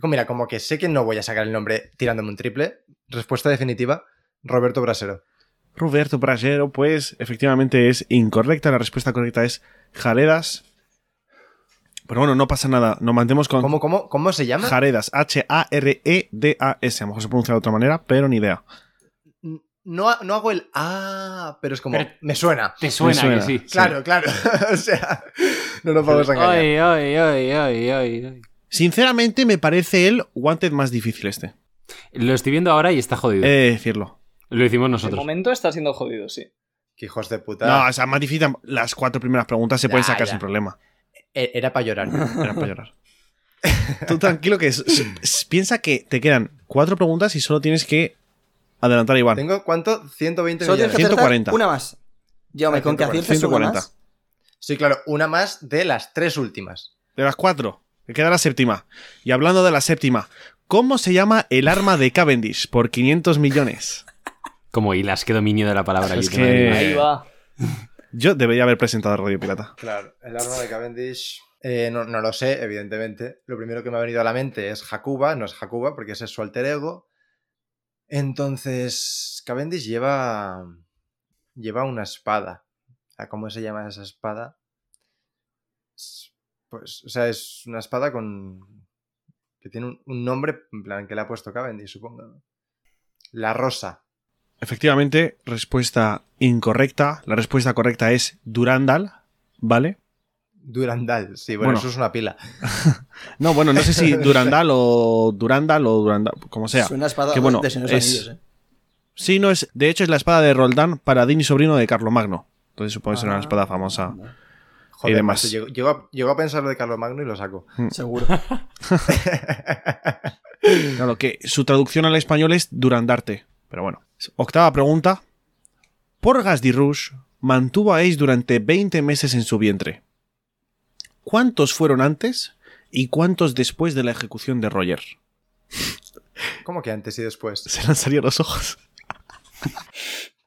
Speaker 6: como- Mira, como que sé que no voy a sacar el nombre tirándome un triple. Respuesta definitiva, Roberto Brasero.
Speaker 4: Roberto Brasero, pues efectivamente es incorrecta, la respuesta correcta es Jaredas. Pero bueno, no pasa nada, nos mantemos con
Speaker 6: ¿Cómo, cómo, cómo se llama?
Speaker 4: Jaredas, H-A-R-E-D-A-S, E a lo mejor se pronuncia de otra manera, pero ni idea.
Speaker 6: N- No, ha- no hago el ah, pero es como.
Speaker 2: Pero-
Speaker 6: me suena.
Speaker 2: Te suena,
Speaker 4: suena.
Speaker 2: que sí.
Speaker 6: Claro, claro. o sea, no nos vamos a engañar.
Speaker 2: Ay, ay, ay, ay, ay, ay.
Speaker 4: Sinceramente, me parece el Wanted más difícil este.
Speaker 2: Lo estoy viendo ahora y está jodido.
Speaker 4: He de decirlo.
Speaker 2: Lo hicimos
Speaker 5: De
Speaker 2: nosotros.
Speaker 5: momento está siendo jodido, sí.
Speaker 6: Que hijos de puta.
Speaker 4: No, o sea, más difícil. tam- Las cuatro primeras preguntas se pueden
Speaker 6: Ya,
Speaker 4: sacar
Speaker 6: ya.
Speaker 4: sin problema.
Speaker 6: E- Era para llorar.
Speaker 4: Era para llorar. Tú tranquilo que es- s- piensa que te quedan cuatro preguntas y solo tienes que adelantar a Iván.
Speaker 6: ¿Tengo cuánto? 120
Speaker 3: Solo tienes que
Speaker 6: millones.
Speaker 3: acertar
Speaker 4: 140.
Speaker 3: una más. Yo me
Speaker 6: Ah,
Speaker 3: con que
Speaker 6: 140.
Speaker 3: aciertes una
Speaker 4: 140.
Speaker 3: más.
Speaker 6: Sí, claro, una más de las tres últimas.
Speaker 4: De las cuatro. Me queda la séptima. Y hablando de la séptima, ¿cómo se llama el arma de Cavendish por 500 millones?
Speaker 2: Como hilas, qué dominio de la palabra.
Speaker 4: Es
Speaker 2: aquí, madre
Speaker 4: que-
Speaker 2: mía.
Speaker 5: Ahí va.
Speaker 4: Yo debería haber presentado Radio Pirata.
Speaker 6: Claro, el arma de Cavendish. eh, no, no lo sé, evidentemente. Lo primero que me ha venido a la mente es Jacuba, no es Jacuba, porque ese es su alter ego. Entonces, Cavendish lleva. Lleva una espada. O sea, ¿Cómo se llama esa espada? Es- Pues, o sea, es una espada con. que tiene un, un nombre, en plan, que le ha puesto Cavendish, supongo. ¿no? La rosa.
Speaker 4: Efectivamente, respuesta incorrecta. La respuesta correcta es Durandal, ¿vale?
Speaker 6: Durandal, sí, bueno,
Speaker 4: Bueno.
Speaker 6: eso es una pila.
Speaker 4: No, bueno, no sé si Durandal o Durandal o Durandal, como sea.
Speaker 3: Suena a espada
Speaker 4: que bueno,
Speaker 3: de Señor de los
Speaker 4: es-
Speaker 3: Anillos, eh.
Speaker 4: Sí, no es. De hecho, es la espada de Roldán, paladín y sobrino de Carlomagno. Entonces supongo que será
Speaker 3: Ah,
Speaker 4: una espada famosa.
Speaker 3: no,
Speaker 6: Joder,
Speaker 4: demás.
Speaker 6: macho, llego, llego a, llego a pensar lo de Carlos Magno y lo saco.
Speaker 3: Seguro.
Speaker 4: Claro, que su traducción al español es Durandarte. Pero bueno. Octava pregunta. Porgas de Rouge mantuvo a Ace durante 20 meses en su vientre. ¿Cuántos fueron antes y cuántos después de la ejecución de Roger?
Speaker 6: ¿Cómo que antes y después?
Speaker 4: Se le han salido los ojos.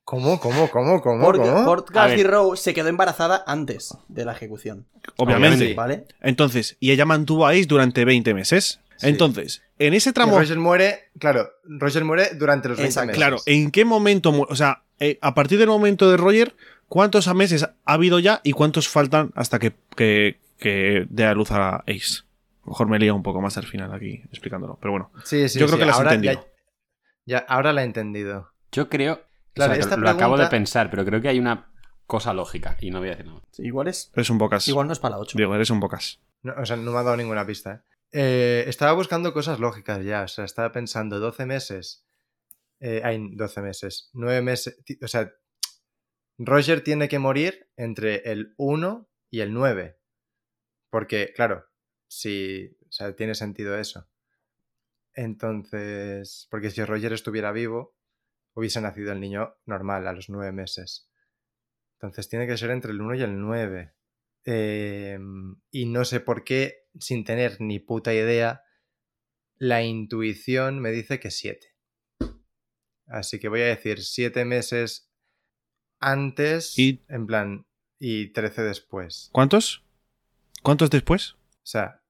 Speaker 6: ¿Cómo, cómo, cómo, cómo,
Speaker 3: Porque
Speaker 6: cómo?
Speaker 3: porque
Speaker 2: A ver.
Speaker 3: Cathy Rowe se quedó embarazada antes de la ejecución.
Speaker 4: Obviamente.
Speaker 6: Sí.
Speaker 3: ¿Vale?
Speaker 4: Entonces, y ella mantuvo a Ace durante 20 meses.
Speaker 6: Sí.
Speaker 4: Entonces, en ese
Speaker 6: Que
Speaker 4: tramo
Speaker 6: Roger muere, claro, Roger muere durante los 20
Speaker 3: Exacto.
Speaker 6: meses.
Speaker 4: Claro,
Speaker 2: eh,
Speaker 4: ¿en qué momento? mu- O sea, eh, a partir del momento de Roger, ¿cuántos meses ha habido ya y cuántos faltan hasta que, que- que dé a luz a Ace? A lo Mejor me lía un poco más al final aquí explicándolo, pero bueno.
Speaker 6: Sí, sí,
Speaker 4: Yo creo
Speaker 6: sí,
Speaker 4: que la has
Speaker 6: ahora
Speaker 4: entendido.
Speaker 6: Ya, ya- ahora la he entendido.
Speaker 2: Yo creo.
Speaker 6: Claro,
Speaker 2: o sea,
Speaker 6: esta
Speaker 2: lo acabo de
Speaker 6: pregunta-
Speaker 2: pensar, pero creo que hay una cosa lógica y no voy a decir nada.
Speaker 3: Sí, Igual es.
Speaker 4: Eres un bocas.
Speaker 3: Igual no es para la 8.
Speaker 4: Pues Digo, eres un bocas.
Speaker 6: No, o sea, no me ha dado ninguna pista. ¿eh? Eh, estaba buscando cosas lógicas ya, o sea, estaba pensando 12 meses. Eh, hay 12 meses, 9 meses. ti- O sea, Roger tiene que morir entre el 1 y el 9. Porque, claro, si. O sea, tiene sentido eso. Entonces. Porque si Roger estuviera vivo, hubiese nacido el niño normal a los 9 meses. Entonces tiene que ser entre el 1 y el 9. Eh, y no sé por qué, sin tener ni puta idea, la intuición me dice que 7. Así que voy a decir 7 meses antes,
Speaker 4: Y-
Speaker 6: en plan, y 13 después.
Speaker 4: ¿Cuántos? ¿Cuántos después?
Speaker 6: O sea,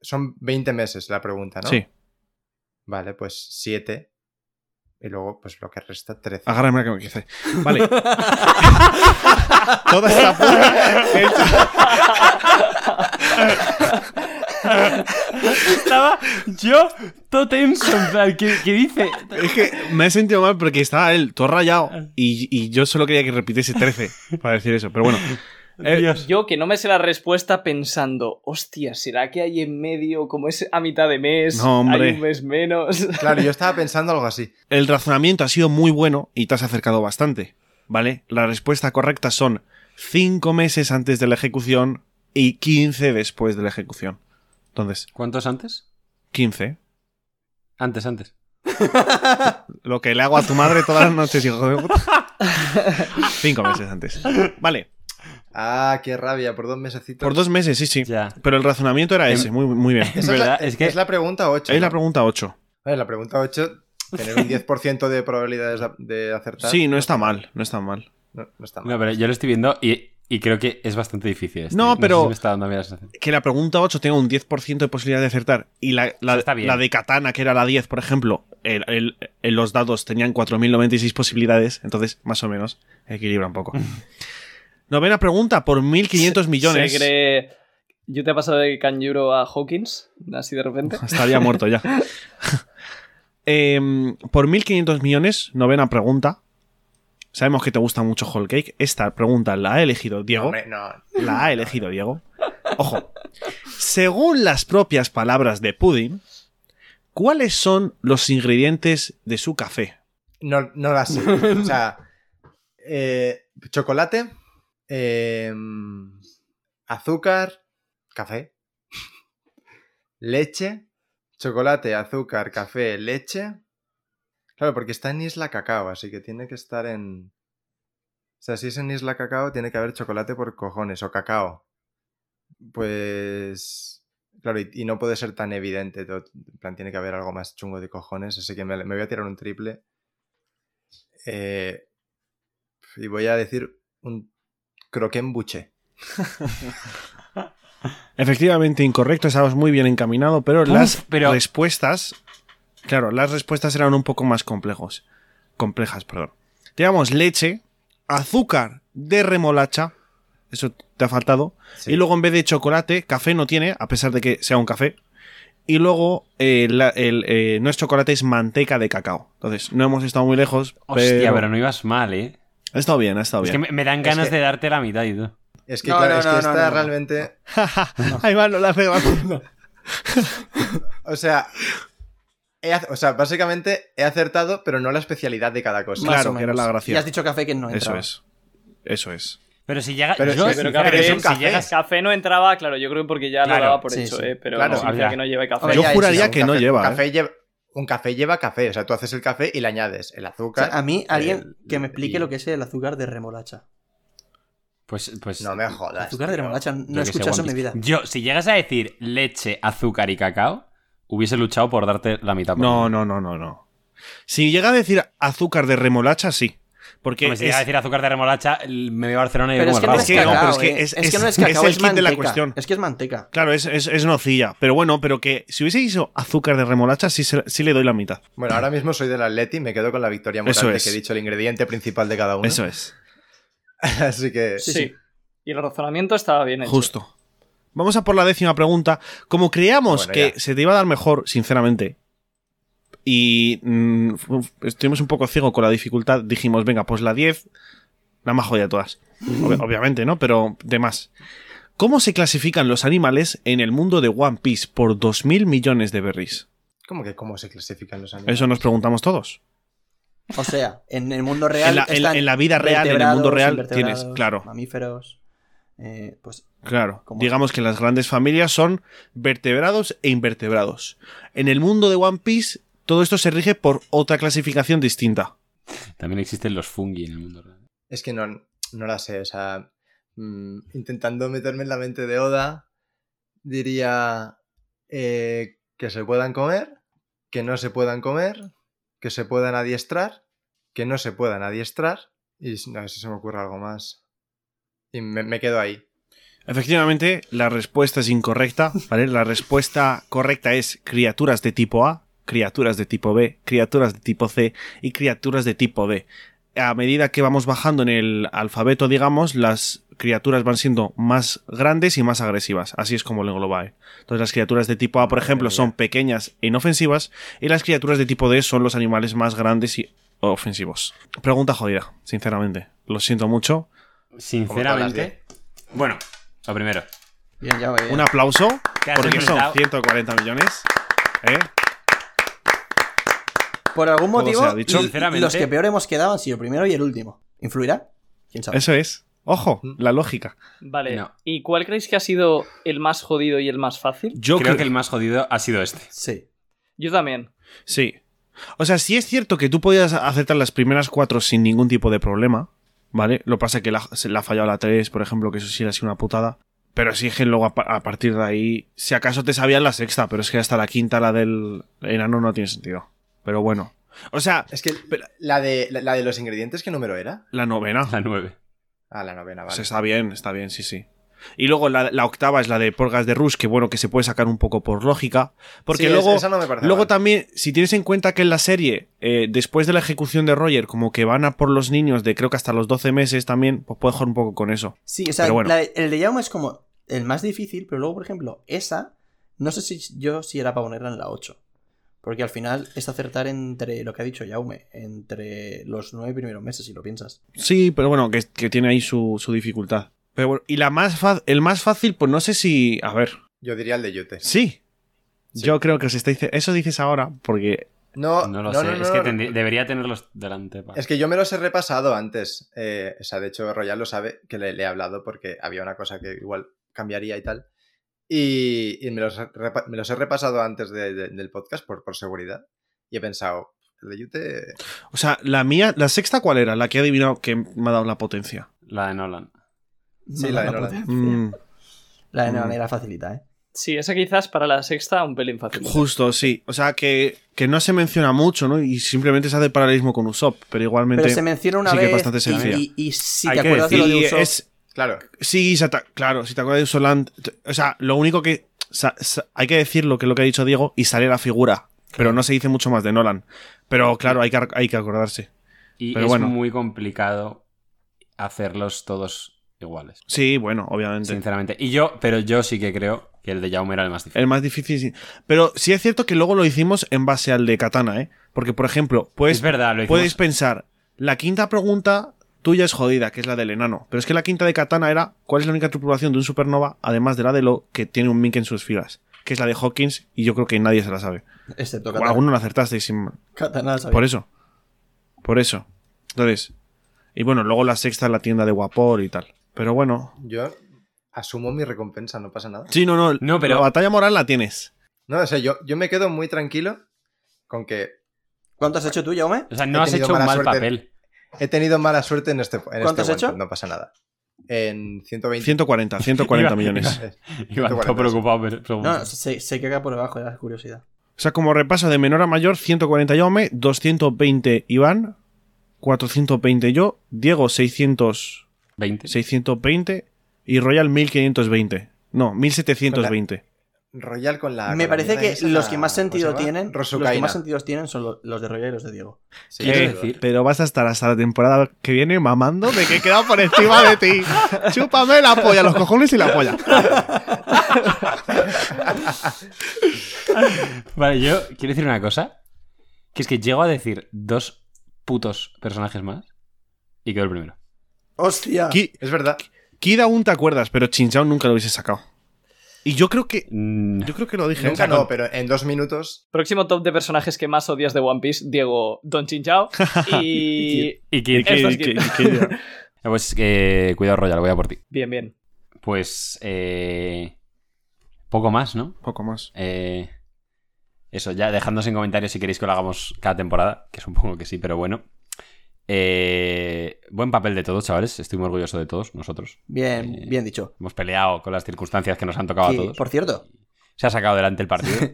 Speaker 6: son 20 meses la pregunta, ¿no?
Speaker 4: Sí,
Speaker 6: Vale, pues 7. Y luego, pues lo que resta, 13.
Speaker 4: agárrame la que me quise. Vale. Toda esta puta.
Speaker 2: Estaba yo todo tenso, en plan, ¿qué, qué dice?
Speaker 4: Es que me he sentido mal porque estaba él todo rayado y, y yo solo quería que repitiese 13 para decir eso, pero bueno. Eh,
Speaker 2: Dios.
Speaker 5: Yo que no me sé la respuesta pensando, hostia, ¿será que hay en medio, como es a mitad de mes,
Speaker 4: No, hombre.
Speaker 5: hay un mes menos?
Speaker 6: Claro, yo estaba pensando algo así.
Speaker 4: El razonamiento ha sido muy bueno y te has acercado bastante, ¿vale? La respuesta correcta son 5 meses antes de la ejecución y 15 después de la ejecución. Entonces,
Speaker 2: ¿Cuántos antes?
Speaker 4: 15.
Speaker 2: Antes, antes.
Speaker 4: Lo que le hago a tu madre todas las noches, hijo de puta. 5 meses antes. Vale,
Speaker 6: Ah, qué rabia, por dos mesecitos.
Speaker 4: por dos meses, sí, sí.
Speaker 2: Ya.
Speaker 4: Pero el razonamiento era ese, muy, muy bien.
Speaker 6: Esa es,
Speaker 2: ¿Verdad?
Speaker 6: la,
Speaker 2: Em, Es que-
Speaker 6: es la pregunta 8.
Speaker 4: Es la pregunta 8.
Speaker 6: la pregunta 8, tener un 10% de probabilidades de, de acertar.
Speaker 4: Sí, no está mal, no está mal.
Speaker 6: No, no está mal.
Speaker 2: No, pero yo lo estoy viendo y, y creo que es bastante difícil. este.
Speaker 4: No,
Speaker 2: sé
Speaker 4: pero-
Speaker 2: si me está dando a mí la sensación.
Speaker 4: que la pregunta 8 tenga un 10% de posibilidad de acertar y la, la-
Speaker 2: Está bien.
Speaker 4: la de Katana, que era la 10, por ejemplo, el- el- el- los dados tenían 4.096 posibilidades, entonces más o menos equilibra un poco. Novena pregunta por 1.500 millones.
Speaker 5: Se cree- Yo te he pasado de Kanjuro a Hawkins, así de repente.
Speaker 4: Estaría muerto ya. Em, por 1.500 millones, novena pregunta. Sabemos que te gusta mucho Whole Cake. Esta pregunta la ha elegido Diego.
Speaker 6: Hombre, no.
Speaker 4: La ha elegido Diego. Ojo. Según las propias palabras de Pudding, ¿cuáles son los ingredientes de su café?
Speaker 6: No, no la sé. O sea, eh, chocolate, eh, azúcar, café, leche, chocolate, azúcar, café, leche. Claro, porque está en Isla Cacao, así que tiene que estar en... O sea, si es en Isla Cacao, tiene que haber chocolate por cojones o cacao. Pues... Claro, y, y no puede ser tan evidente. to- En plan, tiene que haber algo más chungo de cojones, así que me, me voy a tirar un triple. Eh, y voy a decir un croquembuche.
Speaker 4: Efectivamente, incorrecto, estabas muy bien encaminado, pero las
Speaker 2: pero-
Speaker 4: respuestas. Claro, las respuestas eran un poco más complejos. Complejas, perdón. Teníamos leche, azúcar de remolacha. Eso te ha faltado.
Speaker 6: Sí.
Speaker 4: Y luego en vez de chocolate, café no tiene, a pesar de que sea un café. Y luego eh, la- el, eh, no es chocolate, es manteca de cacao. Entonces, no hemos estado muy lejos.
Speaker 2: Hostia, pero,
Speaker 4: pero
Speaker 2: no ibas mal, ¿eh?
Speaker 4: Ha estado bien, ha estado
Speaker 2: Es que
Speaker 4: bien.
Speaker 2: me, me dan
Speaker 6: Es
Speaker 2: ganas
Speaker 6: que-
Speaker 2: de darte la mitad y todo.
Speaker 6: Es que,
Speaker 3: No,
Speaker 6: claro,
Speaker 3: no,
Speaker 6: es que
Speaker 3: no, no,
Speaker 6: esta
Speaker 3: no, no.
Speaker 6: realmente.
Speaker 4: Ahí va, no la pega.
Speaker 6: O sea, he ac- o sea, básicamente he acertado, pero no la especialidad de cada cosa.
Speaker 4: pues Claro,
Speaker 3: Más o
Speaker 4: que era
Speaker 3: menos.
Speaker 4: la gracia.
Speaker 3: Y has dicho café que no
Speaker 4: Eso
Speaker 3: entraba.
Speaker 4: es. Eso es.
Speaker 2: Pero si llega...
Speaker 6: Pero-
Speaker 2: yo,
Speaker 6: pero
Speaker 2: sinceramente,
Speaker 6: café,
Speaker 2: si
Speaker 6: es un café.
Speaker 2: llegas-
Speaker 5: Café no entraba, claro, yo creo porque ya
Speaker 2: Claro,
Speaker 5: lo daba por
Speaker 3: sí,
Speaker 5: hecho,
Speaker 3: sí.
Speaker 5: ¿eh? Pero
Speaker 6: Claro,
Speaker 5: no significa
Speaker 2: había-
Speaker 5: que no lleve café.
Speaker 6: Hombre,
Speaker 4: Yo
Speaker 6: ya es,
Speaker 4: juraría
Speaker 6: o sea, un
Speaker 4: que no
Speaker 6: café-
Speaker 4: lleva,
Speaker 6: un Café lleva. Un café lleva café, o sea, tú haces el café y le añades el
Speaker 3: O sea,
Speaker 6: azúcar.
Speaker 3: a mí, alguien
Speaker 6: el-
Speaker 3: que me explique
Speaker 6: y-
Speaker 3: lo que es el azúcar de remolacha.
Speaker 2: Pues, pues...
Speaker 6: No me jodas.
Speaker 3: Azúcar de
Speaker 6: tío.
Speaker 3: remolacha,
Speaker 2: yo
Speaker 3: no he
Speaker 2: que sé,
Speaker 3: escuchado eso en
Speaker 2: One
Speaker 3: mi vida.
Speaker 2: Piece. Yo, si llegas a decir leche, azúcar y cacao, hubiese luchado por darte la mitad. por
Speaker 4: No,
Speaker 2: uno.
Speaker 4: no, no, no, no. Si llega a decir azúcar de remolacha, sí. Porque
Speaker 2: Hombre, si
Speaker 4: es-
Speaker 2: llegas a decir azúcar de remolacha, el- me voy a Barcelona y
Speaker 3: Pero
Speaker 2: como
Speaker 3: es
Speaker 2: el
Speaker 3: que no
Speaker 2: rabo.
Speaker 3: es
Speaker 4: que no,
Speaker 3: cacao,
Speaker 4: pero es que
Speaker 3: ¿eh?
Speaker 4: es-
Speaker 3: que no
Speaker 4: es-
Speaker 3: es cacao,
Speaker 4: es el
Speaker 3: es
Speaker 4: kit de la
Speaker 3: manteca.
Speaker 4: cuestión.
Speaker 3: Es que es manteca.
Speaker 4: claro, es, es- es nocilla. Pero bueno, pero que si hubiese dicho azúcar de remolacha, sí, se- sí le doy la mitad.
Speaker 6: Bueno, ahora mismo soy del Atleti, me quedo con la victoria moral
Speaker 4: Eso
Speaker 6: de
Speaker 4: es.
Speaker 6: que he dicho el ingrediente principal de cada uno.
Speaker 4: Eso es.
Speaker 6: Así que.
Speaker 5: Sí, sí. Y el razonamiento estaba bien hecho.
Speaker 4: Justo. Vamos a por la décima pregunta. Como creíamos
Speaker 6: Bueno,
Speaker 4: que
Speaker 6: ya.
Speaker 4: se te iba a dar mejor, sinceramente, y mm, fu- fu- estuvimos un poco ciego con la dificultad, dijimos, venga, pues la 10, la más jodida de todas. Ob- obviamente, ¿no? Pero de más. ¿Cómo se clasifican los animales en el mundo de One Piece por 2.000 millones de berries?
Speaker 6: ¿Cómo que cómo se clasifican los animales?
Speaker 4: Eso nos preguntamos todos.
Speaker 3: O sea, en el mundo real.
Speaker 4: En la, en la-
Speaker 3: están
Speaker 4: en la vida real, en el mundo
Speaker 3: vertebrados,
Speaker 4: real,
Speaker 3: invertebrados,
Speaker 4: tienes, claro.
Speaker 3: Mamíferos. eh, pues
Speaker 4: Claro,
Speaker 3: ¿Cómo?
Speaker 4: digamos que las grandes familias son vertebrados e invertebrados. En el mundo de One Piece, todo esto se rige por otra clasificación distinta.
Speaker 2: También existen los fungi en el mundo real.
Speaker 6: Es que no, no la sé, o sea, mm, intentando meterme en la mente de Oda, diría eh, que se puedan comer, que no se puedan comer,
Speaker 4: Mm.
Speaker 6: que se puedan adiestrar, que no se puedan adiestrar, y s- a ver si se me ocurre algo más. Y me, me quedo ahí.
Speaker 4: Efectivamente, la respuesta es incorrecta, ¿vale? La respuesta correcta es criaturas de tipo A, criaturas de tipo B, criaturas de tipo C y criaturas de tipo D. A medida que vamos bajando en el alfabeto, digamos, las criaturas van siendo más grandes y más agresivas. Así es como lo engloba. ¿eh? Entonces, las criaturas de tipo A, por
Speaker 6: Madre
Speaker 4: ejemplo,
Speaker 6: mía.
Speaker 4: son pequeñas e inofensivas y las criaturas de tipo D son los animales más grandes y ofensivos. Pregunta jodida, sinceramente. Lo siento mucho.
Speaker 2: Sinceramente... Bueno, lo primero.
Speaker 3: bien, ya eh, voy.
Speaker 4: Un aplauso.
Speaker 2: ¿Te has
Speaker 4: Porque son
Speaker 2: enfrentado-
Speaker 4: 140 millones. ¿eh?
Speaker 3: Por algún
Speaker 4: Como
Speaker 3: motivo,
Speaker 4: se ha dicho,
Speaker 3: l-
Speaker 2: sinceramente-
Speaker 3: los que peor hemos quedado han sido el primero y el último. ¿Influirá? ¿Quién sabe?
Speaker 4: Eso es. Ojo, la lógica.
Speaker 5: Vale.
Speaker 2: No.
Speaker 5: ¿Y cuál creéis que ha sido el más jodido y el más fácil?
Speaker 4: Yo
Speaker 2: creo
Speaker 4: creo
Speaker 2: que el más jodido ha sido este.
Speaker 3: Sí.
Speaker 5: Yo también.
Speaker 4: Sí. O sea, sí es cierto que tú podías aceptar las primeras cuatro sin ningún tipo de problema, ¿vale? Lo que pasa es que la, se la ha fallado la 3, por ejemplo, que eso sí era sido una putada. Pero sí es que luego a, pa- a partir de ahí, si acaso te sabías la sexta, pero es que hasta la quinta, la del enano, no tiene sentido. Pero bueno. O sea,
Speaker 6: Es que
Speaker 4: Pero-
Speaker 6: la, de, la, la de los ingredientes, ¿qué número era?
Speaker 4: la novena.
Speaker 2: La 9.
Speaker 6: Ah, la novena,
Speaker 4: O
Speaker 2: Pues
Speaker 6: vale.
Speaker 4: sea, está bien, está bien, sí, sí. Y luego la, la octava es la de Porgas de Rush, que bueno, que se puede sacar un poco por lógica. Porque
Speaker 6: Sí, es-
Speaker 4: luego,
Speaker 6: esa no me parece
Speaker 4: luego
Speaker 6: mal.
Speaker 4: también, si tienes en cuenta que en la serie, eh, después de la ejecución de Roger, como que van a por los niños de creo que hasta los 12 meses también, pues puedes jugar un poco con eso.
Speaker 3: Sí, o sea,
Speaker 4: Pero bueno.
Speaker 3: la de- el de Jaume es como el más difícil, pero luego, por ejemplo, esa, no sé si yo si era para ponerla en la 8. Porque al final es acertar entre lo que ha dicho Jaume, entre los nueve primeros meses, si lo piensas.
Speaker 4: Sí, pero bueno, que, que tiene ahí su, su dificultad. Pero bueno, y la más fa- el más fácil, pues no sé si. A ver.
Speaker 6: Yo diría el de Yute.
Speaker 4: Sí.
Speaker 6: Sí.
Speaker 4: Yo creo que se está dice. Eso dices ahora porque.
Speaker 6: No,
Speaker 2: No lo
Speaker 6: no,
Speaker 2: sé,
Speaker 6: no,
Speaker 2: es
Speaker 6: no,
Speaker 2: que
Speaker 6: no.
Speaker 2: tendrí- debería tenerlos delante. pa.
Speaker 6: Es que yo me los he repasado antes. eh, o sea, de hecho, Royal lo sabe que le, le he hablado porque había una cosa que igual cambiaría y tal. Y, y me, los he repa- me los he repasado antes de- de- del podcast por, por seguridad. Y he pensado, el de Yute.
Speaker 4: O sea, la mía. ¿La sexta cuál era? La que he adivinado que me ha dado la potencia.
Speaker 2: La de Nolan.
Speaker 6: Sí, la de Nolan.
Speaker 3: potencia.
Speaker 4: Mm,
Speaker 3: La de
Speaker 4: Mm.
Speaker 3: Nolan era facilita, ¿eh?
Speaker 5: Sí, esa quizás para la sexta un pelín fácil.
Speaker 4: justo, sí. O sea, que, que no se menciona mucho, ¿no? Y simplemente se hace paralelismo con Usopp. Pero igualmente.
Speaker 3: Pero se menciona una
Speaker 4: sí que es
Speaker 3: vez
Speaker 4: bastante
Speaker 3: y-
Speaker 4: sencilla.
Speaker 3: y, y si
Speaker 2: Hay
Speaker 3: te
Speaker 2: que
Speaker 3: acuerdas de lo de
Speaker 4: Y
Speaker 3: Usopp,
Speaker 4: es,
Speaker 6: Claro,
Speaker 4: Sí, se ata- claro, si te acuerdas de Usoland. t- O sea, lo único que. sa- sa- hay que decir lo que, lo que ha dicho Diego y sale la figura. Pero no se dice mucho más de Nolan. Pero claro, hay que, ar- hay que acordarse.
Speaker 2: Y
Speaker 4: Pero
Speaker 2: es
Speaker 4: bueno.
Speaker 2: muy complicado hacerlos todos iguales.
Speaker 4: Sí, bueno, obviamente.
Speaker 2: Sinceramente. Y yo, pero yo sí que creo que el de Jaume era el más difícil.
Speaker 4: El más difícil. sí. Pero sí es cierto que luego lo hicimos en base al de Katana, ¿eh? Porque, por ejemplo, puedes,
Speaker 2: es verdad, lo hicimos.
Speaker 4: puedes pensar. La quinta pregunta tuya es jodida, que es la del enano. Pero es que la quinta de Katana era: ¿cuál es la única tripulación de un supernova, además de la de lo que tiene un Mink en sus filas? Que es la de Hawkins, y yo creo que nadie se la sabe.
Speaker 3: excepto
Speaker 4: Bueno,
Speaker 3: Katana.
Speaker 4: alguno lo acertasteis sin,
Speaker 3: Katana la sabía.
Speaker 4: Por eso. Por eso. Entonces. Y bueno, luego la sexta es la tienda de Guapor y tal. Pero bueno.
Speaker 6: yo asumo mi recompensa, no pasa nada.
Speaker 4: Sí, no, no.
Speaker 2: No, pero-
Speaker 4: La batalla moral la tienes.
Speaker 6: No, o sea, yo, yo me quedo muy tranquilo con que
Speaker 3: ¿Cuánto has hecho tú, Jaume?
Speaker 2: O sea,
Speaker 6: He
Speaker 2: no has
Speaker 6: tenido
Speaker 2: hecho un
Speaker 6: mala
Speaker 2: mal
Speaker 6: suerte.
Speaker 2: papel.
Speaker 6: he tenido mala suerte en este. En
Speaker 3: ¿Cuánto has
Speaker 6: este
Speaker 3: hecho?
Speaker 6: Wanted, No pasa nada. En 120.
Speaker 4: 140, 140
Speaker 2: Iba-
Speaker 4: millones.
Speaker 6: Es-
Speaker 2: Iba todo
Speaker 6: 140.
Speaker 2: preocupado. Pero, pero-
Speaker 4: pues,
Speaker 3: No, se, se queda por debajo, era curiosidad.
Speaker 4: O sea, como repaso de menor a mayor, 140 Yome, 220 Iván, 420 yo, Diego 600,
Speaker 2: 20.
Speaker 4: 620 y Royal 1520. No, 1720.
Speaker 6: Royal con la.
Speaker 3: Me
Speaker 6: con la
Speaker 3: parece
Speaker 6: mierda
Speaker 3: que
Speaker 6: esa,
Speaker 3: los que más
Speaker 4: pues,
Speaker 6: ¿cómo se
Speaker 3: sentido
Speaker 6: llama?
Speaker 3: tienen, los que
Speaker 6: Rosukaina.
Speaker 3: más sentidos tienen son lo- los de Roger y los de Diego.
Speaker 6: Sí,
Speaker 2: Quiero
Speaker 6: sí,
Speaker 2: decir-
Speaker 4: Eh, Pero vas a estar hasta la temporada que viene mamando de que he quedado por encima de ti. Chúpame la polla, los cojones y la polla.
Speaker 2: Vale, yo quiero decir una cosa. Que es que llego a decir dos putos personajes más y quedo el primero.
Speaker 3: ¡Hostia!
Speaker 4: Ki-
Speaker 6: Es verdad.
Speaker 4: Kid aún te acuerdas, pero Chinchao nunca lo hubiese sacado. Y yo creo que.
Speaker 2: Mm,
Speaker 4: Yo creo que lo dije.
Speaker 6: Nunca
Speaker 4: O sea,
Speaker 6: no, pero en dos minutos.
Speaker 5: Próximo top de personajes que más odias de One Piece, Diego Don Chinchao. Y.
Speaker 2: Y que.
Speaker 5: Kid. Esto es
Speaker 4: que- que- que- que-
Speaker 2: Eh, Pues eh, cuidado, Royal, voy a por ti.
Speaker 5: Bien, bien.
Speaker 2: Pues. eh, poco más, ¿no?
Speaker 4: poco más.
Speaker 2: Eh, eso, ya dejadnos en comentarios si queréis que lo hagamos cada temporada, que supongo que sí, pero bueno. Eh, buen papel de todos, chavales. Estoy muy orgulloso de todos nosotros.
Speaker 3: Bien,
Speaker 2: Eh,
Speaker 3: bien dicho.
Speaker 2: Hemos peleado con las circunstancias que nos han tocado
Speaker 3: Que,
Speaker 2: a todos.
Speaker 3: por cierto,
Speaker 2: Se ha sacado delante el partido.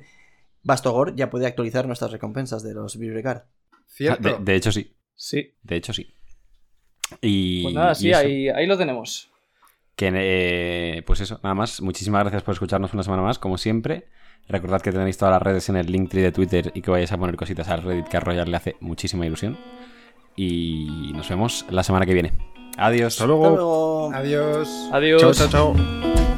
Speaker 3: Bastogor ya puede actualizar nuestras recompensas de los Vibrecar.
Speaker 6: Cierto.
Speaker 2: Ah, De, de hecho, sí.
Speaker 5: Sí.
Speaker 2: De hecho, sí. Y,
Speaker 5: Pues nada,
Speaker 2: y
Speaker 5: sí,
Speaker 2: eso.
Speaker 5: ahí, ahí lo tenemos.
Speaker 2: Que, eh, pues eso, nada más. Muchísimas gracias por escucharnos una semana más, como siempre. Recordad que tenéis todas las redes en el linktree de Twitter y que vayáis a poner cositas al Reddit que a Royal le hace muchísima ilusión. Y nos vemos la semana que viene. Adiós.
Speaker 4: Hasta luego.
Speaker 3: Hasta luego.
Speaker 6: Adiós.
Speaker 5: Adiós.
Speaker 4: Chao, chao, chao.
Speaker 5: chao.